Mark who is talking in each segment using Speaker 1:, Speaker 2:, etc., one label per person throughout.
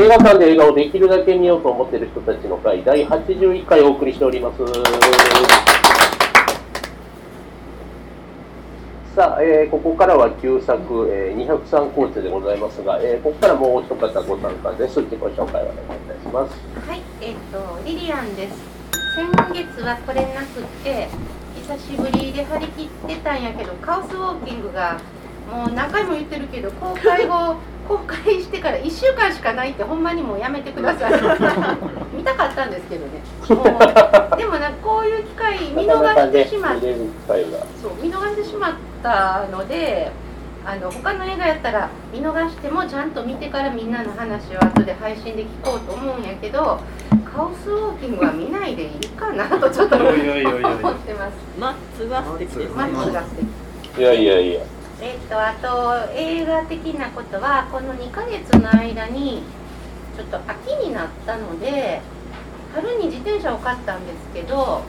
Speaker 1: 映画館で映画をできるだけ見ようと思っている人たちの会第81回お送りしておりますさあ、えーここからは旧作、えー203コーチでございますが、えーここからもうお一方ご参加です自己紹介をお願いいたします
Speaker 2: はい、えっ、と、リリアンです。先月は来れなくて、久しぶりで張り切ってたんやけど、カオスウォーキングが。もう何回も言ってるけど、公開後、公開してから1週間しかないって、ほんまにもうやめてください。見たかったんですけどね。もうでもな、こういう機会見逃してしまっ
Speaker 1: なかなかね見れる機会が
Speaker 2: そう見逃してしまったのであの他の映画やったら見逃してもちゃんと見てからみんなの話を後で配信で聞こうと思うんやけどカオスウォーキングは見ないでいいかなとちょっと思
Speaker 3: お
Speaker 2: っ
Speaker 3: いおいおいおい
Speaker 2: てます
Speaker 4: マッツは素敵ですね
Speaker 2: マッチが素敵
Speaker 1: いやいやいや
Speaker 2: えっとあと映画的なことはこの2ヶ月の間にちょっと秋になったので春に自転車を買ったんですけど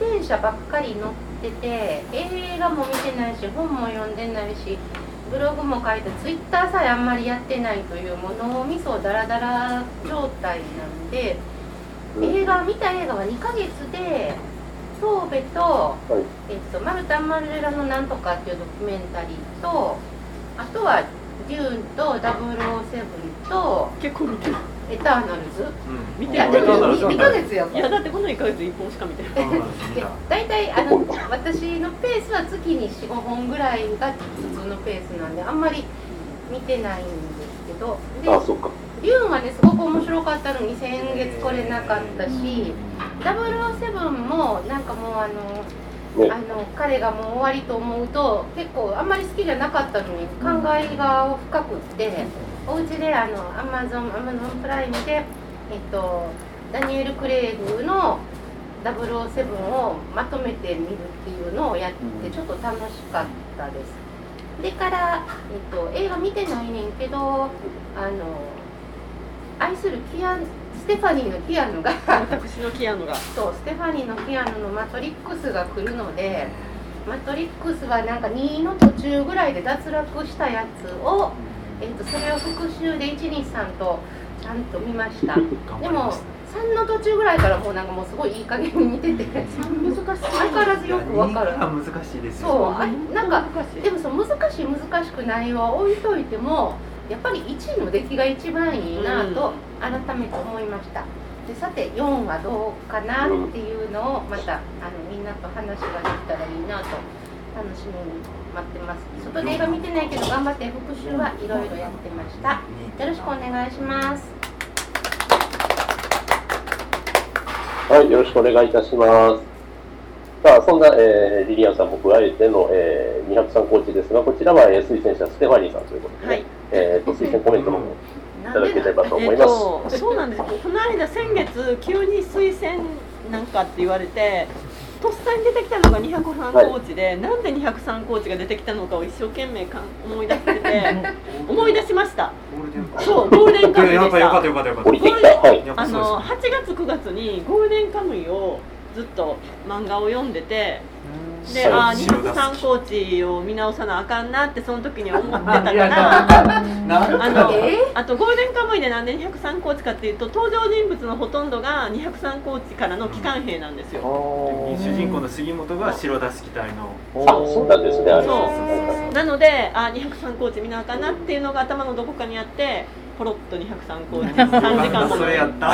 Speaker 2: 自転車ばっかり乗ってて映画も見てないし本も読んでないしブログも書いてツイッターさえあんまりやってないというものをみそダラダラ状態なんで映画見た映画は2ヶ月で神戸と
Speaker 1: はい
Speaker 2: えっと、マルタン・マルレラのなんとかっていうドキュメンタリーと、あとは、デューンと007と、
Speaker 4: 結構見てる
Speaker 2: エターナルズ。
Speaker 4: 見て
Speaker 2: い
Speaker 4: る
Speaker 2: や、でも
Speaker 3: エターナルズ
Speaker 2: 2ヶ月やか
Speaker 4: い
Speaker 2: ら。
Speaker 4: やだってこの1ヶ月一本しか見てない
Speaker 3: うん
Speaker 2: で大体あの私のペースは月に45本ぐらいが普通のペースなんであんまり見てないんですけどで
Speaker 1: あそっか
Speaker 2: デューンはねすごく面白かったのに先月来れなかったし007もなんかもうあの
Speaker 1: ね
Speaker 2: あの彼がもう終わりと思うと結構あんまり好きじゃなかったのに考えが深くってお家であのアマゾンアマゾンプライムで、えっと、ダニエル・クレイグの007をまとめて見るっていうのをやってちょっと楽しかったです。でから、えっと、映画見てないねんけどあの愛するキアヌステファニーのキアヌが
Speaker 4: 私のキアノが
Speaker 2: そうステファニーのピアノの「マトリックス」が来るので「マトリックス」はなんか2の途中ぐらいで脱落したやつを、えっとそれを復習で123とちゃんと見ま したでも3の途中ぐらいからもうなんかもうすごいいい加減に似てて
Speaker 4: 難しい
Speaker 2: 相変わらずよくわかる
Speaker 3: あ難しいです
Speaker 2: そう
Speaker 3: よ。
Speaker 2: あなんか
Speaker 4: 難しい
Speaker 2: でもその難しい難しくないは置いといてもやっぱり1位の出来が一番いいなと改めて思いましたでさて4はどうかなっていうのをまたあのみんなと話ができたらいいなと楽しみに待ってます外で映画見てないけど頑張って復習はいろいろやってましたよろしくお願いします
Speaker 1: はい、よろしくお願いいたします。さあ、そんな、えーリリアンさん、僕あえての、えー、203コーチですが、こちらは、えー推薦者ステファニーさんということで、ね
Speaker 4: はい
Speaker 1: えーと推薦コメントの方い
Speaker 2: な
Speaker 1: ただ
Speaker 2: ん
Speaker 1: け
Speaker 2: で
Speaker 1: ればと思い
Speaker 4: えっ
Speaker 1: ます。
Speaker 4: とそうなんですこの間先月急に推薦なんかって言われてとっさに出てきたのが203コーチで、なんで203コーチが出てきたのかを一生懸命かん思い出してて 思い出しましたそうゴールデンカムイで
Speaker 3: やっ
Speaker 4: した
Speaker 3: ぱよかったよかったよかった。
Speaker 1: 降りてきた。はい。
Speaker 3: やっ
Speaker 4: あ
Speaker 3: ぱそう
Speaker 4: の8月9月に「ゴールデンカムイ」をずっと漫画を読んでて
Speaker 3: です
Speaker 4: で
Speaker 3: よ
Speaker 4: ああ
Speaker 3: 白
Speaker 4: 203
Speaker 3: だし
Speaker 4: コーチを見直さなあかんなってその時に思ってたか
Speaker 3: いや
Speaker 4: ら
Speaker 3: なんかなんか
Speaker 4: あの
Speaker 2: え
Speaker 4: あと「ゴールデンカムイ」でなんで203コーチかっていうと登場人物のほとんどが203コーチからの機関兵なんですよ
Speaker 3: 主人公の杉本が白だし機体の。
Speaker 1: あ、そうなんですね、あれ。
Speaker 4: そう
Speaker 1: は
Speaker 4: なのでああ203コーチ見なあかんなっていうのが頭のどこかにあってポロッと203コーチ3時 間も
Speaker 3: それやった。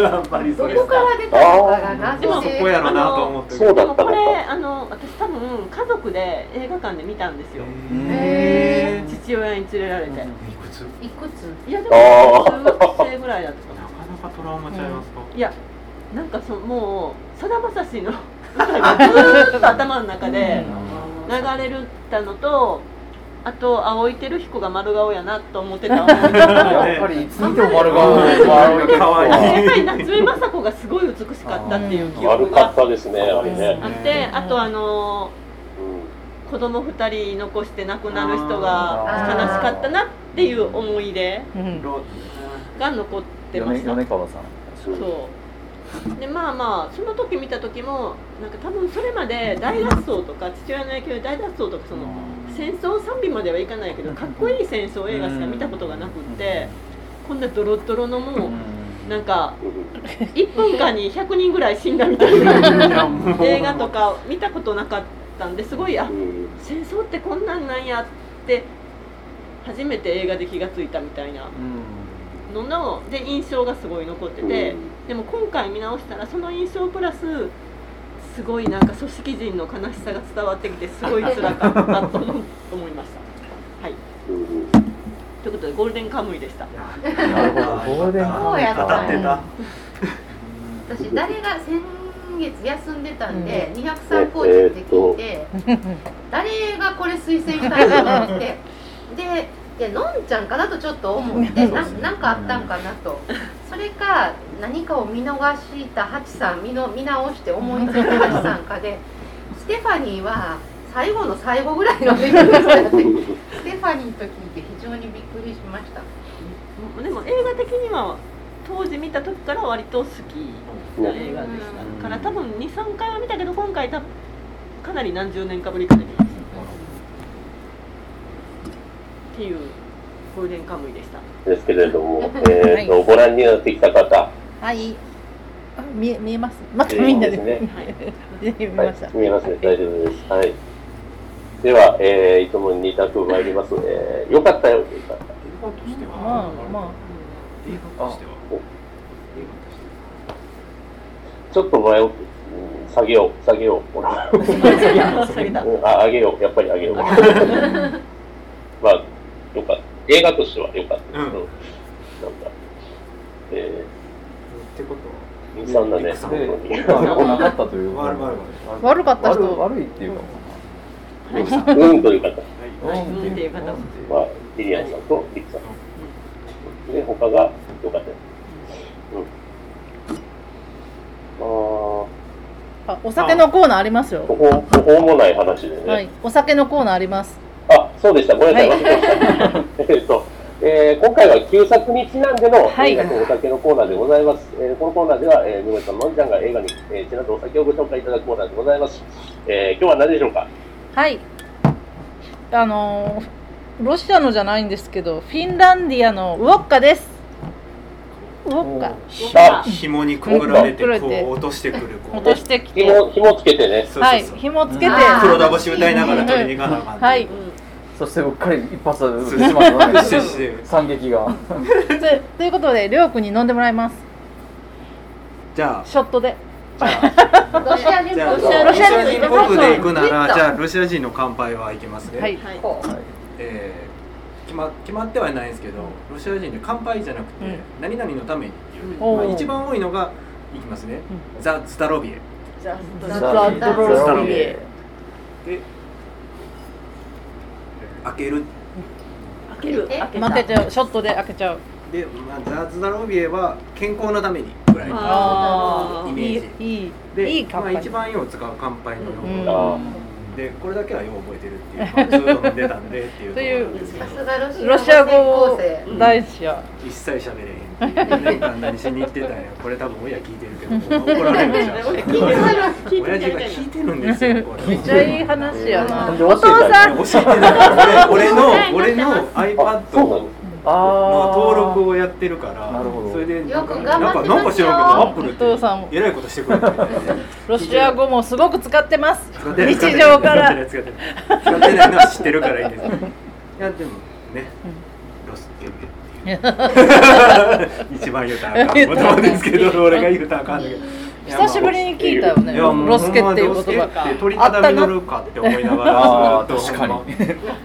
Speaker 3: やっぱりそ
Speaker 2: ど
Speaker 3: れや
Speaker 2: こ
Speaker 3: っ
Speaker 2: から出たのかがな
Speaker 3: た。でもそこやろなと思って。
Speaker 1: いそう
Speaker 4: で
Speaker 1: だ
Speaker 4: も
Speaker 1: った
Speaker 4: こ
Speaker 1: の
Speaker 4: れ
Speaker 1: か。
Speaker 4: あの私多分家族で映画館で見たんですよ
Speaker 2: へー
Speaker 4: 父親に連れられて、
Speaker 3: いくつ？
Speaker 2: いくつ
Speaker 4: いやでも
Speaker 1: あ
Speaker 4: 中学生ぐらいだったか
Speaker 3: な
Speaker 4: な
Speaker 3: かなかトラウマちゃいますか。
Speaker 4: いやなんかそのもうさだまさしの歌がずーっと頭の中で流れるたのとあと青いてる彦が丸顔やなと思ってた思い出
Speaker 3: あ
Speaker 4: や
Speaker 5: やっぱりいつ見ても丸顔
Speaker 3: 可愛
Speaker 4: っぱり夏目雅子がすごい美しかったっていう記
Speaker 1: 悪
Speaker 4: 憶
Speaker 1: かっ
Speaker 4: が
Speaker 1: たですね、あれね。
Speaker 4: あってあとあの
Speaker 1: う
Speaker 4: ー子供2人残して亡くなる人が悲しかったなっていう思い出が残ってま
Speaker 5: 米
Speaker 4: した
Speaker 5: 米川さん
Speaker 4: そうでまあまあその時見た時もなんか多分それまで大脱走とか父親の影響で大脱走とかその戦争賛美まではいかないけどかっこいい戦争映画しか見たことがなくってこんなドロドロのもうなんか
Speaker 1: うん
Speaker 4: 1分間に100人ぐらい死んだみたいな映画とか見たことなかったんですごいあ
Speaker 1: うん
Speaker 4: 戦争ってこんなんなんやって初めて映画で気がついたみたいなのので印象がすごい残っててでも今回見直したらその印象プラスすごいなんか組織人の悲しさが伝わってきてすごい辛かったと思思いました。はい
Speaker 1: うん
Speaker 4: ということでゴールデンカムイでした。
Speaker 5: なるほどゴールデン
Speaker 2: こうやった
Speaker 3: 語ってた
Speaker 2: 私誰が先月休んでたんで、203コーチって聞いて、 誰がこれ推薦したんだと思ってででのんちゃんかなとちょっと思ってななんかあったんかなとそれか何かを見逃したハチさん見の見直して思いついたハチさんかでステファニーは最後の最後ぐらいのびっくりしたってステファニーと聞いて非常にびっくりしました
Speaker 4: もうでも映画的には当時見た時から割と好きな映画でした
Speaker 3: うん
Speaker 4: から多分23回は見たけど今回多分かなり何十年かぶりかで見ましたっていうゴールデンカムイでした
Speaker 1: ですけれど も、えーとご覧になってきた方、
Speaker 5: はい。あ見え見えます。またみんなで
Speaker 1: 見え
Speaker 4: ますね
Speaker 5: 見え
Speaker 1: は
Speaker 5: ました。
Speaker 1: い、見えますね、大丈夫です。はい。では、えー、いつもに2択参ります。えー、よかったよという方、
Speaker 3: 映画としては
Speaker 5: まあま
Speaker 3: 映画としては
Speaker 1: お
Speaker 3: 映画としては
Speaker 1: ちょっと前を、うん下げよう、下げよう、 ほら、
Speaker 4: 下げた
Speaker 1: うんあ、上げよう、やっぱり上 げよう。まあ、よかった。映画としてはよかった。
Speaker 3: うん
Speaker 1: なんか、え
Speaker 3: ってこと
Speaker 1: ー、惨だね、
Speaker 3: うん
Speaker 1: 本
Speaker 6: で、
Speaker 1: 当に。
Speaker 6: 悪くなかったという
Speaker 3: は悪い悪い
Speaker 5: 悪かった人
Speaker 6: 悪悪いっていうか、
Speaker 4: はい
Speaker 1: うんという方、
Speaker 3: 悪いはい
Speaker 4: うんっていう方
Speaker 6: うんっていう
Speaker 1: まあ、リリアンさんとリクさん。で、他がよかったよ。うん。ああ。
Speaker 5: あお酒のコーナーありますよ
Speaker 1: こ。こ、ここもない話でね。
Speaker 5: はい。お酒のコーナーあります。
Speaker 1: あ、そうでした。ごめんなさい。忘れてました。 えっと、えー今回は旧作にちなんでの
Speaker 5: はい
Speaker 1: 映画とお酒のコーナーでございます。えーこのコーナーでは、えー、みごさん、のんちゃんが映画に、えー、ちなんでお酒をご紹介いただくコーナーでございます。えー今日は何でしょうか
Speaker 5: はい。あのーロシアのじゃないんですけど、フィンランディアのウォッカです。ウォッカ。
Speaker 1: あ、
Speaker 3: 紐にくぐられてこう落としてくるこう
Speaker 5: 落としてきて、
Speaker 1: 紐、紐つけてね。
Speaker 3: そう
Speaker 5: はい。
Speaker 3: そうそう
Speaker 5: 紐をつけて、
Speaker 2: あー
Speaker 3: 黒田節歌いながら取りに行かなあかんって
Speaker 5: はい。
Speaker 6: そしてうっかり一発撃ってしまったわけ
Speaker 3: そうそうそ
Speaker 6: で
Speaker 3: う
Speaker 6: す惨劇が。
Speaker 5: とということで、りょうくんに飲んでもらいます。
Speaker 3: じゃあ
Speaker 5: ショットで。
Speaker 3: じゃあ
Speaker 2: ロシア人
Speaker 3: じゃあ
Speaker 2: ロ
Speaker 3: ロ
Speaker 2: シア
Speaker 3: シア人
Speaker 5: 人
Speaker 3: ポップで行くな
Speaker 5: そうそう
Speaker 3: らじゃあロシア人の乾杯はいきますね、
Speaker 5: はい。
Speaker 4: はい
Speaker 2: こう
Speaker 3: えー決ま決まってはないんですけどロシア人で乾杯じゃなくて、
Speaker 5: うん
Speaker 3: 何々のためにっていう、
Speaker 5: お
Speaker 3: まあ、
Speaker 5: ー
Speaker 3: 一番多いのがいきますね、ザ・スタロビエ
Speaker 4: じゃ
Speaker 2: ザ
Speaker 5: ザ
Speaker 2: ザ
Speaker 3: ザロビ
Speaker 5: エ
Speaker 3: で開ける
Speaker 4: あ開ける
Speaker 2: え
Speaker 4: 開けた
Speaker 5: 負けちゃう。ショットで開けちゃう。
Speaker 3: で、まあ、ザ・スタロビエは健康のためにぐらいの
Speaker 5: あ
Speaker 4: あ
Speaker 5: あ
Speaker 3: ー
Speaker 5: ー、
Speaker 3: イメージ
Speaker 5: いい。いい。
Speaker 3: で
Speaker 5: いい乾杯
Speaker 3: まあ、一番よう使う乾杯の用語、
Speaker 5: うん
Speaker 1: あ
Speaker 3: でこれだけはよう覚えてるっ ていう、まあ、ずっと飲んでたんでっていう
Speaker 5: という
Speaker 3: ところなんですけど
Speaker 2: さすがロシア
Speaker 5: ロシア語
Speaker 2: 高生
Speaker 5: 大好きや。
Speaker 3: 一切喋れへんっていう ね何しに行ってたんやこれ多分親聞いてるけど怒られるじゃ ん
Speaker 4: 聞いてもらえます聞いてもら
Speaker 3: 親
Speaker 4: いた
Speaker 3: 父が聞
Speaker 4: いな
Speaker 3: いてるんですよこれ
Speaker 5: めっちゃいい話やな。
Speaker 6: うん
Speaker 5: お父さん。
Speaker 3: 教えてない俺俺の俺の iPad
Speaker 1: そうなん
Speaker 3: の
Speaker 1: です。
Speaker 6: 登
Speaker 3: 登録
Speaker 6: を
Speaker 3: をやってるから
Speaker 6: なるほど
Speaker 3: それで
Speaker 2: よく頑
Speaker 3: なん
Speaker 2: 張
Speaker 3: か
Speaker 2: ってますよ
Speaker 3: なんか知らんけどアップル
Speaker 5: お父さん
Speaker 3: っ
Speaker 5: も
Speaker 3: てえらいことしてくれてる
Speaker 5: ロシア語もすごく使ってます。
Speaker 3: 使ってない
Speaker 5: 日
Speaker 3: 使
Speaker 5: 常か
Speaker 3: ってな
Speaker 5: ら。
Speaker 3: い使ってない使ってないのは知ってるからいいんですけどいやでもねロスゲームっていう一番言うたらあかんことですけど俺が言うたらあかんだけど
Speaker 5: 久しぶりに聞いたよね。
Speaker 3: いやもう
Speaker 5: ロスケっていう
Speaker 3: ほんまロス
Speaker 5: 言
Speaker 3: ケ
Speaker 5: 葉
Speaker 3: って鳥
Speaker 5: あった
Speaker 3: 肌実
Speaker 5: な。
Speaker 3: るかって思いなが
Speaker 6: あ
Speaker 3: ら
Speaker 6: ー
Speaker 3: ずっと
Speaker 6: 確かに
Speaker 3: ほんま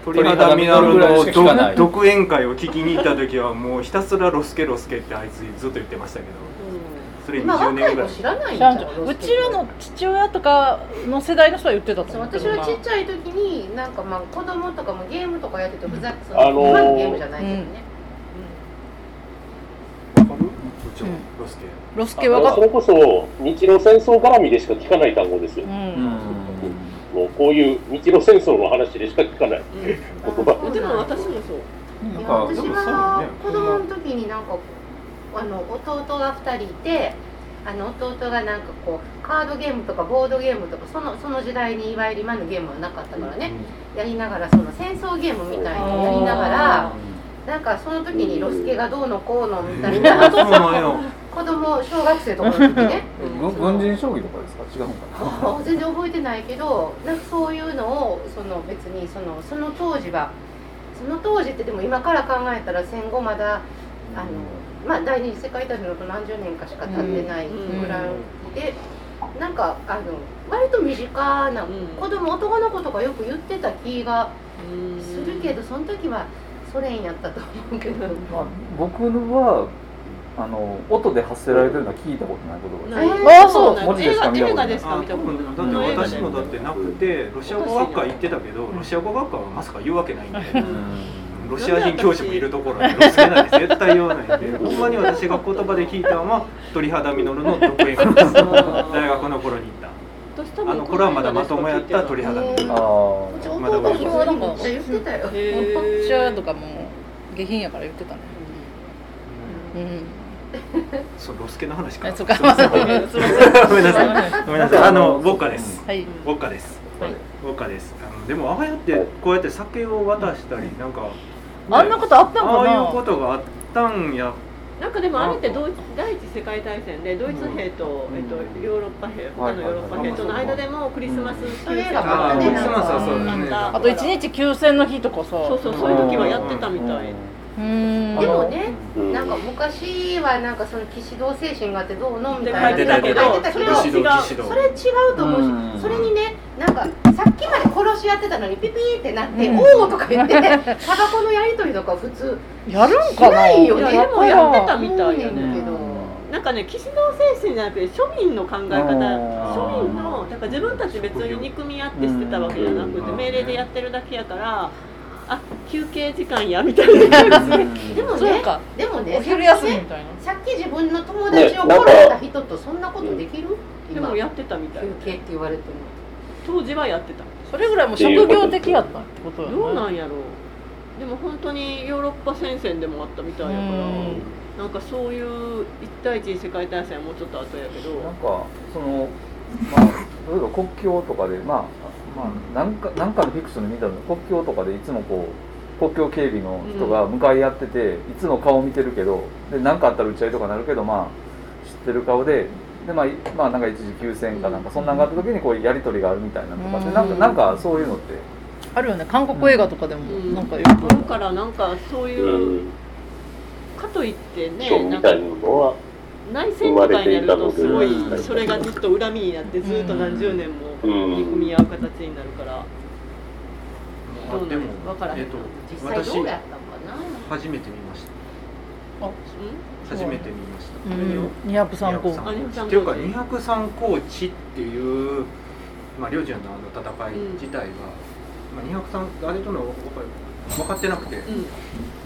Speaker 3: 鳥肌実るの
Speaker 6: 鳥肌実るぐらいしか聞かな
Speaker 3: 独
Speaker 6: い
Speaker 3: 独演会を聞きに行った時はもうひたすらロスケロスケってあいつずっと言ってましたけどそれ
Speaker 2: 今
Speaker 3: 20
Speaker 2: 若
Speaker 3: 年
Speaker 2: い
Speaker 3: ぐら
Speaker 2: 子
Speaker 3: い
Speaker 2: 知らないんじゃん
Speaker 5: うちらの父親とかの世代の人は言ってたと
Speaker 2: そう
Speaker 5: 思うけ
Speaker 2: 私
Speaker 5: どな。
Speaker 2: はちっちゃい時になんかまあ子供とかもゲームとかやっててふざけそ
Speaker 1: あのー
Speaker 2: まあゲームじゃないけどね、
Speaker 3: わかるちょ
Speaker 5: うん
Speaker 3: ロスケ
Speaker 5: ロスケ分か
Speaker 1: そ
Speaker 5: っ
Speaker 1: れこそ、日露戦争絡みでしか聞かない単語ですよ
Speaker 5: う。。
Speaker 6: うんん
Speaker 1: もうこういう日露戦争の話でしか聞かない。
Speaker 4: う
Speaker 1: 言葉
Speaker 4: んでも私もそう
Speaker 2: いや
Speaker 6: なんか
Speaker 2: 私
Speaker 3: でもそう
Speaker 2: は
Speaker 3: よね
Speaker 2: 子供の時になんかあの弟が2人いてあの弟がなんかこうカードゲームとかボードゲームとかそのその時代にいわゆる今のゲームはなかったからね、やりながらその戦争ゲームみたいなのをやりながらなんかその時にロスケがどうのこうのみたい
Speaker 3: そ
Speaker 2: な
Speaker 3: うなんよ
Speaker 2: 子供小学生とかの時ね
Speaker 6: 軍軍人将棋とかですか違うのかな
Speaker 2: あ全然覚えてないけどなんかそういうのをその別にそのその当時はその当時ってでも今から考えたら戦後まだあの、まあ、第二次世界大戦のと何十年かしか経ってないぐらいで、なんかあの割と身近な
Speaker 4: うん
Speaker 2: 子供男の子とかよく言ってた気が
Speaker 4: うん
Speaker 2: するけどその時はソ連やったと思うけど。
Speaker 6: まあ、僕はあの音で発せられてるのは聞いたことないことが
Speaker 4: ない
Speaker 5: あーそう
Speaker 6: 文字で
Speaker 4: 映
Speaker 6: しか
Speaker 4: 画
Speaker 6: 見たこと
Speaker 4: 映
Speaker 6: な
Speaker 4: 画
Speaker 6: い
Speaker 4: ですか
Speaker 3: あ
Speaker 4: 見たことない
Speaker 3: だって私もだってなくてロシア語学科行ってたけどロシア語学科はまさか言うわけないんでロシア人教師もいるところにロスケなんて絶対言わないんでほんまに私が言葉で聞いたのは鳥肌実の独演会です大学の頃に行っ
Speaker 4: 私多
Speaker 3: た
Speaker 4: 分
Speaker 3: あの頃はまだまともやった鳥肌実
Speaker 6: ああ
Speaker 2: うち弟が普通にめっちゃ言ってたよ。
Speaker 4: へ
Speaker 5: モンパ
Speaker 4: ー
Speaker 5: クチャーとかも下品やから言ってたねうん
Speaker 3: そうロスケの話か
Speaker 5: あそうか
Speaker 3: すいませんごめんなさいごめんなさいあのウォッカです
Speaker 5: はい
Speaker 3: ウォッカです
Speaker 6: はい
Speaker 3: ウォッカですあのでもああやってこうやって酒を渡したりなんか
Speaker 5: あんなことあったん
Speaker 3: あ
Speaker 5: か
Speaker 3: あいうこ
Speaker 5: な
Speaker 3: とがあったんや
Speaker 4: なんかでもあれってドイツ第一次世界大戦でドイツ兵と、
Speaker 6: うん
Speaker 4: えっと、
Speaker 6: うん
Speaker 4: ヨーロッパ兵
Speaker 6: は
Speaker 4: 他の
Speaker 6: いはい
Speaker 4: ヨーロッパ兵との間でもクリスマス休
Speaker 2: うん
Speaker 4: 戦
Speaker 2: あ
Speaker 3: ああク
Speaker 2: ね
Speaker 3: リスマスはそうだね
Speaker 4: あ
Speaker 5: あと一日休戦の日とかさ
Speaker 4: そうそうそういう時はやってたみたい、
Speaker 5: うーん
Speaker 2: でもね、
Speaker 1: うん
Speaker 2: なんか昔はなんかその騎士道精神があってどうのみ
Speaker 4: で
Speaker 2: た
Speaker 4: 書
Speaker 2: い
Speaker 4: い
Speaker 2: な書い
Speaker 4: てたけど
Speaker 2: てた
Speaker 4: そ
Speaker 2: け
Speaker 4: れ
Speaker 2: ど
Speaker 4: は
Speaker 2: そ
Speaker 4: 違
Speaker 2: れ違
Speaker 3: 指
Speaker 4: う
Speaker 3: 導指導
Speaker 2: うと思うし、
Speaker 6: うん
Speaker 2: それにねなんかさっきまで殺し合ってたのにピピーってなって「
Speaker 5: うん
Speaker 2: おお!」とか言ってタバコのやり取りとか普通
Speaker 5: やるん
Speaker 2: し
Speaker 5: かな
Speaker 2: ないよね
Speaker 4: いやでもやってた
Speaker 2: 思
Speaker 4: み
Speaker 2: う
Speaker 4: たい
Speaker 2: ね
Speaker 4: よ
Speaker 2: んけ
Speaker 4: ね
Speaker 2: ど
Speaker 4: なんかね騎士道精神じゃなくて庶民の考え方
Speaker 6: あー
Speaker 4: 庶民のだから自分たち別に憎み合ってしてたわけじゃなくて
Speaker 3: うん
Speaker 4: 命令でやってるだけやからあ休憩時間やみたいな感じ
Speaker 2: でも
Speaker 5: そう
Speaker 2: ね
Speaker 5: か
Speaker 2: でもね
Speaker 5: お昼休みみ
Speaker 2: さっきね
Speaker 5: たいな
Speaker 2: さっき自分の友達を殺した人とそんなことできる、
Speaker 4: で
Speaker 2: 今
Speaker 4: も
Speaker 2: 休
Speaker 4: やってたみたい
Speaker 2: 憩って言われても
Speaker 4: 当時はやってた
Speaker 5: それぐらいもう職業的やったってことや
Speaker 4: どうな
Speaker 5: ね
Speaker 4: んやろうでも本当にヨーロッパ戦線でもあったみたいやから
Speaker 5: うん
Speaker 4: なんかそういう一対一世界大戦はもうちょっと後やけど
Speaker 6: なんかそのまあ例えば国境とかでまあまあなんかなんかのフィクションで見たの国境とかでいつもこう国境警備の人が向かい合ってて、いつも顔見てるけどで何かあったら打ち合いとかなるけどまあ知ってる顔で。でまあいまあ、なんか一時休戦かなんかそんなんがあった時にこうやり取りがあるみたいなのとかってなんかなんかそういうのって
Speaker 5: あるよね韓国映画とかでも
Speaker 4: うん
Speaker 5: なんかよ
Speaker 4: だ
Speaker 5: く
Speaker 4: からなんかそう
Speaker 1: う、
Speaker 4: いうんかといって
Speaker 1: そう
Speaker 4: ねな
Speaker 1: み
Speaker 4: んか
Speaker 1: たいなのは、
Speaker 4: 内戦とかになるとすごい
Speaker 3: 生まれていたので
Speaker 4: それがずっと恨みになってずっと何十年も憎み合う形になるからどうな
Speaker 3: で
Speaker 4: る
Speaker 3: も
Speaker 4: わからへん
Speaker 3: えっと
Speaker 2: 実際
Speaker 3: 私
Speaker 2: どうやったのかな
Speaker 3: 初めて見ました
Speaker 4: ん
Speaker 3: 初めて見ました、
Speaker 5: うん203号
Speaker 4: あ203
Speaker 3: っていうか203高地っていう、まあ、両順のあの戦い自体が、まあ、203あれとのやっぱり分かってなくて、
Speaker 4: うん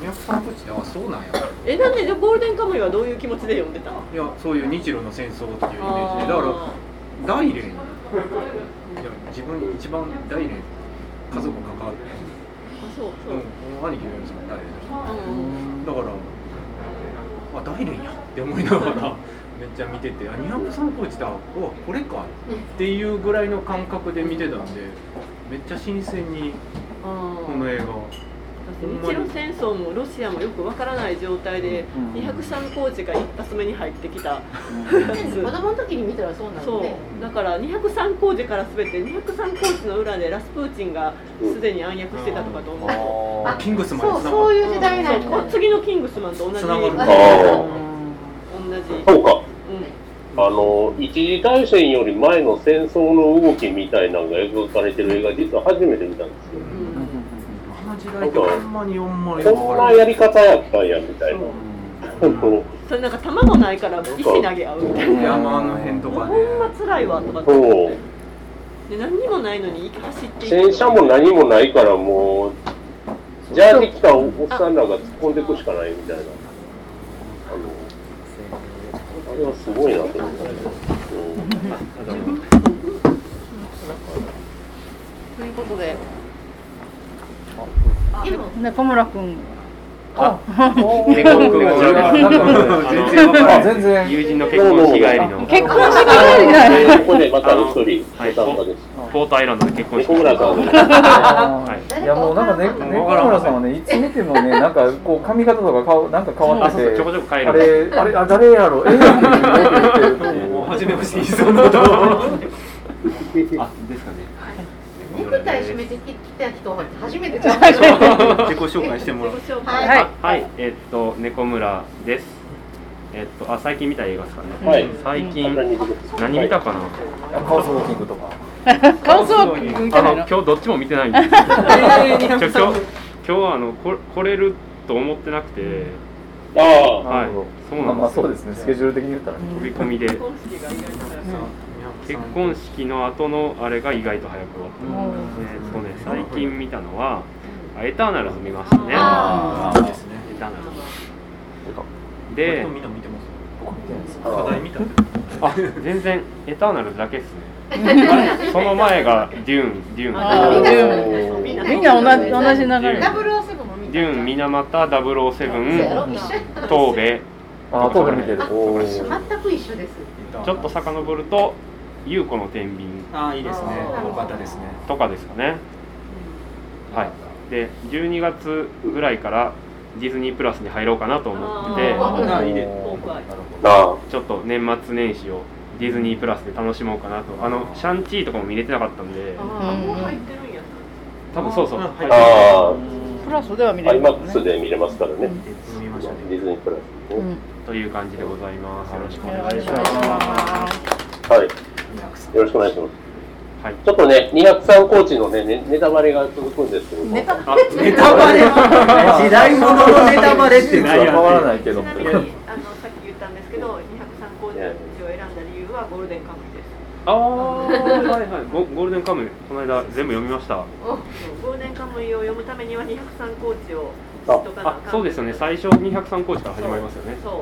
Speaker 3: 203高地ってああそうなんや
Speaker 4: えなんでじゃあゴールデンカムイはどういう気持ちで読んでた
Speaker 3: いやそういう日露の戦争っていうイメージでだか
Speaker 4: あ
Speaker 3: ら大連いや自分一番大連家族関わって
Speaker 4: ーあそう
Speaker 3: う
Speaker 4: そ
Speaker 3: ん
Speaker 4: う、
Speaker 3: 兄貴のやつも大連だし
Speaker 4: うん
Speaker 3: だからあ大連やって思いながら めっちゃ見ててあ203高地だうわこれかっていうぐらいの感覚で見てたんでめっちゃ新鮮に
Speaker 4: あ
Speaker 3: こ
Speaker 4: ー
Speaker 3: の映画
Speaker 4: 日露戦争もロシアもよくわからない状態で203コーチが一発目に入ってきた
Speaker 2: 子供の時に見たらそうな
Speaker 4: そ
Speaker 2: のね
Speaker 4: うだから203工事から全て203工事の裏でラスプーチンがすでに暗躍してたとかと思う
Speaker 3: あキングスマ
Speaker 2: そう
Speaker 3: ンですな
Speaker 2: そういう時代なん
Speaker 4: そう
Speaker 2: だ
Speaker 4: こう次のキングスマンと同じ
Speaker 3: つながる
Speaker 2: あ
Speaker 1: あ
Speaker 2: ー
Speaker 4: 同じ、
Speaker 1: あ、そうか。
Speaker 4: う
Speaker 1: あの一次大戦より前の戦争の動きみたいなのが描かれてる映画、実は初めて見たんですよ。
Speaker 4: んうん
Speaker 3: あの時代ってほんまにほんまに
Speaker 1: こんなやり方やったんやみたいな。本当、
Speaker 4: それなんか卵ないから石投げ合うみたいな
Speaker 3: 山の辺とかで、
Speaker 4: ほんま辛いわとかって
Speaker 1: そう。
Speaker 4: で何にもないのに走っていく
Speaker 1: 戦車も何もないからもう、ジャージ着たおっさんらが突っ込んでいくしかないみたいな。あの、あれはすごいなと思ったけど。
Speaker 5: ということで
Speaker 2: でも
Speaker 5: 中村君
Speaker 6: あ
Speaker 7: 結婚式の
Speaker 6: いやなんかね
Speaker 7: あの
Speaker 3: 全然わから
Speaker 6: あ全然
Speaker 7: 友人の結婚式帰り
Speaker 5: 結
Speaker 7: の
Speaker 5: 婚式帰りだ よ。
Speaker 1: えーここでまたお一人、
Speaker 7: はい
Speaker 1: お参加です。
Speaker 7: ポートアイランドで結婚式
Speaker 1: 猫村さん
Speaker 7: は
Speaker 6: あー
Speaker 2: はい
Speaker 6: いやもうなんかね、
Speaker 2: 誰
Speaker 3: か
Speaker 6: 猫
Speaker 3: わからん
Speaker 6: 村さんはね、いつ見てもね、なんかこう髪型とか顔なんか変わ
Speaker 7: あ
Speaker 6: って
Speaker 7: そうそうちょこ
Speaker 6: て、
Speaker 7: ちょこ帰
Speaker 6: あ
Speaker 7: る
Speaker 6: れあれあ誰やろ、ええって言って
Speaker 3: もう初めまして言いそう なこと
Speaker 7: あですかね
Speaker 2: ネクタイ締めてきた人初めてちゃった
Speaker 3: 自己紹介してもらう
Speaker 4: 紹
Speaker 2: はい
Speaker 4: 介
Speaker 5: はい
Speaker 7: はいえっと猫村ですえっとあ最近見た映画ですかね
Speaker 1: はい
Speaker 7: 最
Speaker 1: 簡
Speaker 7: 近
Speaker 1: 単に自己
Speaker 7: 何見たかな
Speaker 6: カオスウォーキングとか。
Speaker 5: カオスワーキングみた
Speaker 7: あ
Speaker 5: いな
Speaker 7: の
Speaker 5: の
Speaker 7: 今。日どっちも見てないんですよちょ今日今日はあのこ来れると思ってなくて
Speaker 1: あ
Speaker 7: はい
Speaker 6: なるほど
Speaker 7: そうなんですよ
Speaker 6: まあまあそうですね、スケジュール的に言ったらね。
Speaker 7: 飛び込みで結婚式の後のあれが意外と早く終わった
Speaker 5: もう
Speaker 7: えっとね最近見たのはあエターナルズ見ましたね
Speaker 3: ああいいですね
Speaker 7: エターナルズ
Speaker 3: で
Speaker 7: で
Speaker 3: みんな見てます
Speaker 6: 僕見てないです
Speaker 1: あ、
Speaker 3: 課題
Speaker 1: あ
Speaker 3: 見たんで
Speaker 7: あ全然エターナルズだけっすねあ れその前がデューンデュ
Speaker 5: あ
Speaker 7: ー
Speaker 5: ー
Speaker 7: ン
Speaker 5: みんな同じ同じ流れ。
Speaker 2: ダブルオセブも見た
Speaker 7: デューン水俣007
Speaker 2: 一
Speaker 7: 東米
Speaker 6: あー、東部見てる。おー
Speaker 2: 緒全く一緒です
Speaker 7: ちょっと遡ると優子の天秤
Speaker 3: ああいいですね
Speaker 2: あー
Speaker 3: 多かったですね
Speaker 7: とかですかねはいで12月ぐらいからディズニープラスに入ろうかなと思ってて
Speaker 4: あー
Speaker 3: あいいね
Speaker 6: なる
Speaker 1: あ、
Speaker 7: ちょっと年末年始をディズニープラスで楽しもうかなとあのシャンチーとかも見れてなかったんで
Speaker 4: もう入ってるんや
Speaker 7: 多分そうそう
Speaker 3: あ
Speaker 7: はい
Speaker 1: ああ
Speaker 5: プラスでは見
Speaker 1: あ、
Speaker 5: れ
Speaker 1: アイ
Speaker 5: る
Speaker 1: マ
Speaker 5: も
Speaker 1: ッ
Speaker 5: ん
Speaker 1: ク
Speaker 5: ね。
Speaker 1: スで見れますからね。
Speaker 3: 見ま
Speaker 1: デ
Speaker 3: したね
Speaker 1: ィズニープラスで
Speaker 5: う
Speaker 1: すね。
Speaker 5: ん。
Speaker 7: という感じでございますよろしくお
Speaker 5: お
Speaker 7: 願
Speaker 5: 願
Speaker 7: い
Speaker 5: い
Speaker 7: し
Speaker 5: し
Speaker 7: ます
Speaker 5: ま
Speaker 1: はい。
Speaker 3: 203
Speaker 1: よろしくお願いします。
Speaker 7: はい
Speaker 1: ちょっとね、203コーチのね、ねネタバレが続くんですけども。
Speaker 7: あ
Speaker 3: ネタバレ時代物のネタバレって
Speaker 6: ほど。
Speaker 3: 何や
Speaker 6: 変わらない
Speaker 4: ち
Speaker 6: けど。
Speaker 4: なみにあのさっき言ったんですけど203工事の道を選んだ理由はゴールデンカムイです
Speaker 7: あーはいはいゴゴールデンカムイこの間全部読みました
Speaker 4: ゴールデンカムイを読むためには203コーチを知っとかな
Speaker 7: あ
Speaker 4: あかん
Speaker 7: そうですよね最初203コーチから始まりますよね
Speaker 4: そう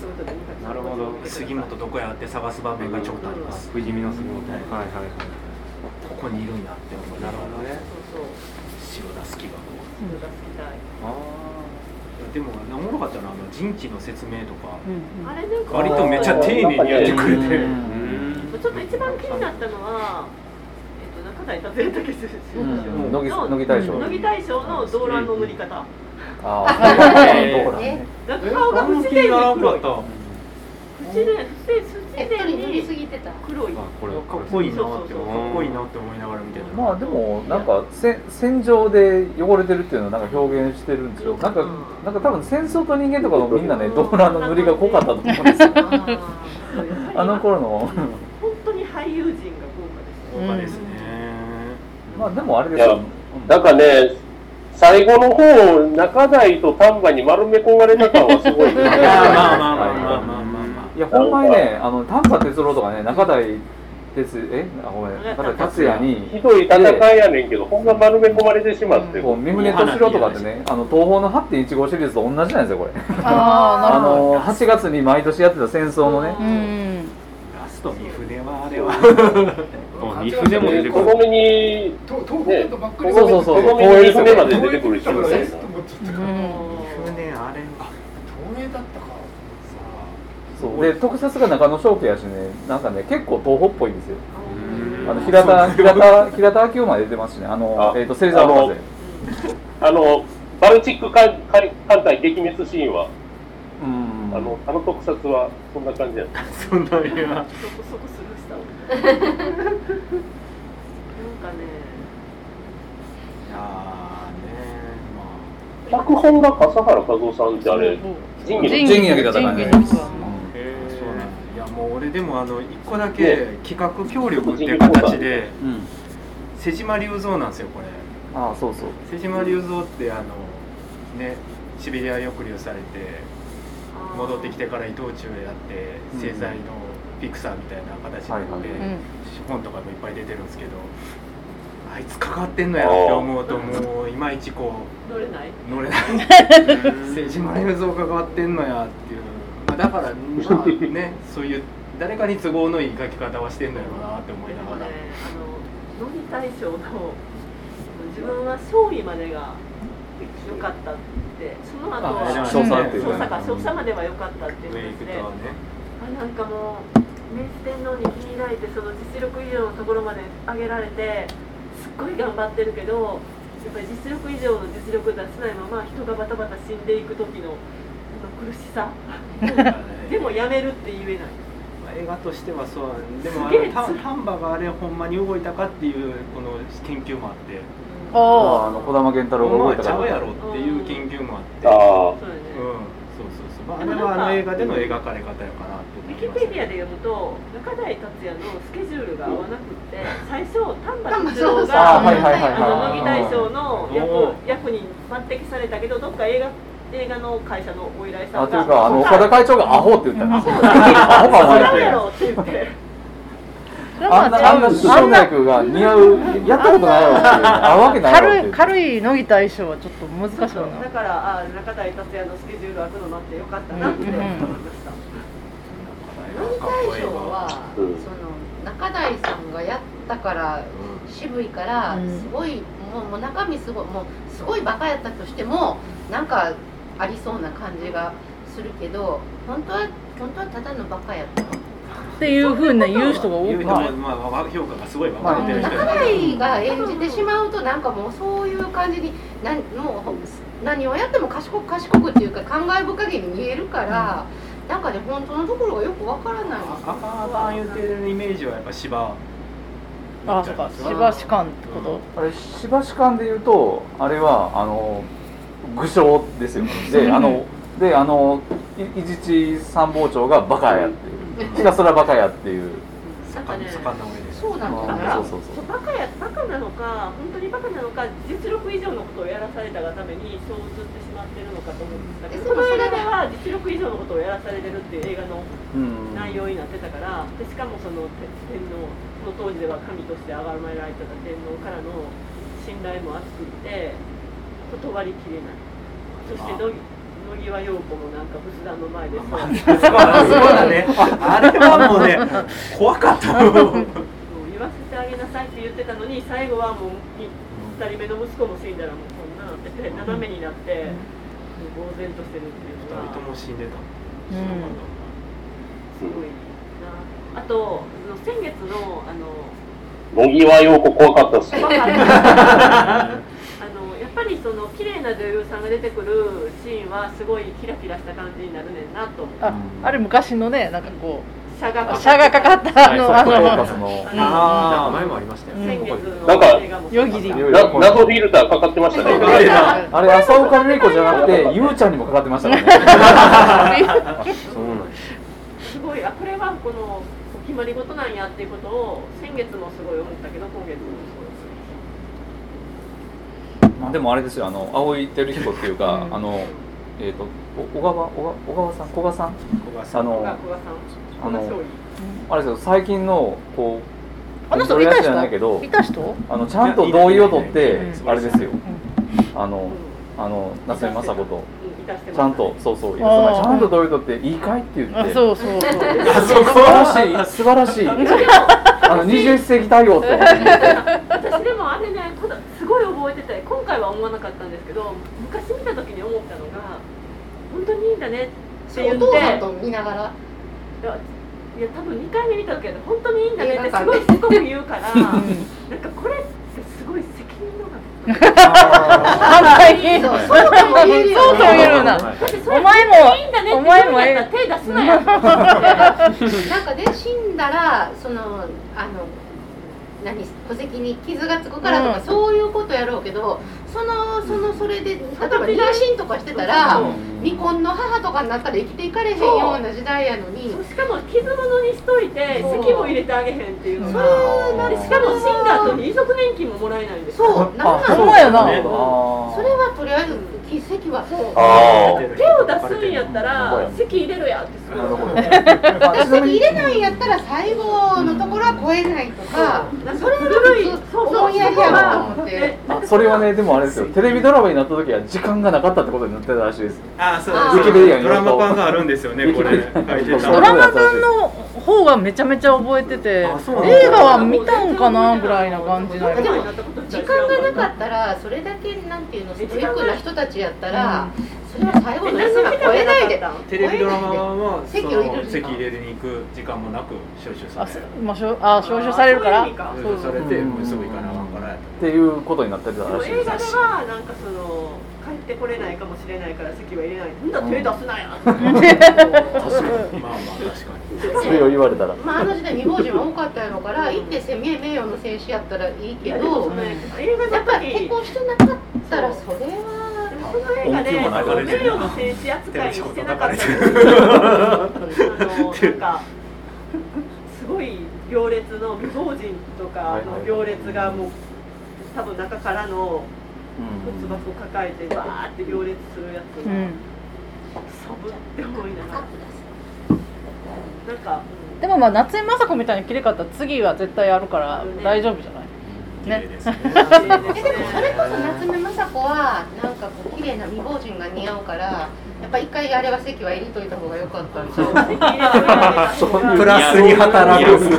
Speaker 4: そういうことで203
Speaker 7: なるほど
Speaker 3: 杉本どこやって探す場面がちょっとあります
Speaker 7: 不死身の杉本はいはいはい
Speaker 3: ここにいるんだって思うなるほどね
Speaker 4: そうそう
Speaker 3: 塩田好きがこう
Speaker 4: 人が好きたい
Speaker 7: あ
Speaker 3: でもおもろかったなあの人気の説明とか
Speaker 4: あれなんか
Speaker 3: 割とめっちゃ丁寧にやってくれて
Speaker 6: う
Speaker 7: ーうんん
Speaker 4: ちょっと一番気になったのは、えっと中台達也武
Speaker 6: うん
Speaker 4: 選
Speaker 6: 乃木乃木大将。
Speaker 4: 手乃木大将の動乱の塗り方
Speaker 6: あー、どこだ
Speaker 2: え
Speaker 6: ね。
Speaker 4: なんか
Speaker 3: え
Speaker 4: 顔が
Speaker 3: あ
Speaker 4: 不
Speaker 3: んま
Speaker 4: 自
Speaker 3: 気に
Speaker 4: 然に
Speaker 3: ならんか
Speaker 4: 黒
Speaker 3: った
Speaker 4: い
Speaker 3: か
Speaker 4: 不自然不自
Speaker 2: え
Speaker 4: 然
Speaker 2: っ
Speaker 4: 不
Speaker 2: と
Speaker 4: 自
Speaker 2: に塗
Speaker 4: 然
Speaker 2: りす
Speaker 4: に
Speaker 2: ぎてた
Speaker 4: 黒い
Speaker 7: あこれ
Speaker 3: っこいいなって
Speaker 4: そうそうそう
Speaker 3: かっこいいなって思いながら見てた
Speaker 6: まあでもなんかせ戦場で汚れてるっていうのをなんか表現してるんですよ。なんかなんか多分戦争と人間とかのみんなね、動乱の塗りが濃かったと思うん ですよ。あの頃の
Speaker 4: 本当に俳優陣が豪華で
Speaker 3: 豪華で
Speaker 4: すね
Speaker 3: すね
Speaker 6: まあでもあれですよ。うん
Speaker 1: なんかね、最後の方、中台と丹波に丸め込まれた感はすごい。
Speaker 3: い やまあまあまあまあまあまあまあ
Speaker 6: いや、ほんまにね、あの丹波哲郎とかね、中台哲、え、あごめん、中台達也に。
Speaker 1: ひどい戦いやねんけど、ほんま丸め込まれてしまって。
Speaker 6: こう三船敏郎とかってね、あの東宝の8.1 5シリーズと同じなんですよ、これ。あ
Speaker 5: あ
Speaker 6: の8月に毎年やってた戦争のね
Speaker 5: あ、なるほど。うん。
Speaker 3: ラスト三船はあれは
Speaker 7: あ二船も出てく
Speaker 1: 子
Speaker 7: る
Speaker 1: 供に、ね、
Speaker 6: そうそうそう
Speaker 1: 子供に二船まで出てくる人みたいな。
Speaker 3: 三
Speaker 5: うん。
Speaker 3: 船あれあ
Speaker 6: そうで特撮が中野翔家やしね、なんかね結構東宝っぽいんですよ。
Speaker 7: うん
Speaker 6: あの平田平田平田昭夫まで出てますしね、あの
Speaker 1: あ
Speaker 6: えっと芹沢
Speaker 1: あの
Speaker 6: 博士。
Speaker 1: あの、バルチック艦艦艦隊撃滅シーンは、
Speaker 6: うん
Speaker 1: あの、あの特撮はそんな感じやった。
Speaker 3: そんなあれは
Speaker 4: そこそこスルーしたなんかね
Speaker 3: いやーね
Speaker 1: 脚本が笠原和夫さんってあれ、仁義の
Speaker 6: 仁義なき戦いね。
Speaker 3: まあへ
Speaker 7: ー
Speaker 3: ーそうなんだいやもう俺でもあの一個だけ企画協力っていう形で
Speaker 6: うんうん
Speaker 3: 瀬島隆三なんですよこれ
Speaker 6: ああそうそう。
Speaker 3: 瀬島隆三ってあのねシベリア抑留されて
Speaker 4: あー
Speaker 3: 戻ってきてから伊藤忠やって
Speaker 6: うん
Speaker 3: 製材のピクサーみたいな形になって、
Speaker 6: はいは
Speaker 3: 本とかもいっぱい出てるんですけどあいつかかってんのやろって思うともういまいちこ
Speaker 4: 乗れない、
Speaker 3: う乗 れない政治の映像かかってんのやっていう、まあ、だからまあねそういう誰かに都合のいい書き方はしてんのやろうなって思い
Speaker 4: で
Speaker 3: な
Speaker 4: も
Speaker 3: が
Speaker 4: ね
Speaker 3: ら、
Speaker 4: あの乃木大将の自分は勝利までが良かったってってその後は
Speaker 3: あ
Speaker 6: うん
Speaker 4: 少佐
Speaker 6: 少
Speaker 4: か
Speaker 6: 佐っていう
Speaker 4: 少佐までは良かったっていう
Speaker 3: メイ
Speaker 4: ん
Speaker 3: クと
Speaker 4: ですね
Speaker 3: はね
Speaker 4: あなんかもう明治天皇に気に入られてその実力以上のところまで上げられてすっごい頑張ってるけどやっぱり実力以上の実力出せないまま人がバタバタ死んでいく時のあの苦しさでもやめるって言えない
Speaker 3: まあ映画としてはそうでもあ
Speaker 4: すげ
Speaker 3: れ
Speaker 4: え
Speaker 3: 丹波があれほんまに動いたかっていうこの研究もあって
Speaker 6: ああ
Speaker 5: お
Speaker 6: の児玉源太郎
Speaker 3: ほんま
Speaker 6: が動
Speaker 3: は
Speaker 6: いた
Speaker 3: ち
Speaker 6: か
Speaker 3: ゃうや
Speaker 6: ら
Speaker 3: ろっていう研究もあって
Speaker 1: あ
Speaker 4: そうよね
Speaker 3: うん、そうそうそう、まあ、あれはあの映画での描かれ方やかなって思
Speaker 4: ウ
Speaker 3: い
Speaker 4: ィキ
Speaker 3: ます
Speaker 4: ペディアで読むと中台達也のスケジュールが合わなくって最初丹波哲郎
Speaker 6: ああ
Speaker 4: が
Speaker 6: はいはいはい
Speaker 4: あの
Speaker 6: はい
Speaker 4: 乃木大将の
Speaker 3: お
Speaker 4: 役役に抜擢されたけどどっか映画映画の会社のお依頼さ
Speaker 6: あ
Speaker 4: ん
Speaker 6: とい
Speaker 4: が
Speaker 6: うかあの岡田会長がアホって言ったんですよアホかお
Speaker 4: 違
Speaker 6: 前っ
Speaker 4: う
Speaker 6: て
Speaker 4: やろって言って
Speaker 6: あんなあんな師匠の役が似合うやったことないやろっていう合うわけないやろってい
Speaker 5: 軽いう軽い乃木大将はちょっと難
Speaker 4: そう
Speaker 5: しい
Speaker 4: そうだ
Speaker 5: な
Speaker 4: からあ中台達也のスケジュール開くの待ってよかったなって思いました
Speaker 2: 乃木大将は、
Speaker 1: うん
Speaker 2: その中台さんがやったから渋いから、
Speaker 5: うん
Speaker 2: すごいもうもう中身すごいもうすごいバカやったとしてもなんかありそうな感じがするけど本当は本当はただのバカやった
Speaker 5: っていうふうに言う人が多
Speaker 3: 言う
Speaker 5: く
Speaker 3: て
Speaker 5: ない
Speaker 3: も、まあ、わ評価がすごい分
Speaker 6: ま
Speaker 3: か
Speaker 6: あ
Speaker 3: れてる
Speaker 2: 中
Speaker 3: 人や
Speaker 2: 台が演じてしまうとなんかもうそういう感じになんもうほ何をやっても賢く賢くっていうか感慨深げに見えるから、なんかね本当のところがよくわからない
Speaker 3: ああかんあかん言うてるイメージはやっぱ芝
Speaker 5: あそっか芝士官ってこと
Speaker 6: あれしばし感で言うとあれはあの具象ですよであのであのい伊地知参謀長がバカやっていうひたすらバカやっていう
Speaker 4: なんかね
Speaker 3: 坂の上です
Speaker 2: そうなんだ
Speaker 6: あ
Speaker 2: な
Speaker 6: そうそうそう
Speaker 4: バカやバカなのか本当にバカなのか実力以上のことをやらされたがためにそう映ってしまってるのかと思うんです
Speaker 2: え
Speaker 4: けど
Speaker 2: そ
Speaker 4: この
Speaker 2: れ
Speaker 4: 映画では実力以上のことをやらされてるっていう映画の
Speaker 6: うん
Speaker 4: 内容になってたからでしかもそのて天皇その当時では神として崇められてた天皇からの信頼も厚くって断りきれないそして野野際陽子もなんか仏壇の前でそう
Speaker 3: そうだねあれはもうね怖かった
Speaker 4: もう言わせてあげなさいって言ってたのに最後はもう2人目の息子も死んだらもうこんなってて斜めになってもう呆然としてるっていうの
Speaker 3: 二人と
Speaker 4: は
Speaker 3: も死んでた
Speaker 5: うん
Speaker 4: すごいなあとあの先月のあ の
Speaker 1: 乃木はようこ怖かったっすよ。
Speaker 4: あのやっぱりその綺麗な女優さんが出てくるシーンはすごいキラキラした感じになるねんなと思う
Speaker 5: ああれ昔のねなんかこ
Speaker 4: シャが
Speaker 5: う車がかかったあのあ
Speaker 6: そうなんか
Speaker 5: の
Speaker 6: その
Speaker 3: あ
Speaker 7: あ
Speaker 3: あ
Speaker 7: 前もありましたよ、
Speaker 5: うん
Speaker 4: 先月
Speaker 1: なんか
Speaker 4: の映画も
Speaker 5: 夜霧
Speaker 6: いろい
Speaker 1: な
Speaker 6: ろ
Speaker 1: 謎フィルターかかってましたね。
Speaker 6: あれ浅岡芽衣子じゃなくてゆうちゃんにもかかってましたからね
Speaker 7: そうなんです
Speaker 4: すごいあこれはこのお決まり事なんやっていうことを先月もすごい思ったけど今月もすごい思った
Speaker 6: まあでもあれですよあの青井輝彦っていうかあのえっとお小川小川小川さん小川さん
Speaker 3: 小川さ
Speaker 6: あ
Speaker 3: ん
Speaker 6: の
Speaker 4: 古賀古賀さん古
Speaker 6: あ
Speaker 4: 賀勝
Speaker 6: の
Speaker 4: 利
Speaker 6: あれですよ最近のこう
Speaker 5: あの
Speaker 6: ド
Speaker 5: 人
Speaker 6: ル
Speaker 5: い
Speaker 6: 安
Speaker 5: た
Speaker 6: じゃないけど
Speaker 5: 人いた人
Speaker 6: あのちゃんと同意を取っ
Speaker 3: い
Speaker 6: て
Speaker 3: やいいね
Speaker 6: あれですよあ
Speaker 4: うん
Speaker 6: のあの夏目雅子
Speaker 4: う
Speaker 6: と
Speaker 4: んいたしてま
Speaker 6: ち
Speaker 4: す
Speaker 6: ゃんとそうそういや
Speaker 5: あー
Speaker 6: そのちゃんと同意を取っていいかいって言
Speaker 5: あ
Speaker 6: って
Speaker 5: そうそうそう
Speaker 6: いや素晴らしい素晴らしいあの21世紀対応と
Speaker 4: 私でもあれねただすごい覚えてて今回は思わなかったんですけど昔見た時に思ったのが本当にいいんだねっ
Speaker 2: そ
Speaker 4: て
Speaker 2: れ
Speaker 4: 言っ
Speaker 2: お
Speaker 4: て
Speaker 2: 父さんと見ながら
Speaker 4: いやいや多分2回目見た時は本当にいいんだねってすごいしつこく言うから なんかこれってすごい責任のが
Speaker 5: 反対に
Speaker 2: そうそうとも言えるよ
Speaker 5: そうとも言えるな
Speaker 7: はい
Speaker 5: お前も
Speaker 4: いいんだねって言うんやったら手出すなよ
Speaker 2: なんかね死んだらそのあの何戸籍に傷がつくからとか、
Speaker 5: うん
Speaker 2: そういうことやろうけどそのそのそれで例えば妊娠とかしてたら
Speaker 4: そう
Speaker 2: 離婚の母とかになったら生きていかれへんような時代やのに
Speaker 4: しかも傷物にしといて
Speaker 2: そう
Speaker 4: 籍も入れてあげへんっていうの
Speaker 2: そ
Speaker 4: が
Speaker 2: ういうな
Speaker 4: でしかも死んだ後に遺族年金ももらえないんですよ
Speaker 2: そうなんな
Speaker 5: ほ
Speaker 2: ん
Speaker 5: んまやな
Speaker 3: ね
Speaker 2: それはとりあえず奇跡は
Speaker 1: あ
Speaker 4: 手を出すんやったら籍入れろやってすごい
Speaker 6: なるほど
Speaker 2: 戸籍入れないんやったら最後のところは超えないとか
Speaker 4: なんか
Speaker 2: それは
Speaker 4: 古い
Speaker 2: 普通
Speaker 4: そうそう
Speaker 2: 思いやりやなと思って
Speaker 4: え
Speaker 6: あそれはねでもあれですよテレビドラマになった時は時間がなかったってことになってたらしいです
Speaker 3: ああ
Speaker 2: あー
Speaker 3: そうです
Speaker 2: ウィキペ
Speaker 6: ディアに
Speaker 3: ド
Speaker 6: 載
Speaker 3: ラ
Speaker 6: った
Speaker 3: マ版があるんですよねこれ
Speaker 6: ウ
Speaker 3: 書
Speaker 6: ィ
Speaker 3: い
Speaker 6: キペデ
Speaker 3: て
Speaker 6: ィアに載った
Speaker 5: ド
Speaker 3: た
Speaker 5: ラマ版の方がめちゃめちゃ覚えてて映
Speaker 3: あそうなんだ
Speaker 5: 画は見たんかなぐらいな感じな
Speaker 4: で
Speaker 5: の
Speaker 4: も
Speaker 2: 時間がなかったらそれだけなんていうのストイックな人たちやったらそれは最後の休みは超えないで
Speaker 3: テレビドラマ版はそ
Speaker 2: 席を入れる
Speaker 3: の
Speaker 2: 時間
Speaker 3: 席入れに行く時間もなく招集さ
Speaker 5: あ
Speaker 3: れ
Speaker 5: そ
Speaker 3: る
Speaker 5: まあしょあ招集されるから
Speaker 4: で
Speaker 3: 招集されて
Speaker 6: うん
Speaker 3: もうすぐ行かなあかんからやっ
Speaker 6: っていうことになってたら
Speaker 4: も
Speaker 6: しいで
Speaker 4: 映
Speaker 6: す
Speaker 4: 画ではなんかその帰ってこれないかもしれないから席は入れないなんだ手出すなや
Speaker 3: たまあまあ確かに
Speaker 6: それを言われたら
Speaker 2: まああの時代未亡人は多かったやろから行ってせ名誉の選手やったらいいけ
Speaker 4: け
Speaker 2: ど
Speaker 4: ど、
Speaker 5: ん
Speaker 4: 映画
Speaker 2: やっ
Speaker 4: の
Speaker 2: ぱ
Speaker 4: 時
Speaker 2: 結婚してなかったらそれは
Speaker 4: でもこの映画で
Speaker 6: 音響が流れて
Speaker 4: 名
Speaker 6: る
Speaker 4: 誉の選手扱いにしてなかった
Speaker 3: 手
Speaker 4: り
Speaker 3: 打
Speaker 4: あ
Speaker 3: ち
Speaker 4: のなんかすごい行列の未亡人とかの行列がもう多分中からの
Speaker 6: うん
Speaker 4: 靴箱抱えてバーって行列するやつ
Speaker 5: う
Speaker 4: が
Speaker 5: ん
Speaker 4: サブって思いながらなんか、
Speaker 5: でもまあ夏井雅子みたいに綺麗かったら次は絶対やるから
Speaker 4: うん
Speaker 5: 大丈夫じゃない
Speaker 3: 綺麗ですね
Speaker 2: えでもそれこそ夏目雅子はなんかこう綺麗な未亡人が似合うからやっぱ一回あれは席は入れといた方が良かったんちゃう
Speaker 4: うん
Speaker 3: プラスに働く
Speaker 4: 絶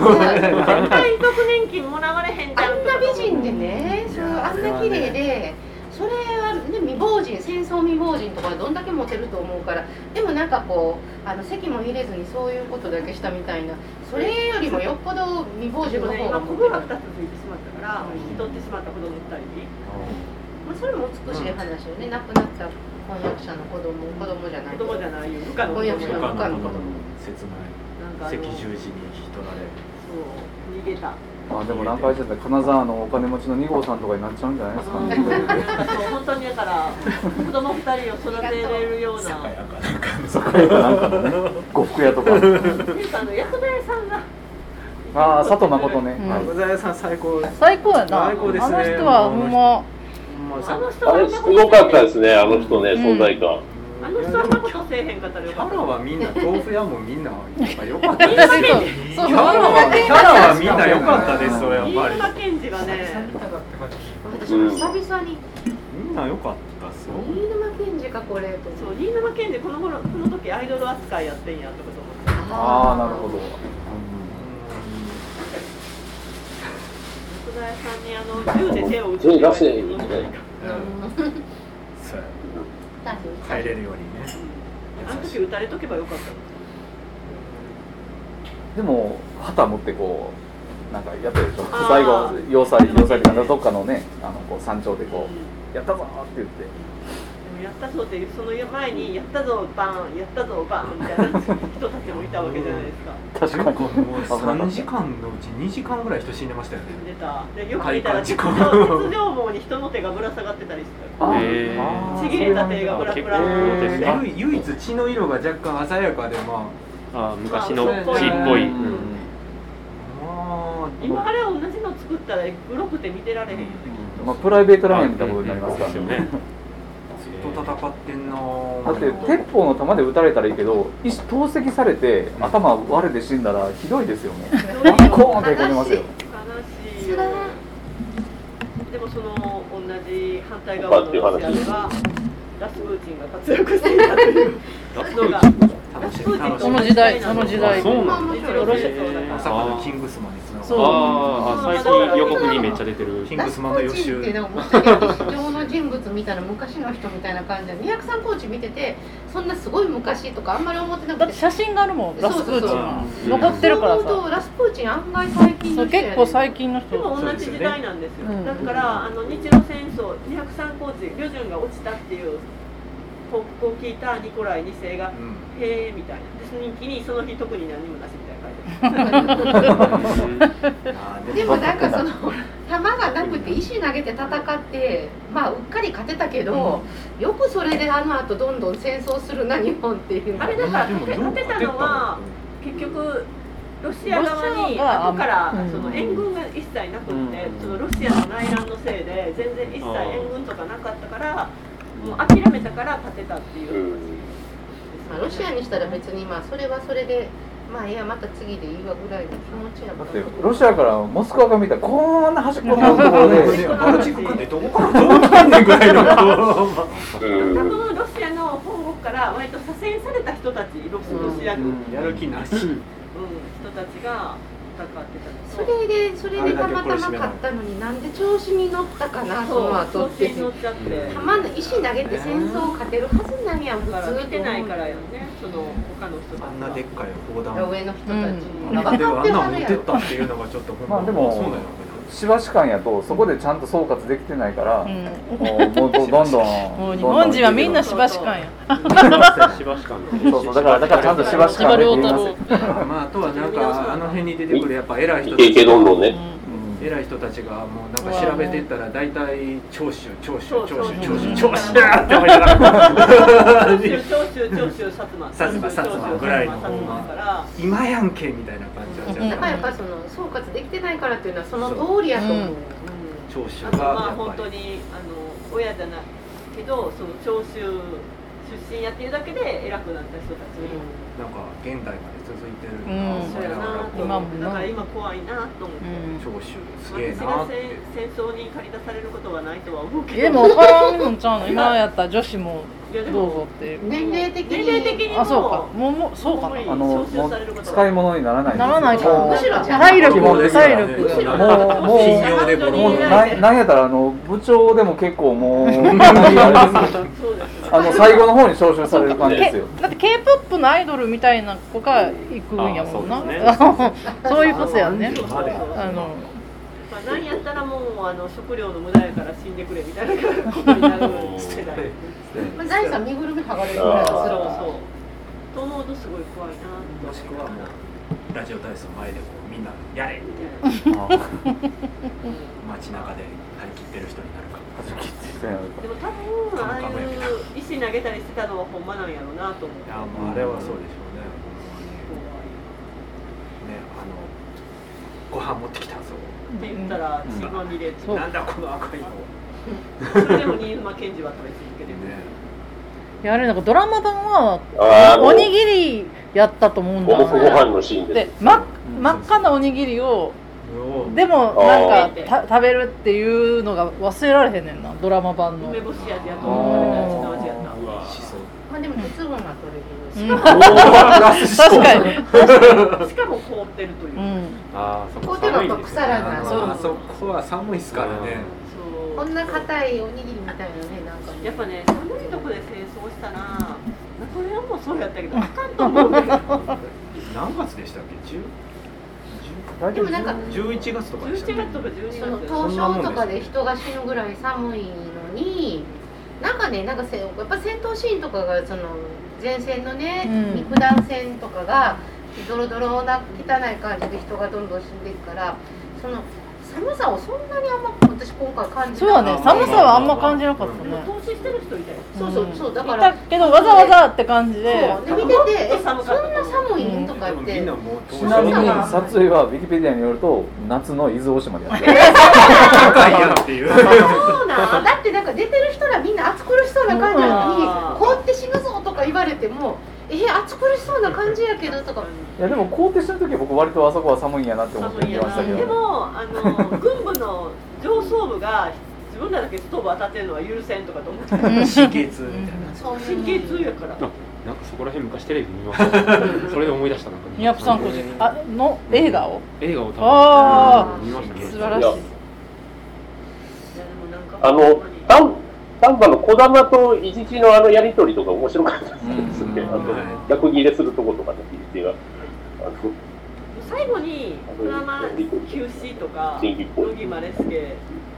Speaker 4: 対遺族年金もらわれへんじゃ
Speaker 2: あ
Speaker 4: ん
Speaker 2: んな美人でね、そうあんな綺麗で、それはね未亡人、戦争未亡人とかどんだけモテると思うから、でもなんかこうあの席も入れずにそういうことだけしたみたいな、それよりもよっぽど未亡
Speaker 4: で
Speaker 2: 人
Speaker 4: も
Speaker 2: の
Speaker 4: ね
Speaker 2: 方
Speaker 4: 今
Speaker 2: が
Speaker 4: こ
Speaker 2: モテ
Speaker 4: ぶ
Speaker 2: る。ま
Speaker 4: が2つついてしまったから引き取ってしまった子供2人
Speaker 2: あそれも美しい話よね。亡くなった婚約者の子供、子供じゃない。
Speaker 4: 子供じゃないよ部下の子供
Speaker 2: 親子
Speaker 3: 他
Speaker 2: の
Speaker 3: の
Speaker 2: 他の子供
Speaker 3: 切な
Speaker 4: なんかあ
Speaker 3: い
Speaker 4: の
Speaker 3: 赤十字に引き取られる
Speaker 4: そう逃げた
Speaker 6: まあでも何回言ってた金沢のお金持ちの二号さんとかになっちゃうんじゃないですかね
Speaker 4: なんかそう本当にだから子供2人を育てれるような
Speaker 3: 酒屋かなんか
Speaker 6: 酒屋かなんかのね呉服屋とか
Speaker 4: っていうかあの薬剤さんが
Speaker 6: ああ佐藤誠ね、
Speaker 5: うん
Speaker 6: はい
Speaker 3: 小沢さん最高
Speaker 5: 最高やな
Speaker 3: 最高ですね
Speaker 5: あの人はほん
Speaker 3: ま
Speaker 5: ま
Speaker 4: あの人
Speaker 1: あれ、すごかったですね、あの人ね、存在感。
Speaker 4: あの人はなことせえへんかったら
Speaker 3: キ
Speaker 4: よ
Speaker 3: ャ
Speaker 4: かった
Speaker 3: ラはみんな豆腐屋もみんなやっぱ良かったです
Speaker 5: そう
Speaker 3: ね。キャラはキャラはみんな良かったですよやっ
Speaker 4: 飯
Speaker 3: ぱり。
Speaker 4: 沼賢治がね
Speaker 2: 私も久々に
Speaker 3: みんな良かったですよ。
Speaker 2: 飯沼賢治かこれと
Speaker 4: そう新沼賢治この頃この時アイドル扱いやってんやってこと思って
Speaker 6: ああなるほど、うん
Speaker 4: 薬剤さんにあの銃で手を撃つ
Speaker 1: 手出せみたいな
Speaker 3: そうや
Speaker 2: ど
Speaker 3: 帰れるようにね。
Speaker 4: あの時撃たれとけばよかった
Speaker 6: でも旗持ってこうなんかやってるでしょ
Speaker 4: あー
Speaker 6: 最後要塞要塞ってなんかどっかのねあのこう山頂でこうやったぞーって言って
Speaker 4: でもやったぞっていうその前にやったぞバーンやったぞバーンみたいな人たちもいたわけじゃないですか
Speaker 6: 確かに
Speaker 3: もう三
Speaker 6: 危
Speaker 3: 時
Speaker 6: なかっ
Speaker 3: 間のうち二時間ぐらい人死んでましたよね。
Speaker 4: 出たでよく見たら
Speaker 3: 快
Speaker 4: 鉄
Speaker 3: 感
Speaker 4: 条鉄条網に人の手がぶら下がってたりして
Speaker 6: たあ
Speaker 7: えー
Speaker 6: あー
Speaker 4: ちぎれた手がぶらぶらー
Speaker 7: 結構ですね
Speaker 3: 唯唯一血の色が若干鮮やかでま
Speaker 7: あー昔の
Speaker 4: あ
Speaker 7: 血っぽい、
Speaker 6: うん
Speaker 3: あまあ
Speaker 4: 今あれ同じの作ったらグロくて見てられへんよね
Speaker 6: まあ、プライベートラインみたいなことになりますから
Speaker 7: うん
Speaker 6: ね
Speaker 3: ずっと戦ってんなー。
Speaker 6: だって鉄砲の弾で撃たれたらいいけど石投石されて頭割れて死んだらひどいですよね コーンってへこみますよ
Speaker 4: 悲しいよでもその同じ反対側のロシアではラスプーチンが活躍していたという
Speaker 7: ラスプ
Speaker 4: のが
Speaker 7: ーチン
Speaker 3: 楽しい
Speaker 4: プーチン
Speaker 3: 楽し
Speaker 5: そ
Speaker 3: い
Speaker 5: の時代その時代
Speaker 7: あそうなんだ
Speaker 4: 一応ロシアそうだ
Speaker 3: ま
Speaker 4: か
Speaker 3: さかのキングスマンにつなが
Speaker 5: そう
Speaker 7: あーあ最近予告にめっちゃ出てる
Speaker 3: キン
Speaker 2: ラ
Speaker 3: グ
Speaker 2: ス
Speaker 3: ス
Speaker 2: コ
Speaker 3: マンの
Speaker 2: ー
Speaker 3: 予
Speaker 2: チン
Speaker 3: 習
Speaker 2: っていうのが面白い上の人物みたいな昔の人みたいな感じで二百三コーチ見ててそんなすごい昔とかあんまり思ってな
Speaker 5: だっ
Speaker 2: くて
Speaker 5: て写真があるもんラスプーチンは
Speaker 3: そう
Speaker 7: そう
Speaker 5: 残ってるから
Speaker 2: そう思うと
Speaker 5: さ
Speaker 2: ラスプーチン案外最近
Speaker 5: そ
Speaker 2: の
Speaker 5: う
Speaker 2: 人や
Speaker 5: 結
Speaker 2: ね
Speaker 5: 構最近の人
Speaker 4: でも同じ時代なんですよ、
Speaker 5: うん
Speaker 4: だからあの日露戦争203高地旅順が落ちたっていう報告を聞いたニコライ2世が
Speaker 3: う
Speaker 4: 「
Speaker 3: ん
Speaker 4: へえ」みたいなで人気にその日特に何にもなしみたいな感じ
Speaker 3: あー
Speaker 2: でもなんかその弾がなくて石投げて戦ってまあうっかり勝てたけど、よくそれであの後どんどん戦争するな日本っていう
Speaker 4: あれだから勝てたのは結局ロシア側
Speaker 5: ロ
Speaker 4: に
Speaker 5: シアが
Speaker 4: 後から
Speaker 5: うん
Speaker 4: その援軍が一切なくって、
Speaker 6: うん
Speaker 4: そのロシアの内乱のせいで全然一切援軍とかなかったからもう諦めたから勝てたっていうう、
Speaker 1: ん
Speaker 2: まあ、ロシアにしたら別にまあそれはそれでまあいやまた次でいいわぐらいの気持ちや
Speaker 6: だ
Speaker 2: も
Speaker 6: っ
Speaker 2: ん
Speaker 6: てロシアからモスクワが見たらこんな端っこのところで
Speaker 3: バルチック海でどこからどう来んねんぐらいの
Speaker 4: このロシアの本国から割と左遷された人たちロシロシア軍、うん
Speaker 3: やる気なし
Speaker 4: 人たちが戦ってたのと
Speaker 2: それでそれでたまたま買ったのになんで調子に乗ったかなその後
Speaker 4: 調
Speaker 2: っ
Speaker 4: 子
Speaker 2: て
Speaker 4: に乗っちゃって
Speaker 2: たまの石投げて戦争を勝てるはずなんやん
Speaker 4: だから
Speaker 2: 普通
Speaker 4: 見てないかららよねその他の人たちが
Speaker 3: あんなでっかい砲弾あ
Speaker 2: 上の人たちも
Speaker 3: んなであんな持ってっ
Speaker 2: ろ
Speaker 3: たっていうのがちょっとほん
Speaker 6: まあでも
Speaker 3: そうなんや
Speaker 6: しばし感やとそこでちゃんと総括できてないから、
Speaker 5: うん
Speaker 6: もうもうどんどん
Speaker 5: もう日本人はみんなしばしかんや
Speaker 7: しばしかん
Speaker 6: そうそうだからだからちゃんとしばし
Speaker 5: 千葉
Speaker 6: 感で
Speaker 5: 良
Speaker 6: き
Speaker 5: 太
Speaker 6: ま
Speaker 5: 郎
Speaker 3: け
Speaker 6: す、
Speaker 3: どまああとはなんかあの辺に出てくるやっぱ偉い人
Speaker 1: イ
Speaker 3: た
Speaker 1: ケイケ
Speaker 3: ち
Speaker 1: どんどんね。
Speaker 6: うん
Speaker 3: 偉い人たちがもうなんか調べてったら大体聴取聴取聴取聴
Speaker 5: そうそう
Speaker 3: 取聴取って思いなが
Speaker 4: 長
Speaker 3: ら
Speaker 4: 州長州長州薩摩
Speaker 3: 薩摩薩摩ぐらいの
Speaker 4: 薩摩から
Speaker 3: 今やんけみたいな感じなんじゃ
Speaker 2: だ
Speaker 3: な
Speaker 2: から
Speaker 3: い
Speaker 2: やっぱその総括できてないからっていうのはその通りやと思う
Speaker 3: 聴取
Speaker 4: あ
Speaker 3: が
Speaker 4: とまあ
Speaker 3: や
Speaker 4: 本
Speaker 3: っぱり
Speaker 4: 当にあの親じゃないけどその長州出身やっていうだけで偉くなった人たちも
Speaker 3: なんか現代まで続いてる
Speaker 5: うん
Speaker 3: な
Speaker 4: そうやなと
Speaker 5: 今
Speaker 4: 思
Speaker 5: も
Speaker 4: って
Speaker 5: な
Speaker 4: だから今怖いなと思って、
Speaker 5: うん
Speaker 3: 聴取すげえ
Speaker 4: 私
Speaker 3: な
Speaker 4: が
Speaker 3: って
Speaker 4: 戦戦争に駆り出されることはないとは思うけど
Speaker 5: でも分からんのちゃうの今やったら女子も
Speaker 4: いやで
Speaker 5: どう
Speaker 4: も
Speaker 5: ぞっていう
Speaker 2: 年齢的に
Speaker 4: 年齢的にも
Speaker 5: あそうかもうもうそうか
Speaker 6: あのもう使い物にならない
Speaker 5: なならないか
Speaker 6: も
Speaker 5: ら
Speaker 6: う
Speaker 2: 白じゃん
Speaker 5: 体力
Speaker 6: も
Speaker 5: も
Speaker 6: う
Speaker 5: 体力
Speaker 4: むしろ
Speaker 6: もうもう
Speaker 3: 信用でボロボ
Speaker 6: も
Speaker 3: ロ
Speaker 6: う
Speaker 4: い
Speaker 6: ななんやったらあの部長でも結構 もうあ
Speaker 4: そうですよ
Speaker 6: の最後の方に招集される感じですよ
Speaker 5: けだって k p o p のアイドルみたいな子が行くんやもんな
Speaker 7: あそうで
Speaker 5: そういうことやね
Speaker 4: そうそうそう
Speaker 5: あの
Speaker 4: まあ、なんやったらもうあの食料の無駄やから死んでくれみたいなことになる世代
Speaker 2: まあ財産身ぐるみ剥がれるぐ
Speaker 4: そう
Speaker 2: らい
Speaker 4: そ
Speaker 2: は
Speaker 4: うそうと思うとすごい怖いなと
Speaker 3: もしくはもうラジオ体操の前でこうみんなやれ
Speaker 4: みたいな
Speaker 3: 街中で張り切ってる人になるかも
Speaker 4: でも多分ああいう石投げたりしてたのはほんまなんやろうなと思って
Speaker 3: いやもうあれはそうでしょうねねあのご飯持ってきたぞ
Speaker 4: って言ったら血まみれって、
Speaker 5: そう
Speaker 3: なんだこの赤いの
Speaker 4: それでも新妻賢治は食べ続けてる
Speaker 5: いやあれなんかドラマ版は
Speaker 1: あーあの
Speaker 5: おにぎりやったと思うん
Speaker 1: 五目ご
Speaker 5: だ
Speaker 1: 飯のシーン
Speaker 5: で
Speaker 1: で
Speaker 5: 真真っ赤なおにぎりを
Speaker 3: ね
Speaker 5: でもな
Speaker 1: あ
Speaker 5: んかた食べるっていうのが忘れられへんねんなドラマ版の
Speaker 4: 梅干し味やと思われたら血の味やった
Speaker 3: うわしそ
Speaker 2: まあでも鉄分は取れるし
Speaker 5: うん
Speaker 2: かも
Speaker 5: 確かに
Speaker 4: しかも凍ってるという、
Speaker 5: うん
Speaker 7: あーそこ
Speaker 2: こうでは
Speaker 7: 寒
Speaker 2: やっぱ
Speaker 7: いんです
Speaker 2: 腐らない
Speaker 3: ああそこは寒いっすからね
Speaker 4: そう
Speaker 2: こんな硬いおにぎりみたいなねなんかね
Speaker 4: やっぱね寒いとこで戦争したらナポレオンもそうやったけどあかんと思うけど
Speaker 3: 何月でしたっけ10
Speaker 2: でもなんか
Speaker 3: 11月とか
Speaker 4: 11
Speaker 3: でし
Speaker 4: 月
Speaker 3: たっけ
Speaker 4: とか12月
Speaker 2: その
Speaker 4: とか
Speaker 2: 東証とかで人が死ぬぐらい寒いのになんかねなんかせやっぱ戦闘シーンとかがその前線のね、
Speaker 5: うん
Speaker 2: 肉弾戦とかがドロドロな汚い感じで人がどんどん死んでいくからその寒さをそんなにあんま私今回感じ
Speaker 5: そうだね寒さはあんま感じなかった
Speaker 4: でも
Speaker 5: ね
Speaker 4: 投資してる人いたよ
Speaker 2: そうそうそうだ
Speaker 5: い
Speaker 2: から
Speaker 5: たけどわざわざって感じで
Speaker 2: そうで見ててえそんな
Speaker 4: 寒かった
Speaker 2: 寒いんとか
Speaker 3: で
Speaker 2: 言っ
Speaker 3: もみ
Speaker 2: て
Speaker 3: んなもう
Speaker 6: ちなみに撮影はウィキペディアによると夏の伊豆大島でや ってる
Speaker 3: 高いやっていう
Speaker 2: そうなんだってなんか出てる人らみんな暑苦しそうな感じなのに
Speaker 4: うん
Speaker 2: 凍って死ぬぞとか言われてもえ暑苦しそうな感じやけどとか
Speaker 6: いやでも校庭した時は僕割とあそこは寒いんやなって思っ
Speaker 4: 寒
Speaker 6: て
Speaker 4: い
Speaker 6: 見
Speaker 4: や
Speaker 6: まし
Speaker 4: な
Speaker 6: たけ
Speaker 4: で
Speaker 6: ど
Speaker 4: もあの軍部の上層部が自分らだけストーブ当たってるのは許せんとかと思って
Speaker 3: 神経痛みたいな
Speaker 2: そう
Speaker 4: 神経痛やから
Speaker 7: なんかそこら辺昔テレビで見ましたそれで思い出したなんか
Speaker 5: 宮古さん個人あの映画を
Speaker 7: 映画を多分
Speaker 5: あ
Speaker 2: ー
Speaker 7: 見ましたね
Speaker 5: 素晴らしい
Speaker 1: あの丹丹波の小玉と伊地知のあのやりとりとか面白かったですね
Speaker 6: う
Speaker 1: あ
Speaker 6: ん
Speaker 1: と逆切れするとことかね伊地知があの
Speaker 4: 最後にドラマ休止とか乃木マレスケ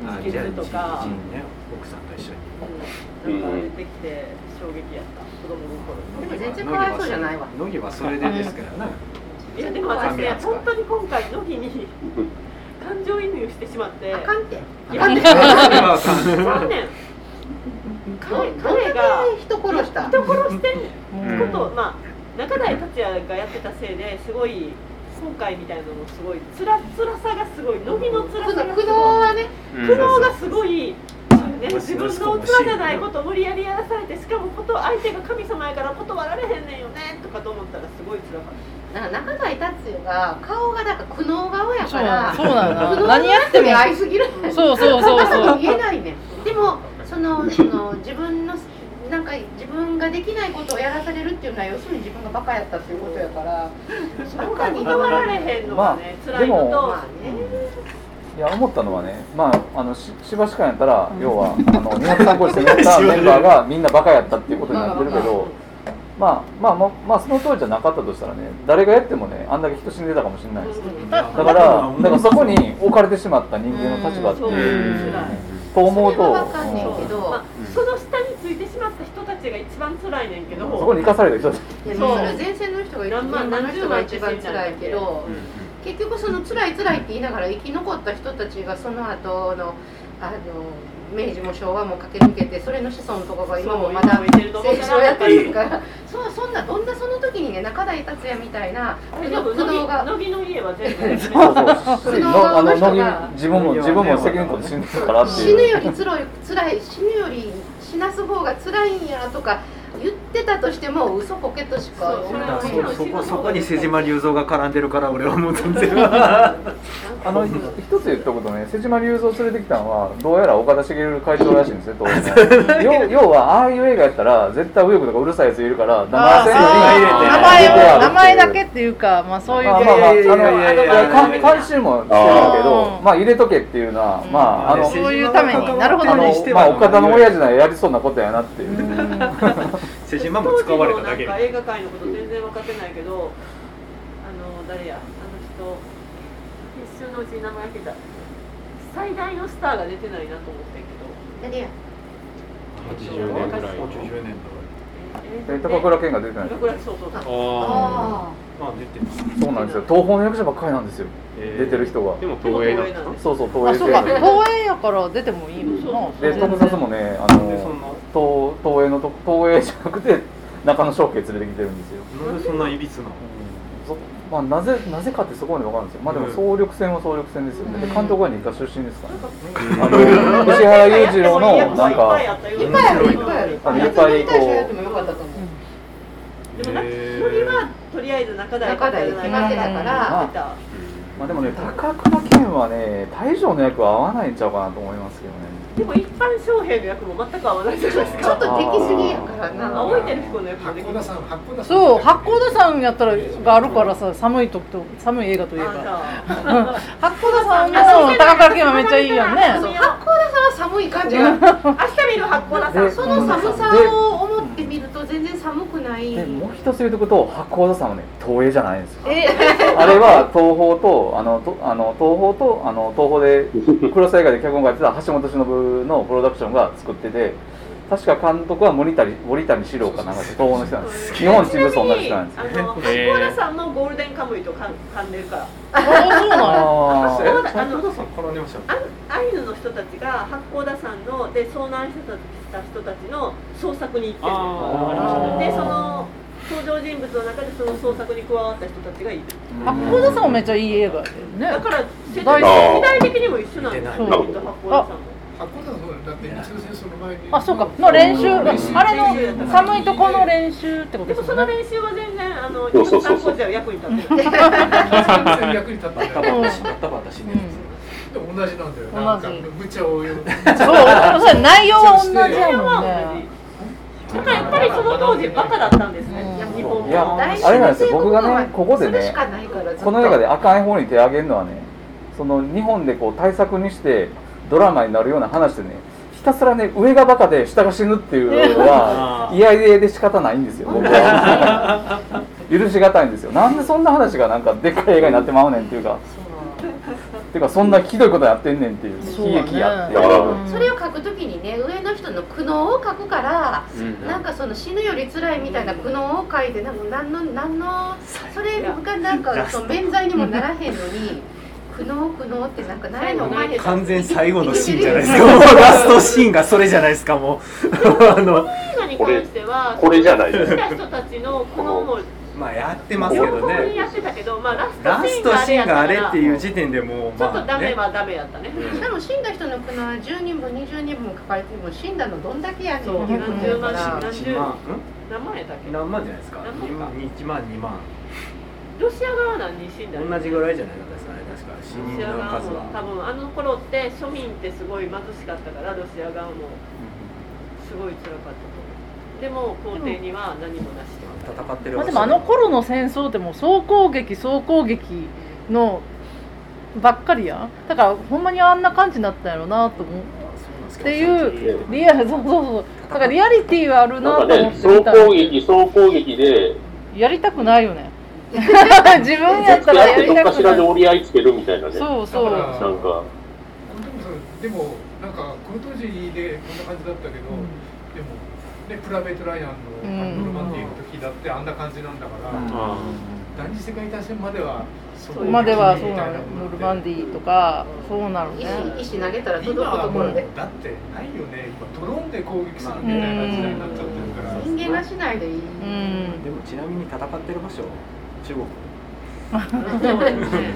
Speaker 3: あ
Speaker 4: つけるとか
Speaker 3: じゃあね奥さんと一緒に
Speaker 4: なんか出てきて衝撃やった子供
Speaker 2: でも
Speaker 4: 心
Speaker 2: 全然かわいそうじゃないわ
Speaker 3: 乃木はそれでですからね
Speaker 4: いやでも私ね本当に今回乃木に感情移入してしまって
Speaker 2: あかんって
Speaker 4: い や残念
Speaker 2: 彼
Speaker 4: 彼
Speaker 2: 彼が
Speaker 4: が
Speaker 2: 人殺した
Speaker 4: 人殺してる
Speaker 5: う
Speaker 7: うん
Speaker 5: ん
Speaker 4: こと、まあ、中台達也がやってたせいですごい今回みたいなのもすごいつら辛さがすごい乃木の辛
Speaker 2: 苦
Speaker 4: さ
Speaker 2: 悩
Speaker 4: が
Speaker 2: 苦
Speaker 4: す
Speaker 2: 悩
Speaker 4: ごい
Speaker 2: はね
Speaker 7: うん
Speaker 4: 苦悩がすごい社ね自分の器じゃないことを無理やりやらされてしかもこと相手が神様やから断られへんねんよねとかと思ったらすごい辛かった
Speaker 2: なんか中台達也が顔がなんか苦悩顔や
Speaker 5: そ
Speaker 2: か
Speaker 5: う
Speaker 2: ら
Speaker 5: そうなん
Speaker 2: 苦悩
Speaker 5: だ何やっても
Speaker 2: に合いすぎる
Speaker 5: そうそうそう
Speaker 2: そ
Speaker 5: そう
Speaker 2: う言えないねでもそのその自分のなんか自分ができないことをやらされるっていうのは要するに自分がバカやったっていうことやからそこが
Speaker 4: 断
Speaker 2: 断ら
Speaker 4: ら
Speaker 2: れ
Speaker 4: れへんのがね、辛いのと
Speaker 2: まあね
Speaker 6: いや思ったのはね、まあ、あのし芝士館やったら、要はあの203号室にやったメンバーがみんなバカやったっていうことになってるけ ど、まあまあまあ、まあ、その通りじゃなかったとしたらね誰がやってもねあんだけ人死んでたかもしれないですだからだからそこに置かれてしまった人間の立場って
Speaker 4: そう
Speaker 6: いう
Speaker 4: 辛い
Speaker 6: と思う
Speaker 2: それはわ
Speaker 6: と
Speaker 2: かんねんけど、
Speaker 4: まあ、その下についてしまった人たちが一番辛いねんけど
Speaker 6: うんそこに生かされる人たち
Speaker 2: いや
Speaker 4: そう
Speaker 2: それは前線の人がいる
Speaker 4: 何万
Speaker 2: 現場の人が一番辛いけど
Speaker 7: うんうん
Speaker 2: 結局その辛い辛いって言いながら生き残った人たちがその後のあの明治も昭和も駆け抜けてそれの子孫とかが今もまだ
Speaker 4: そう今もいてると思う
Speaker 2: 成長やってるからそうそんなどんなその時にね中台達也みたいな
Speaker 4: あれ
Speaker 2: 苦
Speaker 4: でも
Speaker 2: 悩が
Speaker 4: 乃木の家は全部、ね、
Speaker 6: そうそうしのあの
Speaker 2: その人
Speaker 6: の
Speaker 2: が
Speaker 6: 自分も自分も責任取って死んでるからって
Speaker 2: 死ぬ
Speaker 6: いう
Speaker 2: よりつらい辛い死ぬより死なす方が辛いんやとか言ってたとしても嘘こけとしか
Speaker 4: そう
Speaker 2: 思え
Speaker 4: れ
Speaker 2: な
Speaker 4: はも
Speaker 2: い
Speaker 4: ちろん
Speaker 3: そそこそこに瀬島隆三が絡んでるから俺はもう全然あ
Speaker 6: あの一つ言ったことね瀬島隆三連れてきたのはどうやら岡田茂会長らしいんですね当然要要はああいう映画やったら絶対右翼とかうるさいやついるから名前せんのに
Speaker 3: あー
Speaker 5: 名前
Speaker 6: 入れて
Speaker 5: を
Speaker 6: やるっていう
Speaker 5: 名前だけっていうかまあそういう
Speaker 6: まあ
Speaker 5: 系
Speaker 6: まあまああの
Speaker 3: いやいやいやいや
Speaker 6: いやか監修もしてるけど
Speaker 5: あー
Speaker 6: まあ入れとけっていうのはまああ
Speaker 5: うん
Speaker 6: の
Speaker 5: そういうためになるほど
Speaker 6: あ
Speaker 5: ね
Speaker 6: のまあ岡田の親父ならやりそうなことやなっていう
Speaker 3: 瀬島も使われただけ
Speaker 4: 当時のなんか映画界のこと全然分かってないけどあの誰やあの人一瞬のうちに名前聞いた最大のスターが出てないなと思ってん
Speaker 2: 何
Speaker 4: け
Speaker 2: や
Speaker 7: 80年ぐらいの
Speaker 3: 80年
Speaker 4: ど
Speaker 6: え高倉健が出てない
Speaker 4: 高倉健そうそうそう
Speaker 7: あ
Speaker 2: あ
Speaker 3: 代あ出てる
Speaker 6: そうなんですよ東宝の役者ばっかりなんですよ
Speaker 7: ー
Speaker 6: 出てる人が
Speaker 7: でも東映なんです
Speaker 4: で
Speaker 7: か
Speaker 4: も東映
Speaker 6: そうそう
Speaker 5: あ
Speaker 6: 東映
Speaker 5: そうか
Speaker 6: 系
Speaker 5: 東映やから出てもいいもんな
Speaker 6: で特撮もねあ
Speaker 3: でそんな
Speaker 6: の東東映のと東映じゃなくて中野商家連れてきてるんですよ、
Speaker 3: なんでそんないびつなの
Speaker 6: そまあ、なぜなぜかってそこまで分かるんですよまあでも
Speaker 3: うん
Speaker 6: 総力戦は総力戦ですよね、で監督は日課出身ですからね、あ
Speaker 7: うん
Speaker 6: の石原裕次郎のなん
Speaker 4: いっぱいあっ
Speaker 6: か
Speaker 4: た
Speaker 2: あい
Speaker 4: よ
Speaker 2: っぱいあるいっぱいある
Speaker 6: あの
Speaker 2: や
Speaker 6: い
Speaker 2: つ
Speaker 6: っ
Speaker 2: の
Speaker 6: ぱ
Speaker 2: り
Speaker 6: い
Speaker 2: 大賞やって
Speaker 6: こ
Speaker 2: もよかったと思う
Speaker 4: でもなんか
Speaker 3: へー
Speaker 4: ノリはとりあえず中台
Speaker 2: 中台決まってたから
Speaker 4: 出た
Speaker 6: う、まあ、でもね高倉健はね大将の役は合わないんちゃうかなと思いますけどね
Speaker 4: でも一般将兵の役も全く合わないじゃないです
Speaker 2: ちょっ
Speaker 4: か
Speaker 2: と敵すぎやからな
Speaker 4: 青い照彦の役も
Speaker 8: 八
Speaker 4: でき
Speaker 8: 甲
Speaker 4: る
Speaker 8: 田さん、八甲田さん。
Speaker 5: そう八甲田さんやったらがあるからさ寒い時と寒い映画といえ
Speaker 4: あん
Speaker 5: ば
Speaker 4: た
Speaker 5: 八甲田さんの高倉健はめっちゃいいやん
Speaker 2: そう
Speaker 5: ね
Speaker 2: 八甲田さんは寒い感じが
Speaker 4: 明日見る八甲田さん
Speaker 6: で
Speaker 2: その寒さを思ってみると全然寒くない
Speaker 6: でもう一つ言うとこと八甲田さんはね東映じゃないんですよ
Speaker 5: え
Speaker 6: あれは東宝とあのとあの東宝とあの東宝で黒沢映画で脚本を書いてた橋本忍のプロダクションが作ってて確か監督は森谷森谷史郎かなんかで東宝の人なんです日本チームそんな人なんです
Speaker 4: あの、八
Speaker 7: へー
Speaker 4: 甲田さんのゴールデンカムイとか噛んでるから。
Speaker 5: あそうなの
Speaker 6: あ
Speaker 4: え
Speaker 6: ー
Speaker 4: あの
Speaker 3: 田さん絡んでました
Speaker 4: あアイヌの人たちが八甲田山ので遭難してた人たちの捜索に行ってる
Speaker 6: あー
Speaker 4: でその登場人物の中でその捜索に加わった人たちがいる。
Speaker 5: 八甲田さんもめっちゃいい映画やで
Speaker 4: だ
Speaker 5: ね
Speaker 4: から世
Speaker 5: 大
Speaker 4: 代
Speaker 1: 丈夫
Speaker 4: 世代的にも一緒なんですよ。
Speaker 5: 似てない
Speaker 4: きっと八甲田山も。
Speaker 8: 八甲田さん、だって、日露戦争の前に。
Speaker 5: あそうかの練習
Speaker 8: うん
Speaker 5: あれの寒いとこの練習ってこと
Speaker 4: で
Speaker 5: で
Speaker 4: も
Speaker 5: す
Speaker 4: そ
Speaker 5: よ
Speaker 4: の
Speaker 5: ね
Speaker 4: 練習は全然あの日
Speaker 1: そうそうそう
Speaker 4: 本観
Speaker 1: そう
Speaker 4: 光地は役に立ってる。
Speaker 8: 全然役に立ってない。でも
Speaker 3: バタバタ死ん
Speaker 8: 同じなんだよ。なんか、無茶を言う。
Speaker 5: そうそれ内容は同じやもんね
Speaker 4: だからやっぱりその当時バカだったんですね
Speaker 5: うん。
Speaker 4: 日本
Speaker 6: いや
Speaker 4: も。
Speaker 6: あれなんですよ僕がねここでね
Speaker 2: それしかないからずっと
Speaker 6: この映画で赤い方に手を挙げるのはねその日本でこう対策にしてドラマになるような話でねひたすらね上がバカで下が死ぬっていうのは嫌いで仕方ないんですよ僕は 許しがたいんですよなんでそんな話がなんかでっかい映画になってまうねんっていうかっていうかそんなひどいことやってんねんっていう
Speaker 5: そう
Speaker 6: 悲
Speaker 5: だね
Speaker 6: 劇やって
Speaker 1: いや
Speaker 6: いう
Speaker 2: それを書くときにね上の人の苦悩を書くから
Speaker 7: うん
Speaker 2: なんかその死ぬより辛いみたいな苦悩を書いてなんか何の何のそれがなんかその免罪にもならへんのに苦悩苦悩ってなんかないの前で
Speaker 3: 完全最後のシーンじゃないです かもうラストシーンがそれじゃないですかもう あの
Speaker 4: 映画に関しては
Speaker 1: これじゃないで
Speaker 4: 来
Speaker 1: す
Speaker 4: た人たちの苦悩も
Speaker 3: まあやってますけど
Speaker 4: 横浜に
Speaker 3: ね
Speaker 4: やってたけど、まあ、ラ
Speaker 3: ラ
Speaker 4: ス
Speaker 3: ス
Speaker 4: ト
Speaker 3: ト
Speaker 4: シ
Speaker 3: シ
Speaker 4: ー
Speaker 3: ー
Speaker 4: ン
Speaker 3: ン
Speaker 4: が
Speaker 3: が
Speaker 4: あ
Speaker 3: あれ
Speaker 4: れや
Speaker 3: った
Speaker 4: っ
Speaker 3: て
Speaker 4: から
Speaker 3: いう時点でもう
Speaker 4: ちょっ
Speaker 3: ま
Speaker 4: と
Speaker 3: あ
Speaker 4: ダメ
Speaker 3: ね
Speaker 4: はダメやったね、
Speaker 2: でも死んだ人の国は10人分20人分抱えても死んだのどんだけやねんって
Speaker 4: そう
Speaker 2: いうことやか
Speaker 4: 何十万
Speaker 2: ら
Speaker 4: 人
Speaker 3: 1万
Speaker 4: 名前だっ
Speaker 3: う
Speaker 4: け
Speaker 3: ん何万じゃないですか
Speaker 4: 何万か
Speaker 3: 1万2万
Speaker 4: ロシア側何人死んだの
Speaker 3: 同じぐらいじゃないですかね確か死
Speaker 4: ロ
Speaker 3: 人
Speaker 4: シ
Speaker 3: の
Speaker 4: ア側
Speaker 3: 数
Speaker 4: も多
Speaker 3: は
Speaker 4: 分あの頃って庶民ってすごい貧しかったからロシア側もすごい辛かったと思うでも皇帝には何もなしってこと
Speaker 3: 戦ってる
Speaker 5: まあ、でもあの頃の戦争ってもう総攻撃総攻撃のばっかりやんだからほんまにあんな感じになったんやろなと思うっていうリアルそうそうそうだからリアリティはあるな
Speaker 1: な
Speaker 5: と
Speaker 1: んか
Speaker 5: 思っ
Speaker 1: ね、
Speaker 5: て
Speaker 1: 総
Speaker 5: 見た
Speaker 1: 攻撃、総攻撃で、
Speaker 5: やりたくないよ ね自分やったら
Speaker 1: やっ
Speaker 5: や
Speaker 1: て
Speaker 5: り
Speaker 1: どったか
Speaker 5: く
Speaker 1: しら
Speaker 5: な
Speaker 1: で
Speaker 5: い
Speaker 1: 折り合いつけるみたいなね。なんか、
Speaker 5: そうそう
Speaker 8: だからでもなんかこの当時でこんな感じだったけど、でもねプライベートライアンの「アンドルマンディ」の時だってあんな感じなんだから、
Speaker 7: あ
Speaker 8: 第二次世界大戦まではそ
Speaker 5: そこまではそう
Speaker 8: みた
Speaker 5: ないの
Speaker 8: もんで
Speaker 5: ノルマンディーとかそうなのね
Speaker 2: 石石投げたら届
Speaker 8: 今
Speaker 2: く
Speaker 8: は
Speaker 2: とこ
Speaker 8: も
Speaker 2: ろ
Speaker 8: うだ
Speaker 2: で
Speaker 8: ってないよね今ドローンで攻撃するみたいな時代になっちゃってるから、
Speaker 2: 人間がしないでいい、
Speaker 5: うん
Speaker 3: でもちなみに戦ってる場所中国
Speaker 4: そうですね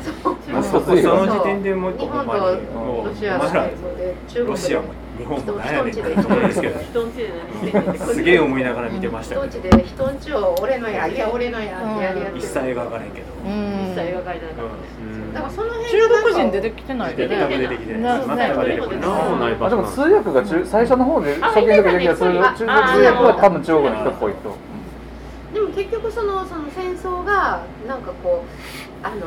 Speaker 6: まあ
Speaker 3: そ
Speaker 6: そ
Speaker 3: こ
Speaker 6: こ
Speaker 3: そ
Speaker 6: よ
Speaker 3: の時点でもう一個
Speaker 2: 日
Speaker 3: ほ
Speaker 2: 本
Speaker 3: ん
Speaker 2: と
Speaker 3: まにもう
Speaker 2: ロシア
Speaker 3: お
Speaker 2: の
Speaker 3: 前ら
Speaker 2: 戦争で中
Speaker 3: ロ
Speaker 2: 国
Speaker 3: シア
Speaker 2: で
Speaker 3: も日本もなんやねんって思うんですけど
Speaker 4: 人んちで何してんねんって
Speaker 3: すげえ思いながら見てました
Speaker 2: 人
Speaker 3: け
Speaker 2: んち
Speaker 3: ど
Speaker 2: で人んちを俺のやいや俺のやってやりやって
Speaker 3: 一切描かないけど
Speaker 4: 一
Speaker 5: うん
Speaker 4: 切描かれてなかっ
Speaker 7: うん
Speaker 2: だからその辺
Speaker 5: 中国人出
Speaker 2: で
Speaker 5: てきてない
Speaker 3: 出
Speaker 5: よ
Speaker 3: て
Speaker 5: ね
Speaker 3: 出てきて全
Speaker 5: な
Speaker 3: く出てこ
Speaker 7: な
Speaker 3: ない
Speaker 7: おない
Speaker 6: まあ
Speaker 7: 場
Speaker 6: で
Speaker 7: 所
Speaker 6: も
Speaker 7: なん
Speaker 6: 通訳が中最初の方で初見の時だけは通
Speaker 2: あ
Speaker 6: 訳通
Speaker 4: あ
Speaker 6: 訳は多分中国の人っぽいと。
Speaker 2: でも結局そのその戦争がなんかこうあの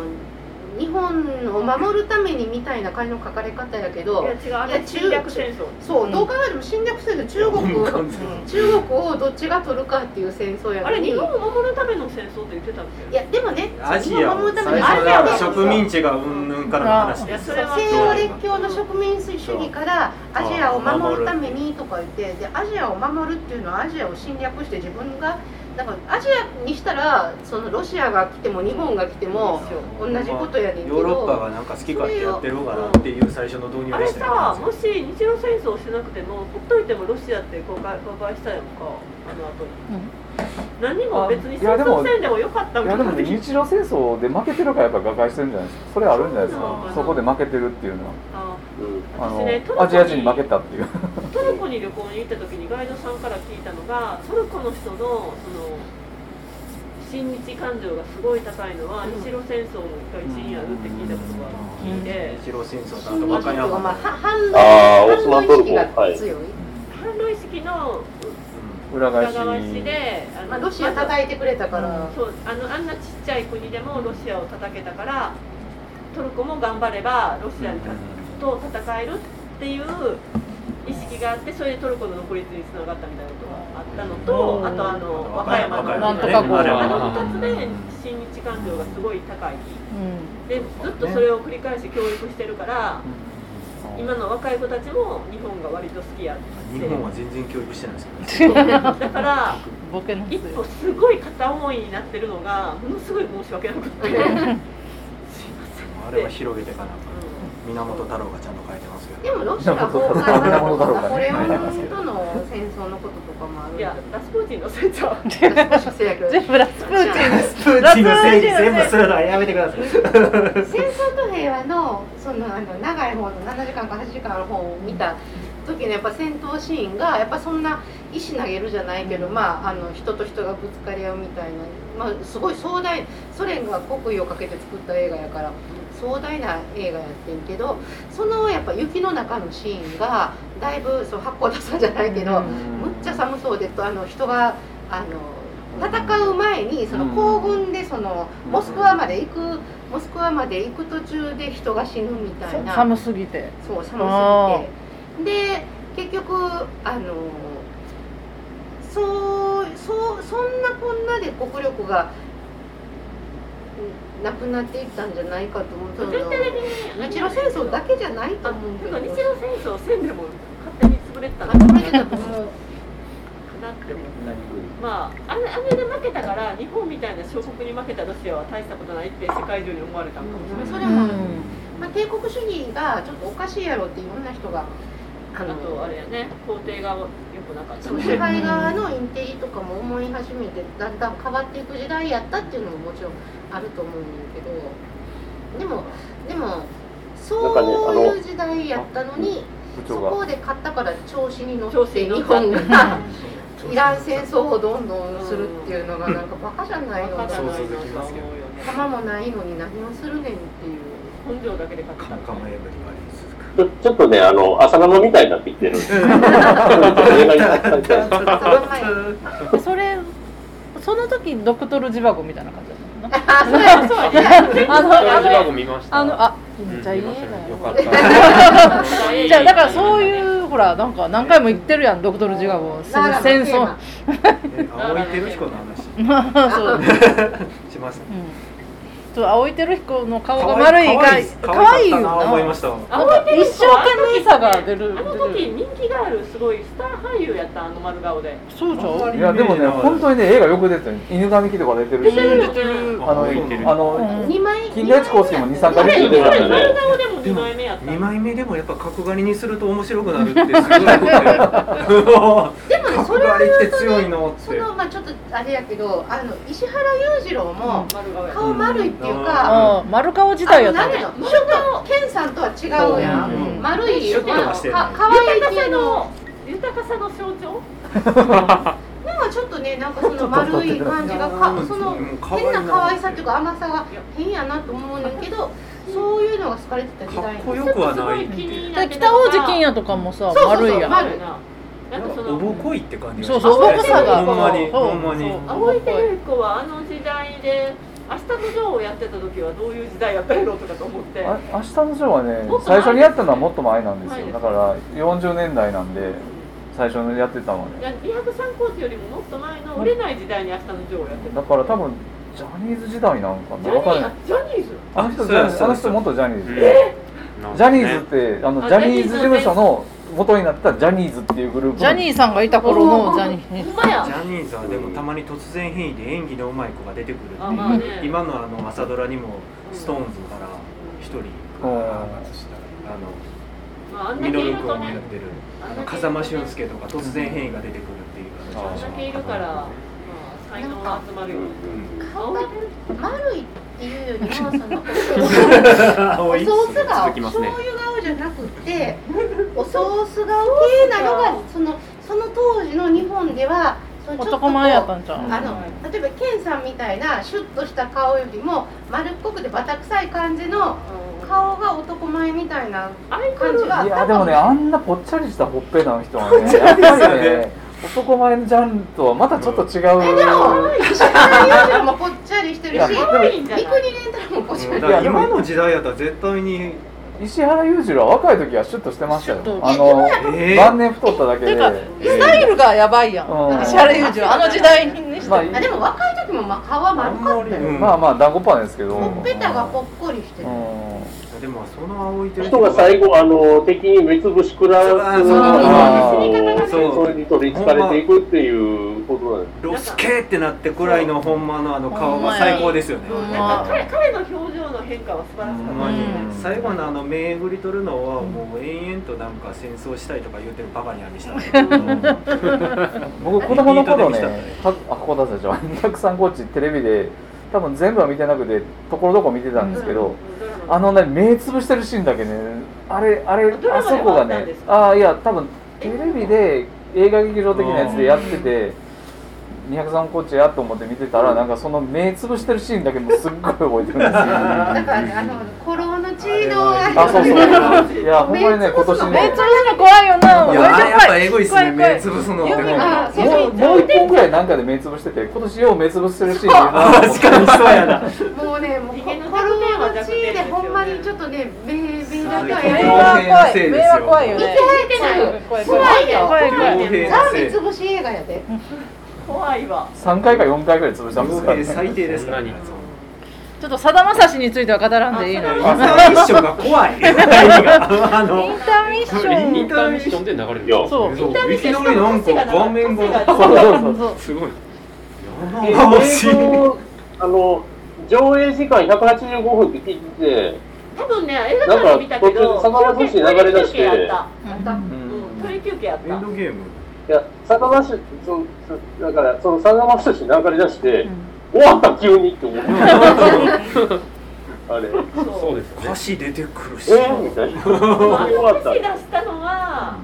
Speaker 2: 日本を守るためにみたいな感じの書かれ方やけど
Speaker 4: たいや違うあれ侵略戦争
Speaker 2: そう、
Speaker 5: うん
Speaker 2: どう考えても侵略戦争中国を
Speaker 3: 完全に
Speaker 2: 中国をどっちが取るかっていう戦争やの
Speaker 4: あれ
Speaker 2: に
Speaker 4: 日本を守るための戦争って言ってたん
Speaker 2: い
Speaker 4: だよ
Speaker 2: やでもね
Speaker 3: アジ
Speaker 2: 日
Speaker 3: ア
Speaker 2: 本を守
Speaker 3: を
Speaker 2: るため
Speaker 3: 最
Speaker 2: に
Speaker 3: 初
Speaker 2: アジ
Speaker 3: は
Speaker 2: アを
Speaker 3: 植民地がうんぬんからの話
Speaker 4: いや
Speaker 3: です
Speaker 4: それは
Speaker 2: 西洋列強の植民主義からアジアを守るためにとか言ってでアジアを守るっていうのはアジアを侵略して自分がだからアジアにしたらそのロシアが来ても日本が来ても同じことやねんけ
Speaker 3: ヨーロッパ
Speaker 2: ど
Speaker 3: がなんか好き勝手やってるのかなっていう最初の導入
Speaker 4: あ
Speaker 3: で
Speaker 4: れ
Speaker 3: した
Speaker 4: さも
Speaker 3: ね
Speaker 4: し日露戦争しなくてもほっといてもロシアって公開公開したやんかあの後に、何も別に
Speaker 6: あ
Speaker 4: 戦
Speaker 6: いやでも
Speaker 4: 争せんでもよかった
Speaker 6: い
Speaker 4: ん
Speaker 6: や
Speaker 4: か
Speaker 6: でも
Speaker 4: なっ
Speaker 6: ね
Speaker 4: て
Speaker 6: 日露戦争で負けてるからやっぱ瓦解してるんじゃないですかそれあるんじゃないです
Speaker 4: そうなの
Speaker 6: か
Speaker 4: かな
Speaker 6: そこで負けてるっていうのは
Speaker 4: あ
Speaker 1: うん
Speaker 4: 私
Speaker 6: あ
Speaker 4: ねトルコ
Speaker 6: のアジア人に負けたっていう
Speaker 4: トルコに旅行に行った時にガイドさんから聞いたのがトルコの人のその親日感情がすごい高いのは日露戦争が一因あるって聞いたことが聞いて
Speaker 3: 日露戦争とあ
Speaker 2: 親
Speaker 3: と
Speaker 2: 日
Speaker 3: 和歌
Speaker 2: とかまあ
Speaker 3: 山
Speaker 2: 反応
Speaker 1: あーオスマ
Speaker 2: 反
Speaker 1: ント
Speaker 2: 応
Speaker 1: ル
Speaker 2: 意識
Speaker 1: コ
Speaker 2: が強い、
Speaker 4: 反ロイ式の
Speaker 6: 裏返
Speaker 4: 裏
Speaker 6: し
Speaker 4: 側しであの
Speaker 2: まあ、ロシア叩いてくれたから、
Speaker 4: そうあのあんなちっちゃい国でもロシアを叩けたからトルコも頑張ればロシアと戦えるっていう意識があってそれでトルコの独立につながったみたいなことがあったのとあとあの和歌山の
Speaker 5: なんとかこう
Speaker 3: あれ
Speaker 4: あ
Speaker 3: は
Speaker 4: の2つで親日感情がすごい高い
Speaker 5: うん
Speaker 4: でずっとそれを繰り返し教育してるから今の若い子たちも日本が割と好きやって
Speaker 3: 日
Speaker 4: 言
Speaker 3: 本
Speaker 4: っ
Speaker 3: は全然教育してないですけど
Speaker 4: てだから
Speaker 5: ボケの
Speaker 4: 一歩すごい片思いになってるのがものすごい申し訳なくて。
Speaker 3: あれは広げていかなあかん源太郎がちゃんと書いてますけ
Speaker 2: で
Speaker 3: ど
Speaker 2: もロシア崩壊はナポレオンとの戦争のこととかもある
Speaker 4: いや、ラスプーチンの成長。
Speaker 2: 少しせやけど
Speaker 5: 全部ラスプーチンです
Speaker 3: プーチンのせいに全部するのはやめてください
Speaker 2: 戦争と平和のそのあの長い方の7時間か8時間の方を見た時のやっぱ戦闘シーンがやっぱそんな石投げるじゃないけど、まあ、あの人と人がぶつかり合うみたいな、まあ、すごい壮大ソ連が国威をかけて作った映画やから壮大な映画やってんけどそのやっぱ雪の中のシーンがだいぶそう八甲田さんじゃないけど、むっちゃ寒そうでとあの人があの戦う前にその行軍でそのモスクワまで行くモスクワまで行く途中で人が死ぬみたいな
Speaker 5: 寒すぎて
Speaker 2: そう
Speaker 5: あ
Speaker 2: 寒すぎてで結局あのそうそうそんなこんなで国力がうんなくなっていったんじゃないかと思う
Speaker 4: 全体的に
Speaker 2: 日露戦争だけじゃないと思うけ
Speaker 4: 日
Speaker 2: ど
Speaker 4: 露戦争せんでも勝手に潰れてた
Speaker 2: あ
Speaker 4: な
Speaker 2: これでだと思う
Speaker 4: って思うまああれあれで負けたから日本みたいな小国に負けたロシアは大したことないって世界中に思われたんかもしれない。
Speaker 2: それ
Speaker 5: う
Speaker 2: もある
Speaker 5: ん
Speaker 2: まあ、帝国主義がちょっとおかしいやろっていろんな人があ
Speaker 4: あとあ
Speaker 2: の
Speaker 4: れやね工程が良くなかった
Speaker 2: そう社会側のインテリとかも思い始めてだんだん変わっていく時代やったっていうのももちろんあると思うんだけどでもでもそういう時代やったのに
Speaker 6: 部
Speaker 2: そ
Speaker 6: 長が
Speaker 2: こで買ったから調子に乗
Speaker 4: 調
Speaker 2: っ
Speaker 4: 子に
Speaker 2: て
Speaker 4: 乗っ
Speaker 2: 日
Speaker 4: た
Speaker 2: 本が イラン戦争をどんどんするっていうのがなんかバカじゃないの
Speaker 4: バカじゃない
Speaker 2: 弾
Speaker 4: のとは思うよね
Speaker 2: もないのに何をするねんっていう
Speaker 4: 根性だけで勝った
Speaker 3: カムエブリバディ鈴
Speaker 1: ちょちょっとね、あの、朝生みたいになってきてるんで、ちょっとお願いさせていただきます
Speaker 2: その前に
Speaker 5: でそれその時ドクトルジバゴみたいな感じだっ
Speaker 2: あ
Speaker 5: たのか
Speaker 2: そうやそうや
Speaker 5: なあのあ
Speaker 7: ジバ
Speaker 5: の
Speaker 7: ゴ見ました
Speaker 5: あのあ
Speaker 7: うん
Speaker 5: じゃあいい
Speaker 7: 見
Speaker 5: ね
Speaker 7: ましたよよかった
Speaker 5: じゃあだからそういうほらなんか何回も言ってるやんドクトルジバゴ戦
Speaker 2: 奈良のテー
Speaker 5: 争
Speaker 2: マ
Speaker 3: 鹿青井輝彦の話
Speaker 5: そう
Speaker 3: します
Speaker 5: うんそう青井輝彦の顔が丸い
Speaker 3: 可
Speaker 5: が
Speaker 3: 愛い
Speaker 5: 可愛いよ
Speaker 3: 可愛かったな思いま
Speaker 5: な
Speaker 3: したわ
Speaker 4: あ覚えてる
Speaker 5: 一生懸命さが出る
Speaker 4: あの時人気があるすごいスター俳優やったあの丸顔で
Speaker 5: そうじゃん
Speaker 6: いやでもね本当にね映画よく出てる犬神木とか出てるし
Speaker 4: る
Speaker 6: あの
Speaker 7: 出てる
Speaker 6: あ の
Speaker 2: 二枚
Speaker 6: 金田一耕助も二三
Speaker 4: あ
Speaker 6: 回
Speaker 4: れ
Speaker 6: 出てるからね
Speaker 4: 丸顔でも2枚目やった
Speaker 3: 二枚目でもやっぱ角刈りにすると面白くなるってすごい
Speaker 2: でもねそれは言
Speaker 3: 思って角刈りっ
Speaker 2: う
Speaker 3: て
Speaker 2: と
Speaker 3: 強い
Speaker 2: ね
Speaker 3: のっ
Speaker 2: そ
Speaker 3: て
Speaker 2: のまあちょっとあれやけどあの石原裕次郎も
Speaker 4: 丸顔や
Speaker 2: 顔丸いっていうか、
Speaker 5: うん丸顔自体やった
Speaker 2: あの
Speaker 5: ね
Speaker 2: 何やろ食感健さんとは違うやん、
Speaker 5: うん
Speaker 2: 丸いよ
Speaker 3: シュッとはしてる
Speaker 2: かかわいい
Speaker 4: 豊か
Speaker 2: 系
Speaker 4: さ
Speaker 2: の
Speaker 4: の豊かさの象徴
Speaker 2: なんかちょっとねなんかその丸い感じがかその変な可愛さっていうか甘さが変やなと思うねんけどそういうのが好かれてた時
Speaker 3: か
Speaker 2: 代
Speaker 3: っこよくはないって
Speaker 4: 気
Speaker 3: いう
Speaker 4: になっ
Speaker 5: で
Speaker 4: て
Speaker 5: 北大路欣也とかもさ
Speaker 2: そうそうそう
Speaker 5: 丸いやん
Speaker 2: 丸
Speaker 4: なんかそ
Speaker 3: おぼ
Speaker 4: の
Speaker 3: こいって感じが
Speaker 5: そう
Speaker 3: し
Speaker 5: そう
Speaker 3: ま
Speaker 5: おぼ
Speaker 3: す
Speaker 5: こさが
Speaker 3: ほんまに
Speaker 5: そう
Speaker 3: ほんまに
Speaker 5: そう
Speaker 4: 青井輝彦はあの時代で「明日のジョー」をやってた時はどういう時代やったやろうとかと思って
Speaker 6: あ明日のショーはね
Speaker 4: もっと前
Speaker 6: 最初にやったのはもっと前なんです
Speaker 4: 前
Speaker 6: よ
Speaker 4: です
Speaker 6: だから40年代なんで最初にやってたのはね
Speaker 4: 203コーチよりももっと前の売れない時代に「明日のジョー」をやってた
Speaker 6: だから多分ジャニーズ時代なんか
Speaker 4: ジ
Speaker 6: な
Speaker 4: ャニ
Speaker 6: わかん
Speaker 4: ー
Speaker 6: ない
Speaker 4: ジャニーズ
Speaker 6: あの人
Speaker 3: あ
Speaker 6: ジャニ
Speaker 3: そうで
Speaker 6: ー
Speaker 3: す
Speaker 6: ズあの人元ジャニーズで
Speaker 7: うん
Speaker 6: ジャニーズってあの
Speaker 4: あ
Speaker 6: ジャニーズ事務所の元になったジャニーズっていうグループ
Speaker 5: ジャニーさんがいた頃のジャニー
Speaker 4: ほんまや
Speaker 3: ジャニーズはでもたまに突然変異で演技のうまい子が出てくる
Speaker 4: あまあ
Speaker 3: っていう
Speaker 4: ね
Speaker 3: 今のあの朝ドラにもストーンズから一人あの
Speaker 4: まああんだけ
Speaker 3: ミノル
Speaker 4: いる
Speaker 3: 君
Speaker 4: と
Speaker 3: をやっ
Speaker 4: ね
Speaker 3: てる
Speaker 4: あ
Speaker 3: あ
Speaker 4: ん
Speaker 3: の
Speaker 4: だけ
Speaker 3: 風間俊介とか突然変異が出てくるっていう
Speaker 4: あ
Speaker 3: 感
Speaker 4: ん
Speaker 3: じ
Speaker 4: だけいるからまあ才能が集まるよね
Speaker 2: 顔が丸いっていうよりもそ のお
Speaker 3: 青い
Speaker 2: ソースがお
Speaker 7: 続きます
Speaker 2: 醤
Speaker 7: ね
Speaker 2: 油顔じゃなくておソース顔系なのがそのその当時の日本ではそのちょっとこ
Speaker 5: 男
Speaker 2: う
Speaker 5: 前やったんじゃん
Speaker 2: あの例えばケンさんみたいなシュッとした顔よりも丸っこくてバタ臭い感じの顔が男前みたいな
Speaker 4: アイコ
Speaker 2: 感
Speaker 4: ル
Speaker 2: じが
Speaker 6: いやでもねあんなぽっちゃりしたほっぺたの人はねやっぱりね男前のジャンルとはまたちょっと違う、
Speaker 2: でも石原裕次郎もぽっちゃりしてるし
Speaker 6: いや
Speaker 4: 可愛いんじゃない
Speaker 2: 三國連太郎もぽっちゃりして
Speaker 3: だ
Speaker 2: る
Speaker 3: から今の時代やったら絶対に
Speaker 6: 石原裕次郎は若い時はシュッとしてましたよ
Speaker 5: シュッと
Speaker 6: あの
Speaker 3: え
Speaker 6: 晩年太っただけ
Speaker 5: て
Speaker 6: で
Speaker 5: かスタイルがやばいやん
Speaker 6: うん
Speaker 5: 石原裕次郎あの時代にして
Speaker 6: まあ
Speaker 5: う
Speaker 2: あでも若い時もまあ顔は丸かったよ
Speaker 3: うん
Speaker 6: まあまあ団子パンですけど
Speaker 2: ほっぺたがぽっこりして
Speaker 6: う
Speaker 2: る
Speaker 6: ん
Speaker 3: でもその青いと
Speaker 1: 人が最後、あの、敵に目つぶし食らうから、
Speaker 6: あ
Speaker 1: あの
Speaker 3: そう
Speaker 1: それに取りつかれていくっていうことなんです。
Speaker 3: ロスケってなってくらいのほんまのあの顔が最高ですよね。
Speaker 5: ほんまや
Speaker 4: なんか彼彼の表情の変化は素晴
Speaker 3: ほん
Speaker 4: らしかっ
Speaker 3: ま
Speaker 4: た
Speaker 3: に
Speaker 5: うん
Speaker 3: 最後のあの目ぐり取るのはもう延々となんか戦争したいとか言うてるバカにありしたんだけど
Speaker 6: 僕子供の頃ね
Speaker 3: リピートでき
Speaker 6: たあ子 供たちじゃない203コーチテレビで多分全部は見てなくてところどころ見てたんですけど、あのね目つぶしてるシーンだけねあれあれ
Speaker 4: ドラマ
Speaker 6: あ
Speaker 4: で
Speaker 6: そ
Speaker 4: は
Speaker 6: こが
Speaker 4: あったんで
Speaker 6: ね
Speaker 4: すか
Speaker 6: ああいや多分テレビで映画劇場的なやつでやってて203コーチやと思って見てたらなんかその目つぶしてるシーンだけもすっごい覚えてるん です
Speaker 2: だ
Speaker 6: よ
Speaker 2: からねあのコロナチードが
Speaker 6: あそうそういやほんまにね今年
Speaker 5: 目
Speaker 6: ね
Speaker 5: つぶすの怖いよなめ
Speaker 3: い
Speaker 5: っちゃ
Speaker 3: ややっぱ
Speaker 5: 怖い
Speaker 3: エゴいっす
Speaker 5: 怖
Speaker 3: ね
Speaker 5: い怖い
Speaker 3: 目つぶすのって
Speaker 5: よく
Speaker 3: ね
Speaker 5: 見た
Speaker 2: あそう
Speaker 6: もうもう1本ぐらいなんかで目つぶしてて今年よう目つぶしてるシーンいるなと思って
Speaker 3: 確かにそうやな
Speaker 2: もうね、もう
Speaker 4: 人
Speaker 2: コロ
Speaker 4: 間
Speaker 2: ナ
Speaker 4: の弱点
Speaker 2: の地位で
Speaker 4: は弱点ですよね
Speaker 2: ほんまにちょっとね、目目だけはや
Speaker 5: 目は怖い目は怖いよね
Speaker 2: めっちゃ入ってる
Speaker 5: 怖い
Speaker 2: 怖いよ
Speaker 5: 怖い怖い
Speaker 3: 両兵
Speaker 2: め
Speaker 3: の
Speaker 2: ザ
Speaker 3: せい
Speaker 2: ーつぶし映画やで
Speaker 4: 怖いわ
Speaker 6: 3回か4回ぐらい潰したんですか
Speaker 3: 両兵
Speaker 6: らね
Speaker 3: 最低ですからね
Speaker 5: ちょっとさだまさしについては語らんでいいの
Speaker 4: あ
Speaker 5: イン
Speaker 3: インターミッションが怖いあ の
Speaker 5: ターミッショ
Speaker 7: イン
Speaker 5: ン
Speaker 7: ターミッションで流れる
Speaker 1: いや
Speaker 5: そう
Speaker 3: そういきなりなんか顔面が
Speaker 4: が
Speaker 6: そうそうそう
Speaker 5: そう
Speaker 7: すごい
Speaker 1: 映
Speaker 3: やばいし
Speaker 1: 像あの、上映時間185分って聞いてて、
Speaker 4: 多分ね映画館で見たけど
Speaker 1: なんか途中で魚の話流れ出して
Speaker 4: やった
Speaker 5: う
Speaker 6: う
Speaker 5: ん
Speaker 6: ん
Speaker 4: トイレ休憩やっ
Speaker 3: エン
Speaker 4: た
Speaker 3: ドゲーム
Speaker 1: いや、さだまし、そそだから、そのさだましとして流れ出して、終わった急にって思って。あれ、
Speaker 4: そう
Speaker 7: ですよね
Speaker 3: 箸出てくるし
Speaker 1: えー、みたいな。終わっ
Speaker 4: 話出
Speaker 1: た。
Speaker 4: したのは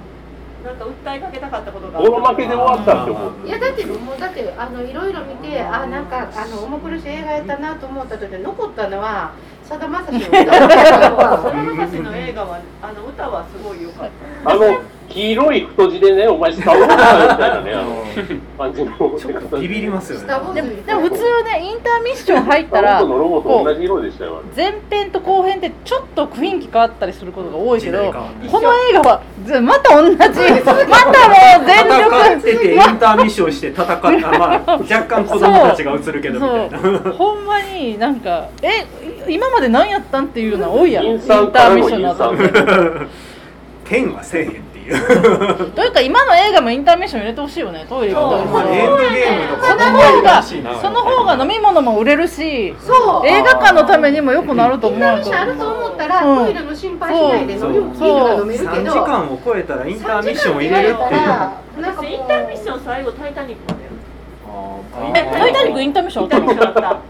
Speaker 4: なんか訴えかけたかったことがあっ
Speaker 1: ボ
Speaker 4: た
Speaker 1: ロ負けで終わったって思う。
Speaker 2: いやだってもうだってあのいろいろ見てあなんかあの重苦しい映画やったなと思った時に残ったのはさだまさしの歌
Speaker 4: そ
Speaker 2: だ
Speaker 4: の昔の映画はあの歌はすごい良かった
Speaker 1: あの、黄色い太字でね、お前スターウォーズだよみたいなね、あの、感じの持
Speaker 3: ちょっとビビりますよね
Speaker 2: 下ボ
Speaker 5: で
Speaker 2: で
Speaker 5: も
Speaker 2: も
Speaker 5: でも普通ねインターミッション入っ
Speaker 1: スタ
Speaker 5: た
Speaker 1: ーウォー
Speaker 5: ら
Speaker 1: ズのロゴと
Speaker 5: こ
Speaker 1: 同
Speaker 5: う
Speaker 1: じ色でしたよ、あれ。
Speaker 5: 前編と後編ってちょっと雰囲気変わったりすることが多いけ
Speaker 3: 時代
Speaker 5: ど
Speaker 3: 変わる
Speaker 5: この映画はずまた同じ またもう全
Speaker 3: 戦っててイ
Speaker 5: 力
Speaker 3: ンターミッションして戦った、まあ、若干子供たちが映るけどみたいな
Speaker 5: そ うほんまになんかえ今まで何やったんっていうのは多いやん
Speaker 1: イ
Speaker 5: イン
Speaker 1: ン
Speaker 5: タ
Speaker 1: サンか
Speaker 5: ー
Speaker 1: ら
Speaker 5: ミ
Speaker 1: の
Speaker 5: ッ
Speaker 1: イ
Speaker 5: ション
Speaker 1: ン
Speaker 5: の
Speaker 1: サ
Speaker 5: 後
Speaker 1: ン
Speaker 5: に。
Speaker 3: 天はせえへんっていう
Speaker 5: というか今の映画もインターミッション入れてほしいよねトイレ行ったり
Speaker 3: まあエン
Speaker 5: さ
Speaker 3: ドゲームの
Speaker 5: その方がその方が飲み物も売れるし
Speaker 2: そう
Speaker 5: 映画館のためにもよくなると思う
Speaker 2: 痛み
Speaker 5: よ
Speaker 2: しあると思ったら、トイレの心配しないで飲みビールが飲めるけど
Speaker 3: 3時間を超えたらインターミッションを入れるっていうあ
Speaker 2: うなんか
Speaker 4: 私インターミッション最後「タイタニック」までよ
Speaker 3: ー
Speaker 5: えタイタニックインターミッション
Speaker 4: インターミッションあった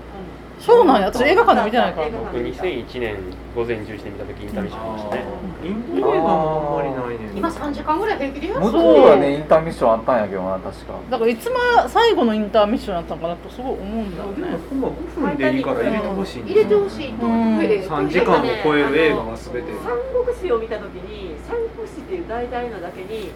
Speaker 5: そうなんや私映画館で見てないから
Speaker 4: 映画
Speaker 7: 僕
Speaker 4: 館で見た
Speaker 7: 2001年午前10時で見た時に旅しましたね
Speaker 3: インド映画もあんまりないねん
Speaker 2: 今3時間ぐらい平気でや
Speaker 6: 向
Speaker 2: る
Speaker 6: こうはねインターミッションあったんやけどな確か
Speaker 5: だからいつも最後のインターミッションやったんかなとすごい思うんだよ
Speaker 3: で
Speaker 5: ね
Speaker 3: もほんま5分でいいから入れてほしいん
Speaker 2: 入れてほしいとトイレ
Speaker 3: 3時間を超える映画が全て
Speaker 4: 三国志を見た時に三国志っていう題材のだけに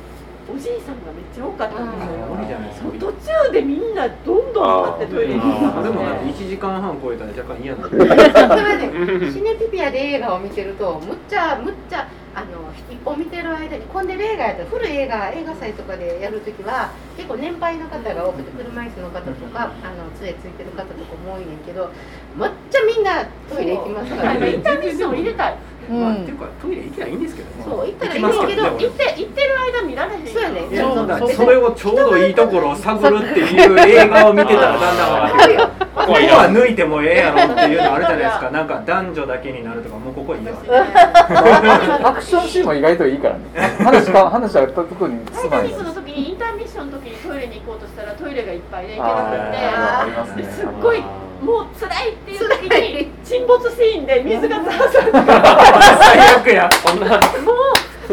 Speaker 4: おじいさんがめっちゃ多かったんですよ
Speaker 3: 無理じゃないですか
Speaker 4: 途中でみんなどんどん立ってトイレに行
Speaker 3: あ
Speaker 4: っ
Speaker 3: ー
Speaker 4: て
Speaker 3: でもなんか1時間半超えたら若干嫌なんで
Speaker 2: それはね、シネピピアで映画を見てると、むっちゃむっちゃあの一本見てる間に混んでる映画やったら古い映画映画祭とかでやるときは結構年配の方が多くて車椅子の方とかあの杖ついてる方とかも多いねんけど、むっちゃみんなトイレ行きますから
Speaker 4: イ
Speaker 2: ね。
Speaker 4: ンターミッション入れたい
Speaker 3: まあ
Speaker 5: う
Speaker 3: っていうんかトイレ行きゃいいんですけどね
Speaker 2: そう行ったらいい
Speaker 3: 行きます
Speaker 2: けど、
Speaker 3: よね
Speaker 2: 行って
Speaker 4: 行ってる間見られへん
Speaker 2: そうやね
Speaker 3: いや
Speaker 5: そう
Speaker 3: だか
Speaker 5: そう
Speaker 3: らそれをちょうどいいところを探るっていう映画を見てたらだんだん分かってくるここ
Speaker 7: 怖い
Speaker 3: は抜いてもええやろっていうのあるじゃないですかなんか男女だけになるとかもうここいいわ
Speaker 6: アクションシーンも意外といいからね話か話は特に
Speaker 4: タ
Speaker 6: つ
Speaker 4: イ
Speaker 6: ま
Speaker 4: タ
Speaker 6: り
Speaker 4: ニックの時にインターミッションの時にトイレに行こうとしたらトイレがいっぱいで行けな
Speaker 6: あーあります
Speaker 4: くて
Speaker 6: ね
Speaker 4: ですっごいもう辛いっていう時に沈没シーンで水がザーザーって
Speaker 3: 最悪や
Speaker 7: こんな
Speaker 4: もう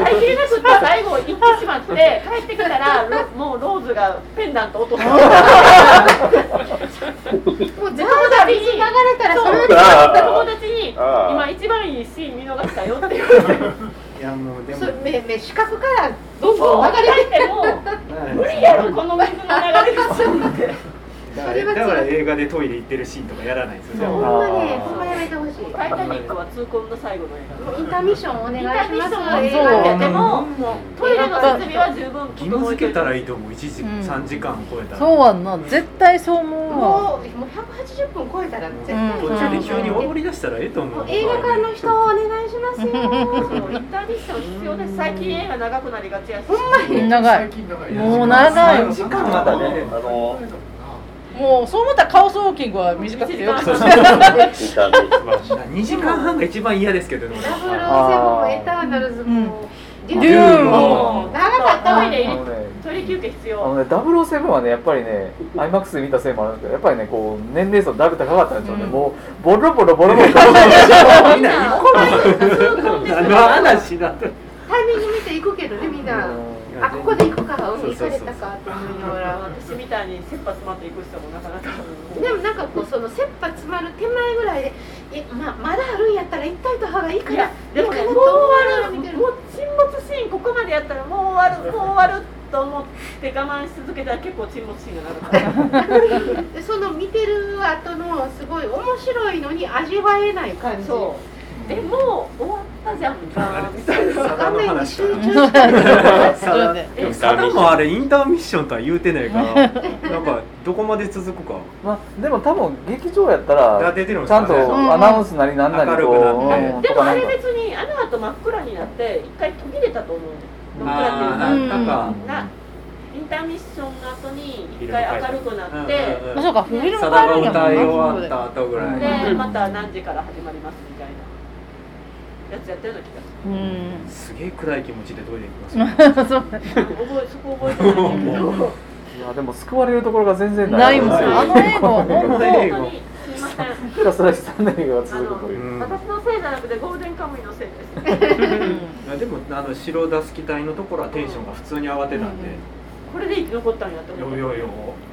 Speaker 4: 耐えきれなくって最後行ってしまって帰ってきたらロもうローズがペンダント落とした
Speaker 2: もう全部が水流れたらそれ
Speaker 1: うあー
Speaker 4: 友達に
Speaker 1: あー
Speaker 4: 今一番いいシーン見逃したよって言われて
Speaker 3: いやもうでも
Speaker 2: それ目目視覚からどんどん流れて
Speaker 4: 帰っても無理やろこの水の流れがすんって
Speaker 3: だからだから映画でトイレ行ってるシーンとかやらないです
Speaker 2: ほん
Speaker 3: よ
Speaker 6: う
Speaker 3: ね
Speaker 2: まにほんまやめてほしい。
Speaker 4: 「タイタニック」は痛恨の最後の映画
Speaker 2: インターミッションお願いし
Speaker 4: インターミッ
Speaker 2: ま
Speaker 4: シ
Speaker 2: す。
Speaker 4: ョンは
Speaker 2: 映画で
Speaker 4: 映画でで
Speaker 3: う
Speaker 4: も
Speaker 3: ん
Speaker 4: トイレの設備は十分
Speaker 3: 義務
Speaker 4: 整え
Speaker 3: 付
Speaker 4: て
Speaker 3: けたら
Speaker 4: る
Speaker 3: いいと思う1時
Speaker 5: うん
Speaker 3: 3時間超えたら
Speaker 5: そうやんな絶対そう思うわ
Speaker 2: もうもう180分超えたら絶
Speaker 5: う
Speaker 2: 対
Speaker 5: ん
Speaker 3: 途中で急に踊り出したらええと思
Speaker 2: も
Speaker 3: う
Speaker 2: う映画館の人お願いしますよ
Speaker 4: そうインターミッション必要です最近映画長くなりがちやし
Speaker 5: 長い
Speaker 8: 最近長い
Speaker 5: もう長い
Speaker 3: 3時間
Speaker 1: ま
Speaker 3: ま
Speaker 1: た
Speaker 3: た
Speaker 1: ね
Speaker 3: ね、
Speaker 1: あの、
Speaker 5: もうそう思ったらカオスウォーキングは短くてよく
Speaker 4: 短い
Speaker 1: インターネット
Speaker 7: 素晴らしい
Speaker 3: 2時間半が一番嫌ですけどね
Speaker 2: ダブルセブンエターナルズもデ
Speaker 5: デューン
Speaker 2: も
Speaker 5: も
Speaker 2: 長かった
Speaker 4: ト
Speaker 2: わ
Speaker 4: イレ
Speaker 6: あ
Speaker 4: 入
Speaker 6: の
Speaker 4: れ
Speaker 6: ね
Speaker 4: トイレ休憩必
Speaker 6: あの
Speaker 4: 要
Speaker 6: ね、007はね、やっぱりね、IMAX で見たせいもあるんですけど、やっぱりね、こう、年齢層だいぶ高かったんですよね。
Speaker 5: うん
Speaker 6: もう、ボロボロボロボロ。
Speaker 3: みんな一個
Speaker 4: あ
Speaker 3: の話だって
Speaker 2: タイミング見て行くけどねみんなあここで行くか海行かれたかって思いながら
Speaker 4: 私みたいに切羽詰まっていく人もなかなか
Speaker 2: でもなんかこうその切羽詰まる手前ぐらいでえままだあるんやったら行ったいとはがいいか
Speaker 4: い
Speaker 2: ら
Speaker 4: やでもね
Speaker 2: いい
Speaker 4: も
Speaker 2: か
Speaker 4: う
Speaker 2: なと思われ
Speaker 4: 終わ
Speaker 2: る
Speaker 4: る
Speaker 2: みたいな
Speaker 4: もう沈没シーンここまでやったらもう終わるもう終わると思って我慢し続けたら結構沈没シーンが長かった
Speaker 2: でその見てる後のすごい面白いのに味わえない感じ
Speaker 4: そうでもう終わったじゃんかみたいな
Speaker 3: サダ
Speaker 2: 画
Speaker 3: の
Speaker 2: 面に
Speaker 3: 話
Speaker 2: 集中
Speaker 3: か
Speaker 2: したい
Speaker 3: ら
Speaker 5: そ
Speaker 3: サ
Speaker 5: う
Speaker 3: ダ
Speaker 5: ね
Speaker 3: でもサダもあれインターミッションとは言うてないからなんかどこまで続くか
Speaker 6: まあ、でも多分、劇場やった
Speaker 3: あ
Speaker 6: ら、
Speaker 3: 出てるんです
Speaker 6: ち
Speaker 3: か
Speaker 6: ゃ
Speaker 3: ね
Speaker 6: んとアナウンスなりなんなりこう、
Speaker 3: うん明るくなって
Speaker 6: うん
Speaker 4: で
Speaker 6: と
Speaker 4: も
Speaker 6: かな
Speaker 4: あ
Speaker 6: ん
Speaker 4: れ
Speaker 6: か。
Speaker 4: 別にあの後真っ暗になって一回途切れたと思うんです真っ暗っていう
Speaker 3: あ
Speaker 4: か
Speaker 3: ーなんか
Speaker 4: なインターミッションの後に一回明るくなっ
Speaker 3: うん
Speaker 4: て
Speaker 3: うん
Speaker 5: まあそうかフィルム
Speaker 3: サダが
Speaker 5: 変えるんや
Speaker 3: 歌い
Speaker 5: もん
Speaker 3: 終わっ
Speaker 5: な
Speaker 3: た後ぐらい
Speaker 4: でまた何時から始まりますみたいなやつやってる時だ
Speaker 5: うん
Speaker 3: すげえ暗い気持ちでトイレ行きますよ
Speaker 5: そう
Speaker 4: 覚えそこ覚えてないんだけど本
Speaker 6: いやでも救われるところが全然
Speaker 5: な
Speaker 6: ないい
Speaker 5: もん
Speaker 6: ですよ
Speaker 5: あの映画は
Speaker 3: あの映画
Speaker 5: 本
Speaker 4: 当にすいません
Speaker 6: ひたすら悲惨な映画が続くという
Speaker 3: うん
Speaker 4: 私のせいじゃなくてゴールデンカムイのせいで
Speaker 3: い
Speaker 4: す
Speaker 3: やでもあの白ダス機体のところはテンションが普通に慌てたんで、
Speaker 4: これで生き残ったんやと思
Speaker 3: よ
Speaker 4: う
Speaker 3: よよ。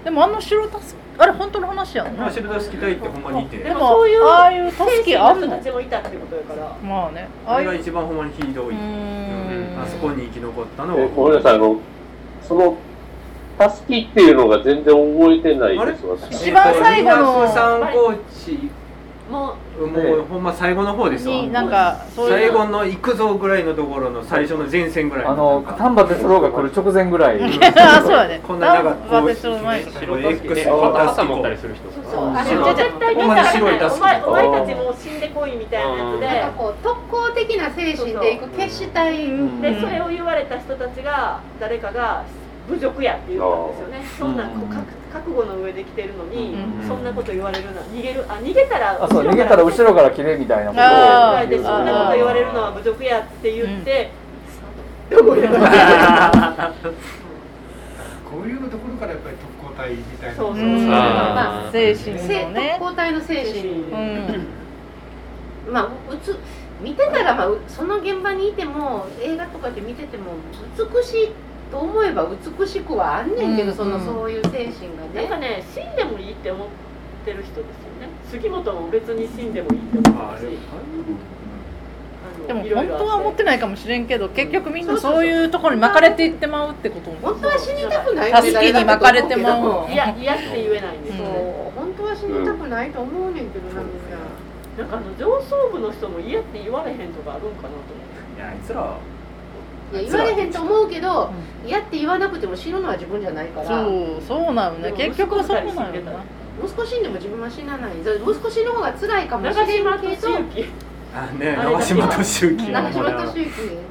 Speaker 5: 当でもあの白タスあれ本当の話やん
Speaker 3: ま
Speaker 5: な
Speaker 3: あ白ダス機体ってほんまにいて、
Speaker 5: で
Speaker 4: で
Speaker 5: も
Speaker 4: もそういう
Speaker 5: ああいうタス
Speaker 4: 精神
Speaker 5: キある
Speaker 4: の人た
Speaker 5: の
Speaker 4: ちもいたってことやから
Speaker 5: まあねあ
Speaker 3: あ
Speaker 5: あ
Speaker 3: れ
Speaker 5: い
Speaker 3: が
Speaker 5: う
Speaker 3: 一番ほんまにひど
Speaker 5: う
Speaker 3: い。
Speaker 5: ーん
Speaker 3: あそこに生き残ったの
Speaker 1: え
Speaker 3: は。
Speaker 1: ごめんなさい、あの、その、たすきっていうのが全然覚えてないです、私。
Speaker 5: 一番最後の
Speaker 3: 三コー
Speaker 4: もう
Speaker 3: チ、もうほんま最後の方ですわ。
Speaker 5: になんかそうい
Speaker 3: 最
Speaker 5: う
Speaker 3: 後の行くぞぐらいのところの最初の前線ぐらい
Speaker 6: あの丹波哲郎が来る直前ぐらい
Speaker 5: あそうやね
Speaker 3: こんななんか
Speaker 5: バ
Speaker 3: こう
Speaker 5: ベスの前に
Speaker 7: 白
Speaker 3: エ
Speaker 7: い
Speaker 3: ックス
Speaker 7: ね傘持ったりする人
Speaker 4: そう
Speaker 7: と
Speaker 4: そう
Speaker 7: か
Speaker 4: あれ
Speaker 3: 白い
Speaker 4: 絶対出
Speaker 3: ほんまに
Speaker 4: た
Speaker 3: 白い
Speaker 4: ら
Speaker 3: ダス
Speaker 4: お
Speaker 3: キ
Speaker 4: 前お前たちもう死んでこいみたいな
Speaker 2: なん
Speaker 4: や
Speaker 2: かこう特攻的な精神でいく決したい、
Speaker 6: うん
Speaker 4: つででそれを言われた人たちが誰かが侮辱やって言ったんですよねそんなこう覚覚悟の上で来てるのに
Speaker 5: うん
Speaker 4: そんなこと言われるな逃げるあ逃げたら
Speaker 6: あそう逃げたら後ろから切れみたいなことを
Speaker 5: あー
Speaker 4: でそんなこと言われるのは侮辱やって言って、どうやら
Speaker 8: こういうのところからやっぱり特攻隊みたいな
Speaker 4: そう
Speaker 5: う
Speaker 4: そ
Speaker 5: ん
Speaker 2: あ
Speaker 5: 精
Speaker 7: ー
Speaker 5: 神
Speaker 2: せ
Speaker 5: の
Speaker 2: 特
Speaker 5: ね
Speaker 2: 攻隊の精神
Speaker 5: うん
Speaker 2: まあうつ見てたら、まあ、うその現場にいても映画とかで見てても美しいと思えば美しくはあんねんけど、
Speaker 5: うん
Speaker 2: その
Speaker 5: うん
Speaker 2: そういう精神が
Speaker 4: なん
Speaker 2: ね
Speaker 4: かね死んでもいいって思ってる人ですよね杉本も別に死んでもいいって思ってるし
Speaker 5: でも本当は思ってないかもしれんけど結局みんな
Speaker 4: そうそうそう
Speaker 5: そういうところに巻かれていってまうってことも
Speaker 2: 本当は死にたくない
Speaker 5: 助けに巻かれても
Speaker 4: いや嫌って言えないんです
Speaker 2: そう
Speaker 4: よ、
Speaker 2: 本当は死にたくないと思うねんけどなみんな
Speaker 4: なんかあの上層部の人も嫌って言われへんとかあるんかなと思って
Speaker 3: いやあいつら
Speaker 2: いや言われへんと思うけど嫌って言わなくても死ぬのは自分じゃないから
Speaker 5: そうそうなのね結局はそうなの
Speaker 4: でも息子
Speaker 2: 息子
Speaker 4: 二人死んでたら
Speaker 5: な
Speaker 2: 死んでも自分は死なない息子死ぬ方が辛いかもしれ
Speaker 4: 長島
Speaker 2: ん
Speaker 4: 敏
Speaker 2: けど
Speaker 4: 之
Speaker 3: あね長島敏之
Speaker 2: 長島敏之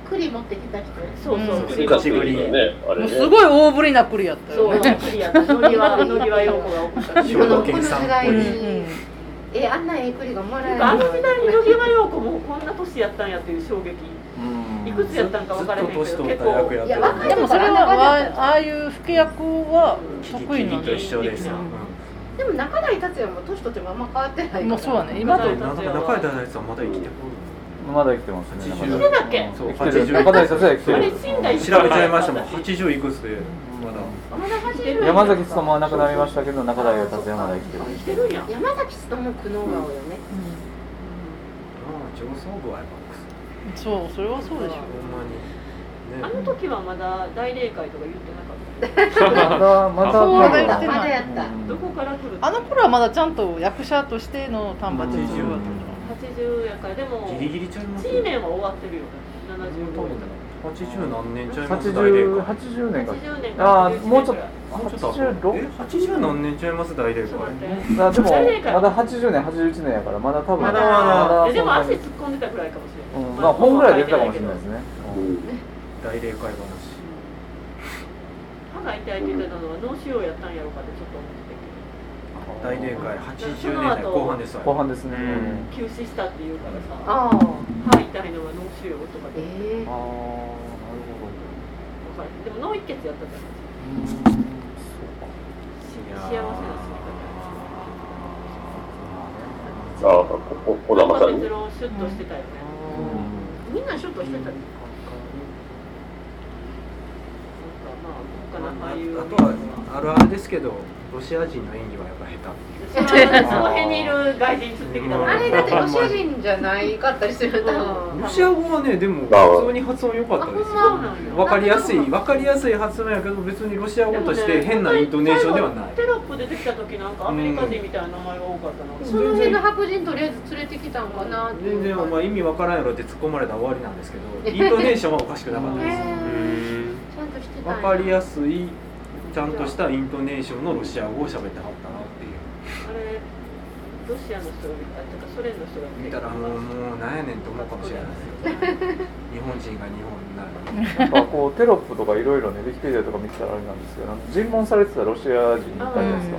Speaker 2: 栗持ってきた人
Speaker 4: そうそう、
Speaker 5: うん
Speaker 4: 栗
Speaker 1: 難しい
Speaker 4: の
Speaker 1: 国だね、あれ
Speaker 5: もう
Speaker 1: ね。
Speaker 5: すごい大ぶりな栗やった
Speaker 4: そ
Speaker 5: よ
Speaker 4: う
Speaker 5: ね
Speaker 4: 栗やったのりはのりは陽子が送った
Speaker 3: 兵
Speaker 2: このこ
Speaker 3: 庫
Speaker 2: の
Speaker 3: 県
Speaker 2: 時
Speaker 3: 産っ
Speaker 2: 代
Speaker 3: ぽ
Speaker 5: うんう
Speaker 3: い
Speaker 5: ん
Speaker 2: えあんなええ栗がもらえ
Speaker 4: な
Speaker 2: る
Speaker 4: んかあの時代に野際陽子もこんな年やったんやっていう衝撃
Speaker 6: うん
Speaker 4: いくつやったんか分からへんけど
Speaker 3: ずっと年
Speaker 4: 結
Speaker 3: 取った役
Speaker 4: 構
Speaker 3: やっ
Speaker 2: い
Speaker 3: て
Speaker 2: や若い
Speaker 5: で
Speaker 2: 時
Speaker 5: もそれはあああいう老け役は得意な
Speaker 3: 君
Speaker 5: ん
Speaker 3: と
Speaker 5: で
Speaker 3: 一緒ですよ
Speaker 5: うん
Speaker 2: でも中谷達也も年取ってもあんま変わってないから
Speaker 5: もうそうだね
Speaker 3: 今
Speaker 5: 今
Speaker 3: と
Speaker 5: と
Speaker 3: 中中井太宰さんまだ生きてる
Speaker 6: まだ生きてますね
Speaker 3: 80
Speaker 4: 生きてたっけ
Speaker 3: そう
Speaker 6: 生きてる
Speaker 3: 80
Speaker 6: 中谷先生生きて
Speaker 4: あれ
Speaker 6: る
Speaker 4: 死んだ
Speaker 3: 調べちゃいましたもん80いくつでまだ
Speaker 2: まだ走る
Speaker 6: 山崎努は亡くなりましたけど中谷達也まだ生きてる
Speaker 4: 生きてるんや
Speaker 2: 山崎努も苦悩顔よね
Speaker 3: 上層部はやっぱクソ
Speaker 5: そうそれはそうでし
Speaker 3: ほ
Speaker 5: ょ
Speaker 3: んまに
Speaker 4: あの時はまだ大霊界とか言ってなかった
Speaker 6: まだまだ
Speaker 5: そう
Speaker 2: ま
Speaker 5: な
Speaker 6: ま
Speaker 2: だ
Speaker 5: んだ
Speaker 2: やった
Speaker 6: だ
Speaker 2: まだやった
Speaker 4: どこから来る
Speaker 5: あの頃はまだちゃんと役者としての丹波哲郎だったから
Speaker 4: 80やからでも
Speaker 3: ギリギリちゃいます
Speaker 4: G 年は終わってるよね75年
Speaker 3: 80何年ちゃいます大霊
Speaker 6: 80
Speaker 3: 界
Speaker 6: 80年か
Speaker 4: 80年
Speaker 6: ああ
Speaker 4: 90年
Speaker 6: もうちょっ
Speaker 4: ぐらい
Speaker 3: もうちょっと
Speaker 6: 86
Speaker 3: え80何年ちゃいます大霊
Speaker 4: ちょっと待って
Speaker 3: 界
Speaker 6: あでも
Speaker 4: 80年か
Speaker 6: まだ80年81年やからまだ多分
Speaker 4: まだ
Speaker 6: まだ
Speaker 4: えでも
Speaker 6: そん
Speaker 4: 足
Speaker 6: な
Speaker 4: 突っ
Speaker 6: に
Speaker 4: 込んでたぐらいかもし
Speaker 6: う
Speaker 4: れない
Speaker 6: んまあ本ぐらい出てたかもしれないですね
Speaker 1: うん
Speaker 3: 大霊界話
Speaker 4: 歯が痛いって言ってたのは脳腫瘍やったんやろうかってちょっと思って
Speaker 3: 大霊界80年代後半ですわ
Speaker 6: 後半ですね
Speaker 3: うん
Speaker 4: たけど急死したっていうからさ
Speaker 2: ああ
Speaker 4: 歯痛いのは脳腫瘍とかで
Speaker 2: え
Speaker 6: ああなるほ
Speaker 4: わかるでも脳一血やったじゃない
Speaker 6: どうんそうか
Speaker 3: いやー
Speaker 4: 幸せな死
Speaker 1: ああ、おお
Speaker 4: に
Speaker 1: 生
Speaker 4: 方
Speaker 1: さ
Speaker 4: や
Speaker 1: ん
Speaker 4: 哲
Speaker 1: に。
Speaker 4: 郎シュッとしてたよね
Speaker 2: えみんなショットしてたね
Speaker 4: そうかまあ他の
Speaker 3: あ
Speaker 4: 俳優
Speaker 3: とはあるあるですけどロシア人の演技はやっぱ下
Speaker 4: その辺にいる外人釣ってきた
Speaker 3: うん
Speaker 4: わ
Speaker 2: あれだってロシア人じゃないかったりする多分
Speaker 3: 手ロシア語はねでも普通に発音良かったです
Speaker 2: あほ
Speaker 4: んま
Speaker 3: よわかりやすいわかりやすい発音やけど別にロシア語として変なイントネーションではない
Speaker 4: テロップ出てきた時なんかアメリカ人みたいな名前が多かったな、
Speaker 2: その辺の白人とりあえず連れてきたんかなって
Speaker 3: 全然お前意味わからんやろって突っ込まれたら終わりなんですけ どイントネーションはおかしくなかった
Speaker 2: へ
Speaker 3: です
Speaker 2: えちゃんとしてた
Speaker 3: わ
Speaker 2: ん
Speaker 3: かりやすいちゃんとしたイントネーションのロシア語を喋ってはったなっていう
Speaker 4: あれロシアの人が見たとかソ連の人が
Speaker 3: 見たらもうもうなんやねんって思うかもしれない日本人が日本になる
Speaker 6: やっぱこうテ ロップとかいろいろね、できてるとか見てたらあれなんですけど、あの尋問されてたロシア人いたじゃないですか。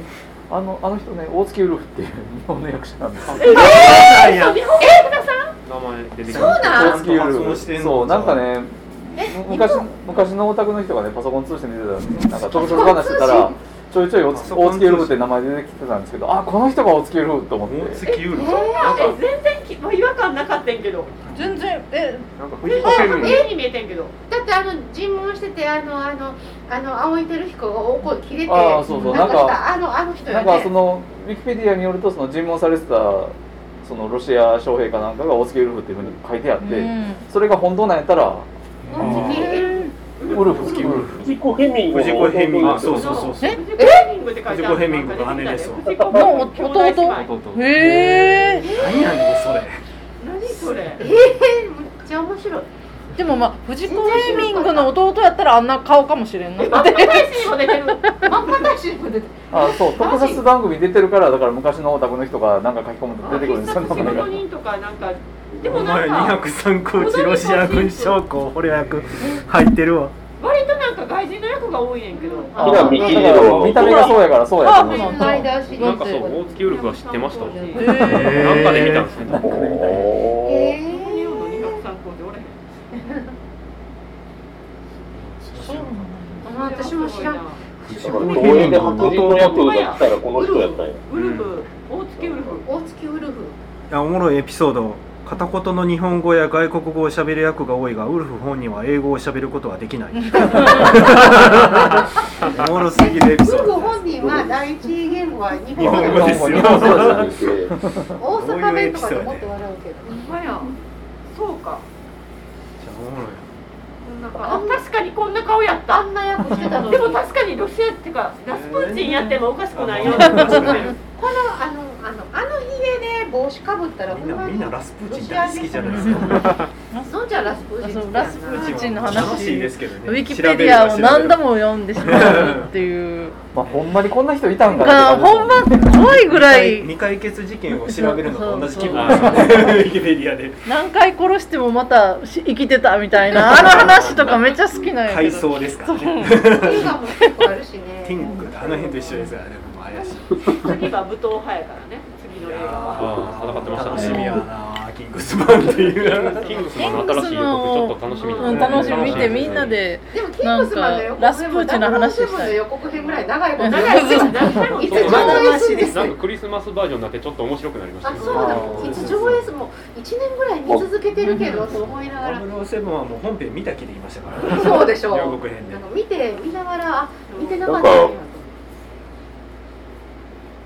Speaker 6: あのあの人ね、大月ウルフっていう日本の役者なんですよ。
Speaker 3: え
Speaker 4: えー、日本の皆さん
Speaker 7: な名前出てき
Speaker 2: そうなん
Speaker 6: 高級ルールそうなんかね昔昔のオタクの人がねパソコン通信で出てたなんか特撮話してたらちょいちょいおつ大月ルールって名前出てきてたんですけどあこの人が大月ルールと思って
Speaker 3: 大月ユーロ
Speaker 4: え全然きもう違和感なかったんやけど
Speaker 5: 全然え
Speaker 7: なんか藤子フェミニン
Speaker 4: 絵に見えてんけど
Speaker 2: だってあの尋問しててあのあのあの青い照彦が大声切れて
Speaker 6: あーそうそう
Speaker 2: なんかし
Speaker 6: なん
Speaker 2: たあのあの人
Speaker 6: な
Speaker 2: よ
Speaker 6: んかそ
Speaker 2: ね
Speaker 6: のウィキペディアによるとその尋問されてたそのロシア将兵かなんかが大月ウルフっていうふうに書いてあっ
Speaker 5: う
Speaker 6: て、
Speaker 5: ん
Speaker 6: それが本当なんやったら
Speaker 2: うん切れてる
Speaker 6: ウルフ好きウルフ
Speaker 1: 藤子ヘミング
Speaker 3: 藤子ヘミングそうそうそうそう
Speaker 5: え
Speaker 4: 藤子ヘミングって書いて
Speaker 3: 藤
Speaker 4: ある
Speaker 3: 子ヘミングが姉ですわ
Speaker 4: 藤子
Speaker 5: の
Speaker 4: 兄弟姉妹
Speaker 7: 弟と
Speaker 5: へえ
Speaker 3: 何やねんそれ
Speaker 4: 何それ
Speaker 2: えー、めっちゃ面白い
Speaker 5: でもまあ藤子フェミングの弟やったらあんな顔かもしれんな
Speaker 4: 漫画大使にも出てる
Speaker 2: 真っ赤しも出て
Speaker 6: あそう特撮番組出てるからだから昔のオタクの人がなんか書き込むと出てくるんですよ
Speaker 4: 必殺仕
Speaker 6: 名前
Speaker 4: 事
Speaker 6: が
Speaker 4: 人とかなんかで
Speaker 3: お
Speaker 4: もな
Speaker 3: 前
Speaker 4: んか
Speaker 3: 203コーチロシア軍将校捕虜役入ってるわ
Speaker 4: 割となんか外人の役が多いねんけど
Speaker 1: あ今見切りの
Speaker 6: 見た目がそうやからそうやと思う
Speaker 5: あそう
Speaker 2: スライダーシリ
Speaker 7: なん
Speaker 2: ー
Speaker 7: か
Speaker 2: ズ
Speaker 7: そう大月ウルフは知ってました
Speaker 4: へ
Speaker 7: なん
Speaker 4: ー
Speaker 5: へ
Speaker 7: かで見たんですね
Speaker 1: おー
Speaker 2: え
Speaker 4: 日本の203校でおらへん
Speaker 2: ー、あ私も知らん
Speaker 1: 公園で白人の役だったらこの人やったんや
Speaker 4: ウルフ大月ウルフ
Speaker 2: 大月ウルフ
Speaker 3: いやおもろいエピソード片言の日本語や外国語をしゃべる役が多いがウルフ本人は英語をしゃべることはできないおもろすぎるエ
Speaker 2: ウル
Speaker 3: ピソー
Speaker 2: フ
Speaker 3: ド
Speaker 2: 本人は第一言語は日
Speaker 3: 日本
Speaker 2: 本
Speaker 3: 語
Speaker 2: 語
Speaker 3: ですよ
Speaker 2: 大阪弁とかでもっと笑うけど
Speaker 4: ほんまやそうか
Speaker 3: おもろい
Speaker 4: こんな顔あ確かにこんな顔やった
Speaker 2: あんな役してたのに
Speaker 4: で
Speaker 2: こ
Speaker 4: も
Speaker 2: の
Speaker 4: 確かにロシアってかラスプーチンやってもおかしくないよう
Speaker 3: あ
Speaker 4: な
Speaker 3: の
Speaker 4: 感じがする
Speaker 2: あのあのあのひげで帽子かぶったらほん
Speaker 3: みんな
Speaker 2: ま
Speaker 3: みん
Speaker 2: に
Speaker 3: なラスプーチン大好きじゃないですか
Speaker 2: そんじゃラスプーチン好きやな
Speaker 5: ラスプーチンの話
Speaker 3: 楽しいですけどね
Speaker 5: ウィキペディアを何度
Speaker 3: も
Speaker 5: も読んでしまうっていう
Speaker 6: まあほんまにこんな人いたんかなっ
Speaker 5: が
Speaker 6: て感じ
Speaker 5: 本番って怖いぐらい
Speaker 3: 未解決事件を調べるのと同じ気分
Speaker 7: そうそう
Speaker 3: ですよねウィキペディアで
Speaker 5: 何回殺してもまたし生きてたみたいなあの話とかめっちゃ好きなんやけ
Speaker 3: 回
Speaker 5: ど
Speaker 3: 想ですからね
Speaker 2: 映画も結構あるし
Speaker 3: ティ
Speaker 2: ね
Speaker 3: ンクあの辺と一緒ですからねもう怪しい
Speaker 4: 次は武闘派やからね次の映画は
Speaker 7: あー戦ってましたね
Speaker 3: 楽しみやなキングスマンっていう
Speaker 7: キングスマンの新しい予告ちょっと楽しみだね
Speaker 5: うん、楽しみ見てみんなで
Speaker 2: でもキングスマンの予告編も
Speaker 5: なんかラスプーチンの話したい
Speaker 2: 007の予告編ぐらい長いもん
Speaker 4: 長いです長いもん
Speaker 2: いつ上映するんです
Speaker 7: な
Speaker 2: か
Speaker 7: んかクリスマスバージョンになってちょっと面白くなりました
Speaker 2: あ
Speaker 7: ね
Speaker 2: そうなのいつ上映すもう1年ぐらい見続けてるけどと思いながら
Speaker 3: 007はもう本編見た気で言いましたからね
Speaker 2: そうでしょう
Speaker 3: 予告編で
Speaker 2: なんか見て見ながらあ見てなかったんやと思って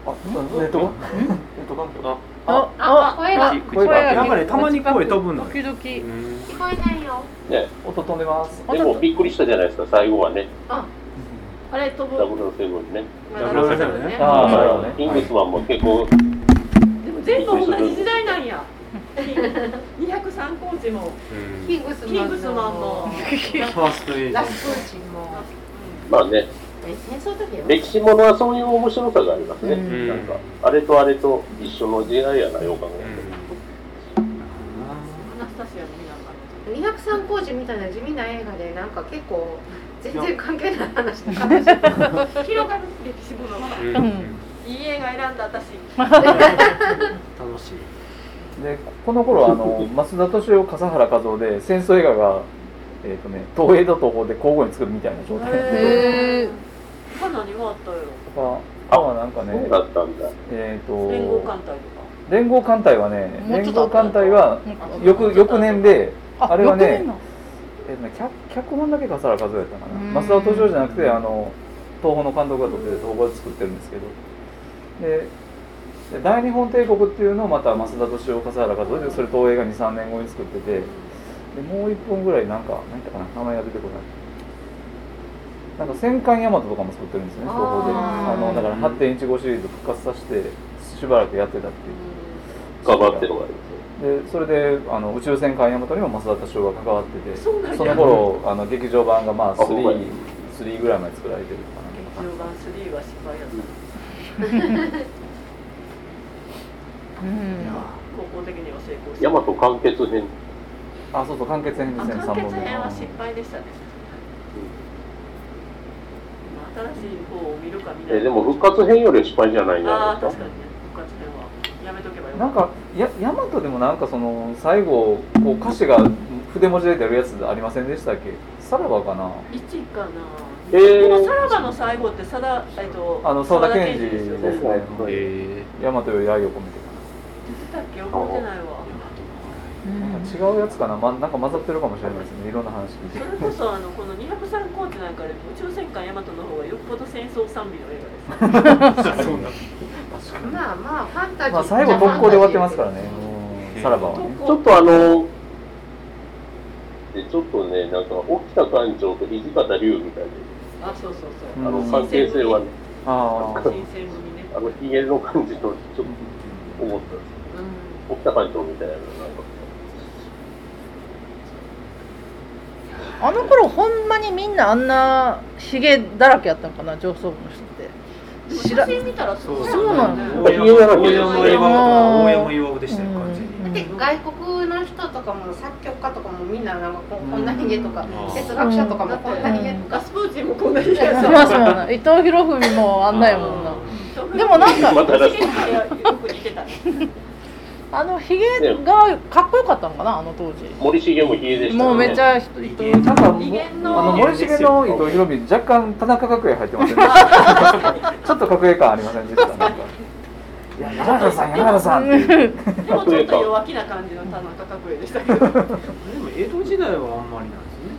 Speaker 6: あネットがネットが
Speaker 7: あ
Speaker 5: あ
Speaker 2: あ
Speaker 5: あ
Speaker 2: 声が聞
Speaker 7: 口
Speaker 5: 声
Speaker 7: 口
Speaker 5: が
Speaker 3: やっぱりたまに声飛ぶのよ
Speaker 5: 時々
Speaker 7: うん
Speaker 2: こえないよ
Speaker 1: ね
Speaker 6: 音飛んでます
Speaker 1: でもびっくりしたじゃないですか最後はね
Speaker 4: あれ飛
Speaker 1: ダ
Speaker 4: ぶ
Speaker 1: ブルのセブンね
Speaker 4: まだ
Speaker 3: ダブルね
Speaker 6: ああなるほど
Speaker 1: キン
Speaker 6: ね
Speaker 1: グスマンも結構
Speaker 4: でも全部同じ時代なんや203コーチも
Speaker 2: キングスマンの
Speaker 4: キングスマンも
Speaker 3: ファーストエイジ
Speaker 2: ラスプーチンも
Speaker 1: まあね
Speaker 2: え戦争の時よ
Speaker 1: 歴史ものはそういう面白さがありますね、
Speaker 5: うん
Speaker 1: なんかあれとあれと一緒の時代やなよう考
Speaker 7: う
Speaker 1: え
Speaker 7: ん
Speaker 4: アナスタシアの皆さん
Speaker 2: 203工事みたいな地味な映画でなんか結構全然関係ない話とかもしてた
Speaker 4: 広がる歴史ものは
Speaker 7: うん
Speaker 5: うん
Speaker 4: いい映画選んだ私
Speaker 3: 楽しい
Speaker 6: でこの頃あの増田敏夫笠原和夫で戦争映画がえっとね東映と東宝で交互に作るみたいな状態なんですよ
Speaker 5: へー
Speaker 4: 他何があったよ
Speaker 6: 他はなんか
Speaker 1: そう
Speaker 6: ね
Speaker 1: だったんだ
Speaker 6: えっ
Speaker 4: 連合
Speaker 6: と
Speaker 4: 艦隊とか
Speaker 6: 連合艦隊はね
Speaker 5: もうちょ
Speaker 6: 連
Speaker 5: っと
Speaker 6: 合艦隊は翌翌年であれはね
Speaker 5: 翌年の
Speaker 6: えっとね脚脚本だけ笠原和夫やったか
Speaker 5: うん
Speaker 6: な増田敏夫じゃなくてあの東宝の監督が撮ってて東宝で作ってるんですけどでで大日本帝国っていうのをまた増田敏夫笠原和夫でそれ東映が23年後に作っててでもう一本ぐらいなんか何やったかな名前が出てこないなんか戦艦大和とかも作ってるんですよね東宝で
Speaker 2: あー
Speaker 6: あのだから8.15シリーズ復活させてしばらくやってたっていう
Speaker 1: 頑張ってるのがありま
Speaker 6: でそれであの宇宙戦艦ヤマトにも増田敏夫が関わってて
Speaker 4: そうなんや
Speaker 6: の頃あの劇場版がまあ
Speaker 1: あそうかい
Speaker 6: 3, 3ぐらいまで作られてるのか
Speaker 4: 劇場版3は失敗やった
Speaker 5: うん
Speaker 4: 高校的には成功し
Speaker 1: すヤ
Speaker 4: た
Speaker 1: マト完結編
Speaker 6: なあそうそう完結編で
Speaker 4: あ
Speaker 6: すね3
Speaker 4: 完
Speaker 6: 本目
Speaker 4: 結編は失敗でしたねまあ新しい方を見るか見ないか
Speaker 1: えでも復活編よりは失敗じゃない
Speaker 4: あ
Speaker 1: な
Speaker 4: あ
Speaker 1: です
Speaker 4: 確
Speaker 1: か
Speaker 4: かにね復活編はやめとけばよ
Speaker 6: なんかやヤマトでもなんかその最後こう歌詞が筆文字で出るやつありませんでしたっけさらばかな
Speaker 4: 一かな。
Speaker 1: えー
Speaker 4: でもさらばの最後ってさだえっと
Speaker 6: あの
Speaker 4: 沢
Speaker 6: 沢田
Speaker 4: 田
Speaker 6: 研
Speaker 4: 研
Speaker 6: 二
Speaker 4: 二
Speaker 6: で
Speaker 4: です
Speaker 6: す
Speaker 4: よ
Speaker 6: ね
Speaker 4: ね。
Speaker 7: え
Speaker 6: ヤマトより愛を込めて
Speaker 4: 出てたっけ覚えてないわ。
Speaker 6: なんか違うやつかな、ま、なんか混ざってるかもしれないですねいろんな話聞い
Speaker 4: そ
Speaker 6: て
Speaker 4: れこそあのこの203コーチなんかでも宇宙戦艦ヤマトの方がよっぽど戦争賛美の映画 です。
Speaker 2: まあまあファンタジー
Speaker 6: まあ最後特攻で終わってますからねうんさらばはね
Speaker 4: 特
Speaker 1: ちょっ
Speaker 4: 攻
Speaker 1: とあの、でちょっとね、なんか、沖田館長と土方龍みたいな、
Speaker 4: あそうそうそう。
Speaker 6: うん
Speaker 1: あの、関係性はね、
Speaker 6: ああ
Speaker 4: 新選組ね。
Speaker 1: あの、ひげの感じとちょっと思ったんです
Speaker 4: う
Speaker 1: 沖田館長みたいなのがなんか、
Speaker 5: あの頃ほんまにみんなあんなひげだらけやったのかな上層部の人
Speaker 4: ん。で
Speaker 5: っ
Speaker 4: も
Speaker 5: て知ら
Speaker 4: 写
Speaker 5: ん
Speaker 4: 真見たらそう
Speaker 5: そうなの
Speaker 3: 大山大山岩尾大山岩尾でしたよ完全
Speaker 5: うん
Speaker 3: に。
Speaker 2: で外国の人とかも作曲家とかもみんななんかこうこんなひげとか
Speaker 3: うん
Speaker 2: 哲学者とかもこんなひげと
Speaker 4: ガ
Speaker 2: か
Speaker 4: スプーチンもこんなにや
Speaker 5: そうやそうや伊藤博文もあんなやもんなでもなんか
Speaker 1: また
Speaker 4: よく似てた。
Speaker 5: あのひげがかっこよかったのかなあの当時
Speaker 1: 森重もひげでした
Speaker 5: もうめっちゃ人人
Speaker 3: 人
Speaker 6: なんかも
Speaker 4: 威厳
Speaker 6: あ
Speaker 4: の
Speaker 6: の森重の伊藤博美若干田中角栄入ってません でしたちょっと角栄感ありませんでしたなんかいや山田さん山田さんっていう
Speaker 4: でもちょっと弱気な感じの田中角栄でしたけど。
Speaker 3: でも江戸時代はあんまりなんですね。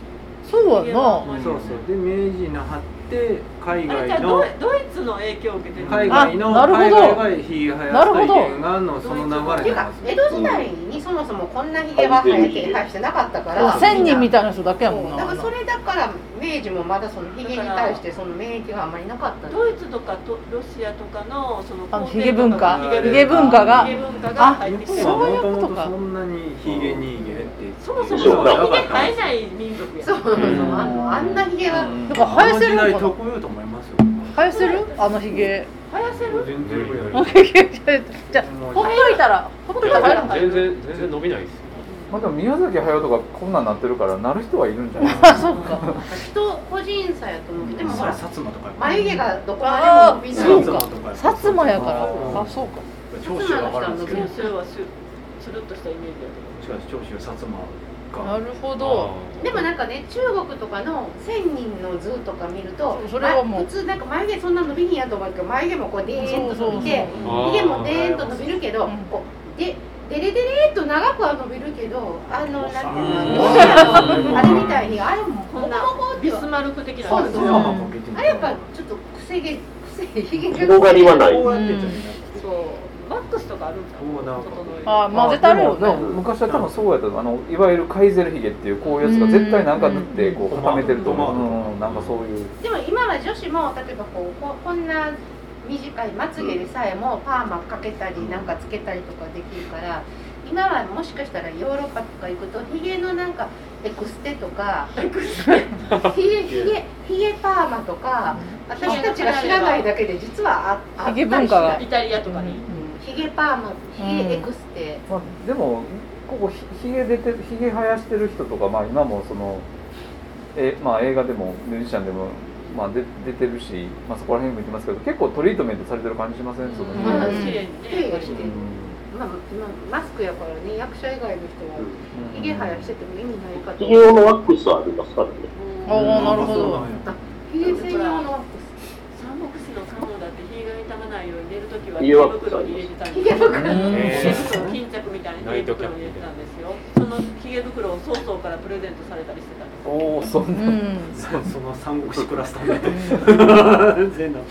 Speaker 5: そうやな
Speaker 4: うん
Speaker 3: そうそうで明治になって海
Speaker 4: あ
Speaker 3: 外
Speaker 4: れじゃあ
Speaker 3: の
Speaker 4: ドイドイツの影響を受けてる。
Speaker 3: 海外の
Speaker 5: あなるほど
Speaker 3: 海外がひげ生やした意見があるのその
Speaker 2: っ
Speaker 3: 流
Speaker 2: ていう
Speaker 3: れな
Speaker 2: か
Speaker 3: んで
Speaker 2: 江
Speaker 3: すよ。
Speaker 2: 戸時代にそもそもこんなひげは生えて生やしてなかったから
Speaker 5: 千人み
Speaker 2: い
Speaker 5: たいな人だけやもん
Speaker 2: だ
Speaker 5: な
Speaker 2: からそれだから明治もまだそのひげに対してその免疫があんまりなかったんです
Speaker 4: ドイツとかとロシアとかのその
Speaker 5: あのヒゲ文化
Speaker 4: ヒ
Speaker 3: ヒゲ文化
Speaker 5: が
Speaker 4: ヒゲ文化が入ってきて
Speaker 3: 日
Speaker 4: る
Speaker 5: あ
Speaker 3: 本は
Speaker 5: そういう
Speaker 3: も
Speaker 5: こと
Speaker 3: と
Speaker 5: と
Speaker 3: も
Speaker 5: か
Speaker 3: とそんなにひげにひげって
Speaker 4: そもそもヒ
Speaker 1: そ
Speaker 4: ゲ
Speaker 1: うだ
Speaker 4: 生えない民族や
Speaker 2: そうそう
Speaker 3: うん
Speaker 2: あのあんなひげは
Speaker 5: だから
Speaker 3: あ
Speaker 5: 生
Speaker 3: の時代
Speaker 5: えせるのかな
Speaker 3: 特有と思いますよ。
Speaker 5: 生えせるあのひげ
Speaker 4: 生やせる
Speaker 3: 全然無理
Speaker 7: う
Speaker 3: だよ
Speaker 5: じゃあほっといたらほっといたら生えるのか
Speaker 7: 全然全然伸びないですよ
Speaker 6: まあでも宮崎駿とかこんなんなってるからなる人はいるんじゃない
Speaker 5: あそうか
Speaker 2: 人個人差やと思うけどでもほ
Speaker 3: それ
Speaker 2: ら
Speaker 3: 薩摩とか
Speaker 2: 眉毛がどこまでも伸びな
Speaker 5: そ
Speaker 2: いう
Speaker 5: か薩摩やからあそうか
Speaker 3: 長州は分かるんですけど
Speaker 4: 九州はすスルッとしたイメージ
Speaker 3: しかし長州薩摩
Speaker 5: な
Speaker 3: が
Speaker 5: るほど
Speaker 2: でもなんかね中国とかの千人の図とか見ると
Speaker 5: そうそれはもう
Speaker 2: ま普通なんか眉毛そんな伸びひんやと思うけど眉毛もこうデーンと伸びて
Speaker 7: そうそう
Speaker 2: ひげ もデーンと伸びるけど
Speaker 5: うん
Speaker 2: こうでデレデレっと長くは伸びるけどあのなんていうの
Speaker 3: うん
Speaker 2: あれみたいにあれもこ
Speaker 4: こん
Speaker 2: ん
Speaker 4: な
Speaker 2: な
Speaker 4: ビスマルク的な
Speaker 2: そう
Speaker 3: そ
Speaker 2: そうう
Speaker 3: やっけて
Speaker 2: あれやっぱちょっとくせ毛くせひげが
Speaker 1: 広がりはない
Speaker 3: こうやってたよね
Speaker 4: そうバックスとかあるんか
Speaker 3: こうなんか
Speaker 5: あ
Speaker 6: ま
Speaker 5: 混ぜたるよ
Speaker 6: でもでも
Speaker 5: ね
Speaker 6: 昔は多分そうやったあのいわゆるカイゼルヒゲっていうこういうやつが絶対なんか塗ってこう固めてると思う、うん、なんかそういう
Speaker 2: でも今は女子も例えばこうここんな短いまつげでさえもパーマかけたりなんかつけたりとかできるから今はもしかしたらヨーロッパとか行くとヒゲのなんかエクステとか ヒゲヒゲヒゲパーマとか私たちが知らないだけで実はああったり
Speaker 5: ヒゲ文化が
Speaker 2: し
Speaker 4: イタリアとかに
Speaker 2: ヒゲパーマヒゲエクステ、
Speaker 6: まあ、でもここひひげ出てひげ生やしてる人とか、まあ、今もそのえ、まあ、映画でもミュージシャンでも、まあ、で出てるし、まあ、そこら辺も行きますけど結構トリートメントされてる感じしませんその、
Speaker 5: ん
Speaker 6: う
Speaker 4: まあ
Speaker 6: ん
Speaker 4: 綺麗にね
Speaker 2: うんまあ、今マスクやからね役者以外の人はヒゲ生やしてても意味ないかと
Speaker 1: 企業のワックスありますからね。
Speaker 5: ああなるほ
Speaker 3: そうなん
Speaker 5: ど
Speaker 3: や
Speaker 2: ヒゲ専用のワックス
Speaker 4: 三国志の鴨だってヒゲが傷まないように寝るときは
Speaker 1: ヒゲは
Speaker 4: 手袋に入れてたん
Speaker 2: ヒ
Speaker 4: で
Speaker 2: ゲ
Speaker 4: す
Speaker 2: 袋
Speaker 4: よそ
Speaker 7: えー
Speaker 4: う巾着みたいな手袋に入れてたんですよそのヒゲ袋を曹操からプレゼントされたりしてたんです
Speaker 6: おおそん
Speaker 5: う
Speaker 6: な、
Speaker 5: ん
Speaker 3: そその三国志クラスタ ーで全然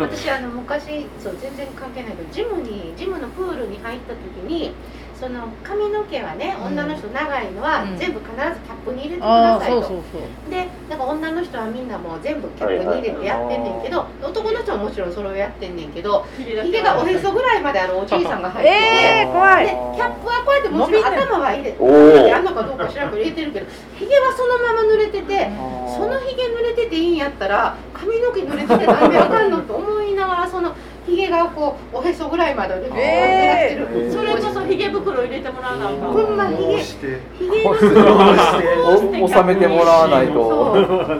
Speaker 2: 私あの昔そう全然関係ないけどジムにジムのプールに入った時にその髪の毛はね、
Speaker 5: うん
Speaker 2: 女の人長いのは
Speaker 5: うん
Speaker 2: 全部必ずキャップに入れてく
Speaker 5: あ
Speaker 2: だ
Speaker 5: あ
Speaker 2: さいと、
Speaker 5: そうそうそう
Speaker 2: でなんか女の人はみんなもう全部キャップに入れてやってんねんけど、男の人はもちろんそれをやってんねんけど
Speaker 4: ヒゲだ
Speaker 2: ヒ
Speaker 4: け
Speaker 2: ゲ
Speaker 4: は
Speaker 2: がおへそぐらいまであのおじいさんが入ってて、
Speaker 5: ええ怖
Speaker 2: で キ
Speaker 5: い
Speaker 2: ャップはこうやってもちろん頭は入れ
Speaker 1: お
Speaker 2: てあん
Speaker 1: お。
Speaker 2: のかどうか知らんけど入れてるけどヒゲはそのまま濡れてて。そのひげ濡れてていいんやったら髪の毛濡れててなんであかんのと思いながらそのひげがこうおへそぐらいまで濡れて
Speaker 5: え
Speaker 2: て
Speaker 6: ー
Speaker 4: それこそヒゲ袋入れてもらわなあかんわ
Speaker 2: ほんまヒ
Speaker 3: こう
Speaker 2: ゲ
Speaker 3: して
Speaker 2: ひげの
Speaker 6: お収めてもらわない
Speaker 2: そ
Speaker 6: と
Speaker 2: う髪の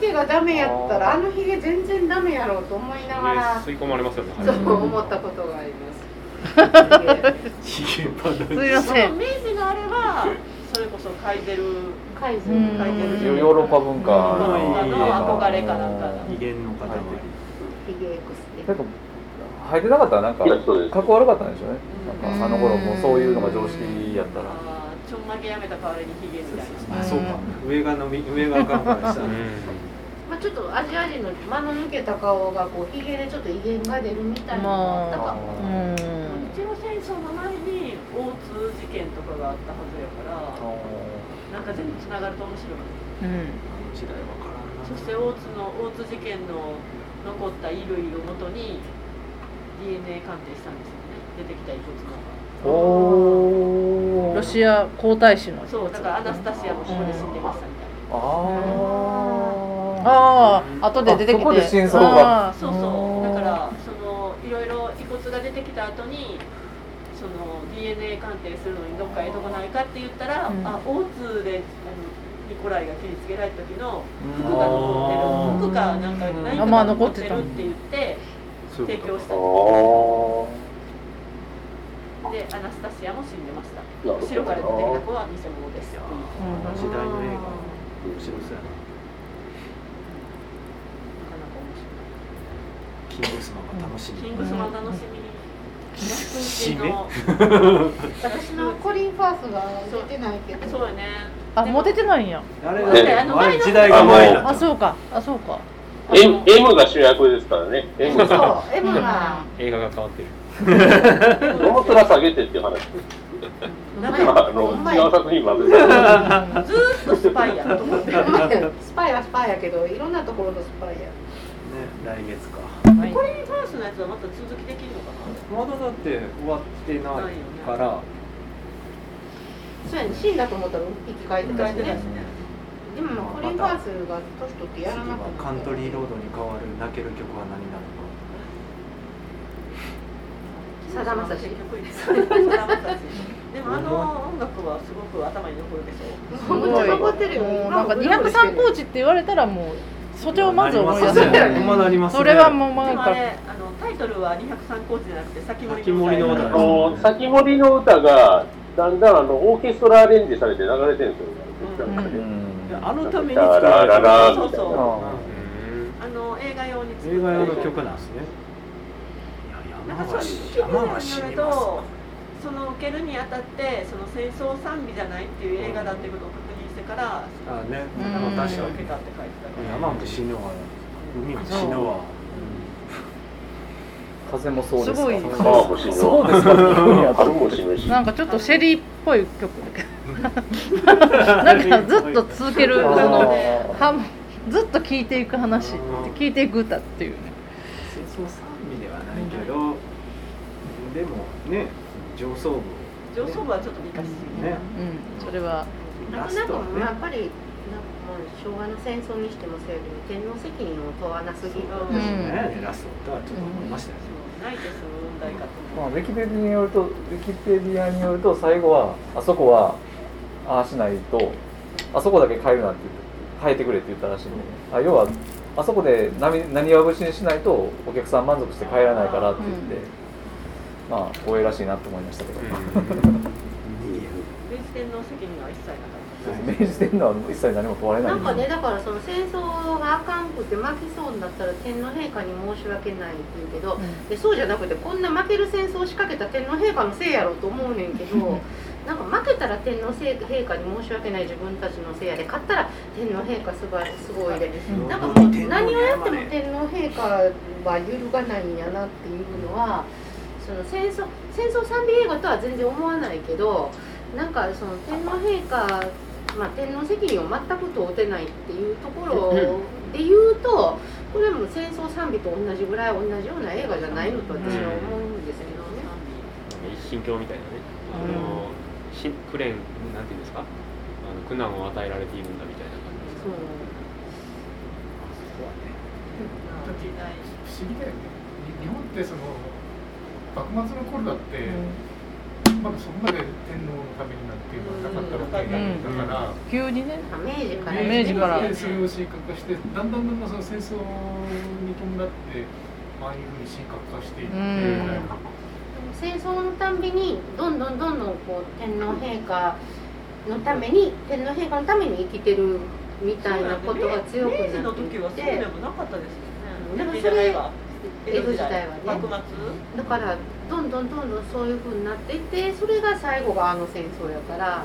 Speaker 2: 毛がダメやったらあのひげ全然ダメやろうと思いながら
Speaker 7: 吸い込まれますよね
Speaker 2: そう思ったことがあります
Speaker 3: ヒゲパ
Speaker 5: すいま
Speaker 4: そ
Speaker 5: せ
Speaker 4: の
Speaker 5: ん
Speaker 4: 明治があればそれこそカイゼル
Speaker 2: 改
Speaker 5: う
Speaker 2: 善
Speaker 5: ん
Speaker 4: 書いて
Speaker 6: ヨ
Speaker 4: る
Speaker 6: ーロッパ文化
Speaker 3: うん
Speaker 6: の
Speaker 4: 憧れかなんかが
Speaker 3: 二元の塊
Speaker 2: ヒゲエクスで
Speaker 6: なんか入ってなかったらなんか
Speaker 1: いやそうです
Speaker 6: かっこ悪かったんでしょうねなんかあの頃もうそういうのが常識やったら
Speaker 4: あーちょんまげやめた代わりにヒゲみたい
Speaker 3: あ
Speaker 4: な
Speaker 3: そうか上がのみ上がガンガンしたね
Speaker 7: うん
Speaker 2: まあ、ちょっとアジア人の間の抜けた顔がこうヒゲでちょっと威厳が出るみたいなのがあったかも、
Speaker 5: うん
Speaker 4: 日露戦争の前に大津事件とかがあったはずやからなんか全部つながると面白い
Speaker 5: うん
Speaker 3: あの時代わからんな
Speaker 4: そして大津の大津事件の残った衣類をもとに DNA 鑑定したんですよね出てきた遺骨の
Speaker 6: おお
Speaker 5: ロシア皇太子の
Speaker 4: そうだからアナスタシアもここで死んでましたみたいな
Speaker 6: ああ
Speaker 5: ああ後で出てきて
Speaker 6: あそこで真相が
Speaker 5: あー
Speaker 4: そうそうだからそのいろいろ遺骨が出てきた後にその DNA 鑑定するのにどっかへどこないかって言ったら、
Speaker 5: うん
Speaker 4: あ大津であのニコライが切りつけられた時の服が
Speaker 3: あ
Speaker 4: 残
Speaker 3: ー
Speaker 4: ってる服かなんか何
Speaker 5: あ
Speaker 4: か
Speaker 5: まあ
Speaker 4: が
Speaker 5: 残
Speaker 4: 残
Speaker 5: っ
Speaker 4: ってて
Speaker 5: た
Speaker 4: るって言って
Speaker 3: そうい
Speaker 4: 提
Speaker 3: うこと
Speaker 1: あ
Speaker 4: 供した
Speaker 1: ー
Speaker 4: でアナスタシアも死んでました
Speaker 1: なるほど
Speaker 4: 後ろから出てきた子は偽物ですっていう
Speaker 3: あの時代の映画面白そうやな
Speaker 4: なかなか面白
Speaker 3: キングスマンが楽しみ
Speaker 4: いキングスマン楽し
Speaker 3: 締め
Speaker 4: みにの
Speaker 2: 私のコリン・ファースが出てないけど
Speaker 4: そうよね
Speaker 5: あもう出てないんや
Speaker 3: あれ
Speaker 1: ね
Speaker 3: あれ時代が前だ
Speaker 5: あ
Speaker 3: った
Speaker 5: そうかあそうか
Speaker 1: M, M が主役ですからね M
Speaker 2: そう
Speaker 1: が
Speaker 2: M が
Speaker 7: 映画が変わってる
Speaker 1: ロースラ下げてっていう話
Speaker 4: なん
Speaker 1: ま
Speaker 4: か
Speaker 1: ああの違う作品までです
Speaker 4: ずーっとスパイやと思って
Speaker 2: スパイはスパイやけどいろんなところのスパイや
Speaker 3: ね来月か
Speaker 4: これに関してのやつはまた続きできるのか
Speaker 3: まだだって終わってないから
Speaker 2: そうやね死んだと思ったら生き返って
Speaker 4: な
Speaker 2: たし
Speaker 4: 書いてたし
Speaker 2: ね
Speaker 4: ね
Speaker 2: でもコリン・ファースが年取って
Speaker 3: 次
Speaker 2: やらなくなった
Speaker 3: はカントリーロードに変わる泣ける曲は何なのか
Speaker 2: さだまさし
Speaker 4: 結局いいですねさだまさしでもあの音楽はすごく頭に残るでしょ
Speaker 2: すごいめっちゃ残ってるよ
Speaker 5: もうなんか203コーチって言われたらもうそれをまず思い出す
Speaker 3: なりますねほんまなりますね
Speaker 5: それはもう
Speaker 4: で
Speaker 5: 前
Speaker 4: も
Speaker 5: か
Speaker 4: あ
Speaker 5: ら
Speaker 4: れあのタイトルは203コーチじゃなくて先森
Speaker 3: 先
Speaker 1: あ
Speaker 3: 森の
Speaker 1: の先森の歌がだんだんあのオーケストラアレンジされて流れてるんですよ、
Speaker 4: うん
Speaker 1: なんかね
Speaker 3: あのために作られた
Speaker 4: そうそうあの映画用に作
Speaker 3: 映画用の
Speaker 4: った
Speaker 3: 曲なんですね
Speaker 4: なんかそういう
Speaker 3: 山は
Speaker 4: に
Speaker 3: 死
Speaker 4: よる
Speaker 3: にます
Speaker 4: とその受けるにあたってその戦争賛美じゃないっていう映画だっていうことを確認してから
Speaker 3: あね
Speaker 5: うん
Speaker 3: まあ確か
Speaker 4: 受け
Speaker 3: に
Speaker 4: たって書いてたから
Speaker 3: 山も死ぬわ海も死ぬわ
Speaker 6: 風もそうですか
Speaker 5: すごい
Speaker 1: 川も死ぬわ
Speaker 6: そうですか
Speaker 1: 春も死ぬし
Speaker 5: なんかちょっとシェリーっぽい曲だけどなんかずっと続けるそのはずっと聴いていく話聴いていく歌っていうね
Speaker 3: 戦争賛美ではないけどでもね上層部
Speaker 4: 上層部はちょっと美化しすぎ
Speaker 3: ね
Speaker 5: うんそれは
Speaker 2: な
Speaker 3: ラ
Speaker 2: んか
Speaker 3: ストね
Speaker 2: やっぱりなんかもう昭和の戦争にしてもそうやけど天皇責任を問わなすぎる
Speaker 4: そう
Speaker 5: うん
Speaker 3: 何やねラストとはちょっと思いましたよね
Speaker 4: ないです問題かと
Speaker 6: まあ、
Speaker 4: 思
Speaker 6: ウ
Speaker 4: う
Speaker 6: ィキペディアによるとウィキペディアによると最後はあそこはああしないとあそこだけ変えるなって言って変えてくれって言ったらしいんで、ね、あ要はあそこで何何わ節にしないとお客さん満足して帰らないからって言って、
Speaker 5: うん
Speaker 6: まあ光栄らしいなと思いましたけど、
Speaker 4: 明治天皇責任は一切なかった
Speaker 3: うん
Speaker 6: 明治天皇は一切何も問われない
Speaker 2: なん
Speaker 6: で
Speaker 2: かねだからその戦争があかんくて負けそうになったら天皇陛下に申し訳ないって言うけど、
Speaker 5: う
Speaker 2: でそうじゃなくてこんな負ける戦争を仕掛けた天皇陛下のせいやろと思うねんけどなんか負けたら天皇陛下に申し訳ない自分たちのせいやで勝ったら天皇陛下すばすごいでなんかもう何をやっても天皇陛下は揺るがないんやなっていうのはその戦争戦争賛美映画とは全然思わないけどなんかその天皇陛下、まあ、天皇責任を全く問うてないっていうところで言うとこれも戦争賛美と同じぐらい同じような映画じゃないのと私は思うんですけどね。
Speaker 7: 一神教みたいなねあのしクレーンなんていうんですかあの苦難を与えられているんだみたいな感じです
Speaker 2: そう
Speaker 4: 時代
Speaker 8: 不思議だよね日本ってその幕末の頃だって、まだそこまで天皇のためになっていうのはなかったわけ、
Speaker 5: うん
Speaker 8: だから、
Speaker 5: ん急にね
Speaker 2: 明治から
Speaker 5: 明治から
Speaker 8: でそれを神格化してだんだんだんだんその戦争に伴ってああいうふうに神格化していって、
Speaker 5: うん
Speaker 8: でも
Speaker 2: 戦争のたんびにどんどんどんどんこう天皇陛下のために天皇陛下のために生きてるみたいなことが強くなって
Speaker 4: 明治の
Speaker 2: き
Speaker 4: 時はそう
Speaker 2: て
Speaker 4: でもなかったですよ
Speaker 2: で
Speaker 4: ね。
Speaker 2: もそれ
Speaker 4: じゃないわ。
Speaker 2: 江戸時代はね
Speaker 4: 幕末。
Speaker 2: だからどんどんどんどんそういう風になっていってそれが最後があの戦争やからなんか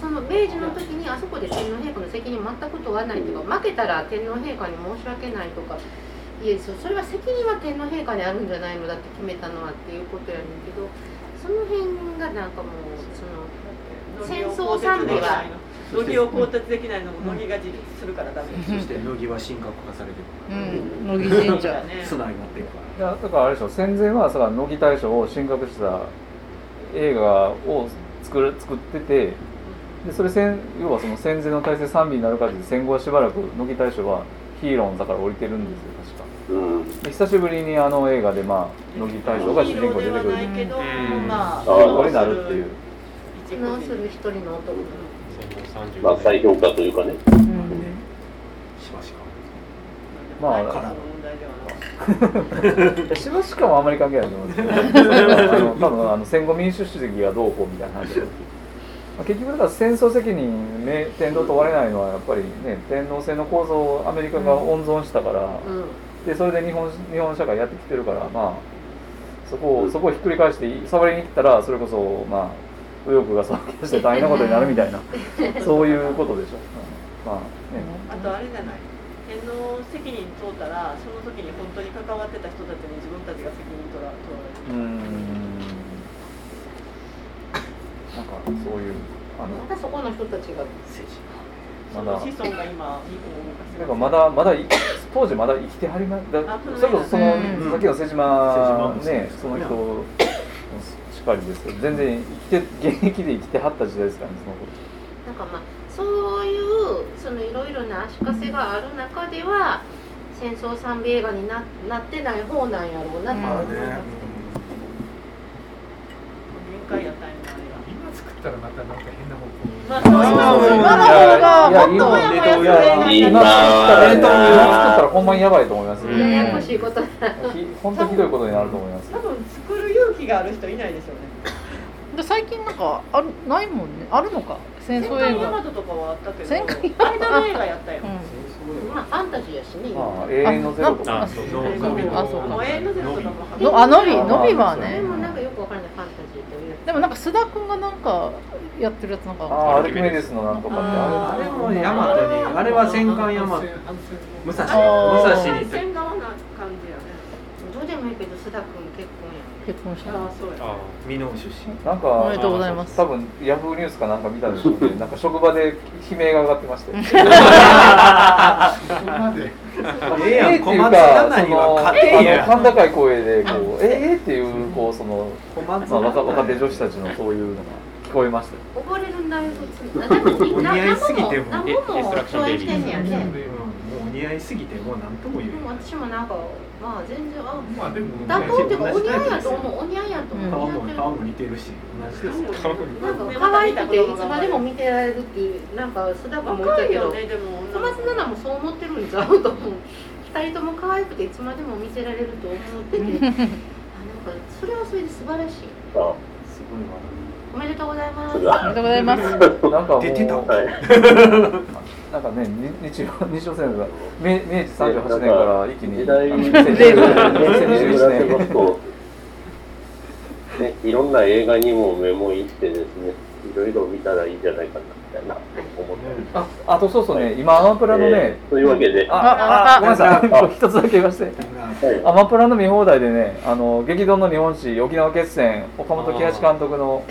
Speaker 2: その明治の時にあそこで天皇陛下の責任全く問わないというか負けたら天皇陛下に申し訳ないとかいえそそれは責任は天皇陛下にあるんじゃないのだって決めたのはっていうことやねんけどその辺がなんかもうその戦争賛美は
Speaker 4: 乃木を更迭できないのも乃木が自立するからダメです
Speaker 3: そして乃木は神格化されて
Speaker 5: う
Speaker 3: る
Speaker 5: ん乃木神社
Speaker 4: よね。
Speaker 3: 素直になっていくか
Speaker 6: いやだからあれでしょ戦前はさ乃木大将を進学した映画を作る作っててでそれ戦要はその戦前の体制賛美になるかという戦後はしばらく乃木大将はヒーローの座から降りてるんですよ
Speaker 1: うん。
Speaker 6: 確かで久しぶりにあの映画で、まあ、乃木大将が主人公に出てく
Speaker 4: ヒーローではない
Speaker 6: る
Speaker 4: けど、
Speaker 3: うん
Speaker 4: まあ、
Speaker 1: ヒー
Speaker 6: 主人
Speaker 1: ロ
Speaker 6: 公
Speaker 1: ー
Speaker 6: になるっていう
Speaker 4: 一
Speaker 2: 苦悩
Speaker 4: 国
Speaker 2: する
Speaker 4: 民
Speaker 2: 一人の男
Speaker 7: 戦
Speaker 1: ま
Speaker 7: 後
Speaker 1: あ、再
Speaker 7: 30
Speaker 1: 評価というかね。
Speaker 5: うん
Speaker 3: らしばしか
Speaker 6: まあ
Speaker 4: 内 閣の問題ではない
Speaker 6: いやしばしかもあんまり関係ないと思うんですけどあの多分あの戦後民主主義がどうこうみたいな話で、まあ、結局だから戦争責任ね天皇問われないのはやっぱりね天皇制の構造をアメリカが温存したから、
Speaker 2: うん
Speaker 6: でそれで日本日本社会やってきてるからまあそこをそこをひっくり返して触りに行ったらそれこそまあ右翼が騒ぎ出して大変なことになるみ たいなそういうことでしょ、うんまあね
Speaker 4: あとあれじゃない天皇責任問うたらその時に本当に関わってた人たちに自分たちが責任取ら取られる
Speaker 6: うーんなんかそういうあの
Speaker 2: またそこの人たちが
Speaker 4: その子孫が今日本を動かして
Speaker 6: なんかまだまだい当時まだ生きてはりまだ
Speaker 4: あそうなんだ
Speaker 6: それこそその、
Speaker 5: うん
Speaker 6: さっきの瀬島
Speaker 3: 瀬島
Speaker 6: ねその人もしっかりですけど全然生きて現役で生きてはった時代ですからねその
Speaker 2: な
Speaker 6: 頃
Speaker 2: んかまあそういうそのいろいろな足かせがある中では戦争賛美映画にななってない方なんやろうなと
Speaker 3: ま
Speaker 2: 思
Speaker 3: あ
Speaker 2: い
Speaker 3: ね
Speaker 2: ます、
Speaker 4: 限界やったんやなあれが
Speaker 8: 今作ったらまたなんか変な方向に。
Speaker 4: まあそう
Speaker 3: そう
Speaker 4: 今
Speaker 5: 今の
Speaker 4: の
Speaker 5: 方が
Speaker 6: いや
Speaker 5: もっと
Speaker 6: いや
Speaker 5: もやもやす
Speaker 6: い
Speaker 5: る
Speaker 1: い
Speaker 6: や
Speaker 1: い
Speaker 6: 今
Speaker 1: な
Speaker 6: 作ったら
Speaker 1: いい
Speaker 6: 今作っ
Speaker 1: な
Speaker 6: たらほんまにやばいと思いますよ、
Speaker 7: うん
Speaker 2: ややこしいこと
Speaker 6: ひ本当にひどいことになると思います
Speaker 4: 多分作る勇気がある人いないでしょうね
Speaker 5: で最近なんかあるないもんねあるのか戦
Speaker 4: 戦
Speaker 5: 争
Speaker 4: 艦
Speaker 5: 映
Speaker 4: ヤマ
Speaker 5: 画
Speaker 4: トとかはあったけど
Speaker 5: 戦艦
Speaker 4: ヤマトの映画やったよ
Speaker 2: まあファンタジーやしね、
Speaker 6: まあ永遠のゼロと
Speaker 7: あ
Speaker 6: か
Speaker 7: そう
Speaker 3: ノ
Speaker 4: そう
Speaker 3: ー
Speaker 4: そう
Speaker 3: ノビ
Speaker 5: あそうか
Speaker 4: もうエンドゼロとかも
Speaker 5: うんのあのび
Speaker 6: あ
Speaker 5: のびは
Speaker 2: それ
Speaker 5: ね
Speaker 2: もなんかよくわからないファンタジーという
Speaker 5: でもなんか須田君がなんかやってるやつなんか
Speaker 6: あアルキメデスのなんとかってあ
Speaker 3: あ
Speaker 6: れ
Speaker 3: れもヤマトにあれは戦艦ヤマト
Speaker 8: 反戦
Speaker 3: 武
Speaker 8: 反戦
Speaker 3: 蔵
Speaker 5: あ
Speaker 3: 武
Speaker 5: ー
Speaker 3: 蔵に
Speaker 4: 戦線側な感じやね
Speaker 2: どうでもいいけど須田君結婚や
Speaker 5: 結婚した
Speaker 4: ああそうや
Speaker 7: あ
Speaker 3: 美濃出身
Speaker 6: なん
Speaker 5: おめ
Speaker 6: か
Speaker 5: でとうございます
Speaker 6: 多分ヤフーニュースかなんか見たんでしょうね なんか職場で悲鳴が上がってまして
Speaker 8: そこまで。
Speaker 3: ええやん小松菜には勝てん
Speaker 6: あの
Speaker 3: や
Speaker 6: 甲高い声でこうええっていうこうその
Speaker 3: 小松
Speaker 6: まあ
Speaker 3: 菜
Speaker 6: 若若手女子たちのそういうのが聞こえましたよ
Speaker 2: ん溺れるんだよ普通あでもみんな
Speaker 3: お似合いすぎても
Speaker 2: 何
Speaker 7: え
Speaker 2: も
Speaker 7: エストラ
Speaker 2: も
Speaker 7: クション
Speaker 2: 共
Speaker 7: ベ
Speaker 2: 演
Speaker 7: イ
Speaker 2: し
Speaker 7: ビ
Speaker 2: て
Speaker 7: ー
Speaker 2: んねやねで
Speaker 3: もうお似合いすぎてもう何とも言え
Speaker 2: も
Speaker 3: ない
Speaker 2: 私もなんかまあ全然あ
Speaker 8: まあでも。
Speaker 2: 妥当っていうかお
Speaker 3: 同じ
Speaker 2: 似
Speaker 3: タイ
Speaker 2: 合いや
Speaker 3: プです
Speaker 2: と
Speaker 3: よ
Speaker 2: 思うお似合いやと思う
Speaker 3: 顔
Speaker 2: 似合って
Speaker 3: も
Speaker 2: る
Speaker 3: 顔も似てるし同じですよ
Speaker 2: なんか可愛くていつまでも見てられるっていうなんか須田君も言っ
Speaker 4: 若
Speaker 2: た
Speaker 4: い
Speaker 2: け
Speaker 4: よ
Speaker 2: ど
Speaker 4: ねでも
Speaker 2: 小松菜奈もそう思ってるんちゃうと思う二人とも可愛くていつまでも見せられると思ってて あなんかそれはそれで素晴らしい
Speaker 1: あ
Speaker 3: すごいわ
Speaker 2: おめでとうございます
Speaker 1: それは
Speaker 5: おめでとうございます
Speaker 6: なんかもう
Speaker 3: 出てた
Speaker 1: はい。
Speaker 6: なんかねに日曜日曜戦争が明明治38年から一気に
Speaker 1: 時代
Speaker 6: あ
Speaker 1: を
Speaker 6: の
Speaker 1: 見
Speaker 6: 2021
Speaker 1: てる
Speaker 6: 年
Speaker 1: ますと、ね、いろんな映画にもメモ行ってですね、いろいろ見たらいいんじゃないかなみたいな思ってる。
Speaker 6: ああとそうそうね今アマプラのね
Speaker 1: えーというわけで、
Speaker 6: ああごめんなさ
Speaker 1: あ
Speaker 6: い 一つだけ言わせて
Speaker 1: はい
Speaker 6: アマプラの見放題でね、あの激動の日本史沖縄決戦、岡本喜八監督の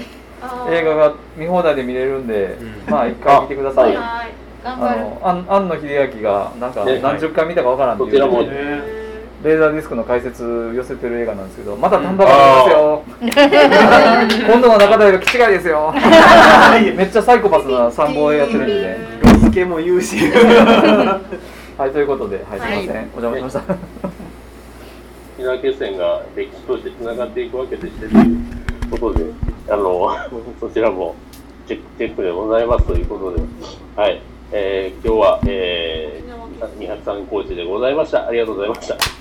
Speaker 6: 映画が見放題で見れるんで、
Speaker 7: うん
Speaker 6: まあ一回見てください。あ
Speaker 2: はい頑張る
Speaker 6: のあん庵野秀明がなんか
Speaker 1: ね
Speaker 6: 何十回見たかわからんって
Speaker 1: こ
Speaker 6: い
Speaker 1: ちら
Speaker 6: う、
Speaker 1: も、
Speaker 6: レーザーディスクの解説寄せてる映画なんですけど、また丹波がですよ。 今度の中台が気違いです よ。めっちゃサイコパスな参謀やってるんでね。
Speaker 3: ロスケも言うし
Speaker 6: はいということで、はいすみません、お邪魔しました。
Speaker 1: 沖縄決戦が歴史として繋がっていくわけでしてということで、あの、そちらもチェックチェックでございますということで、はい。えー今日は、えー、203高知でございました。ありがとうございました。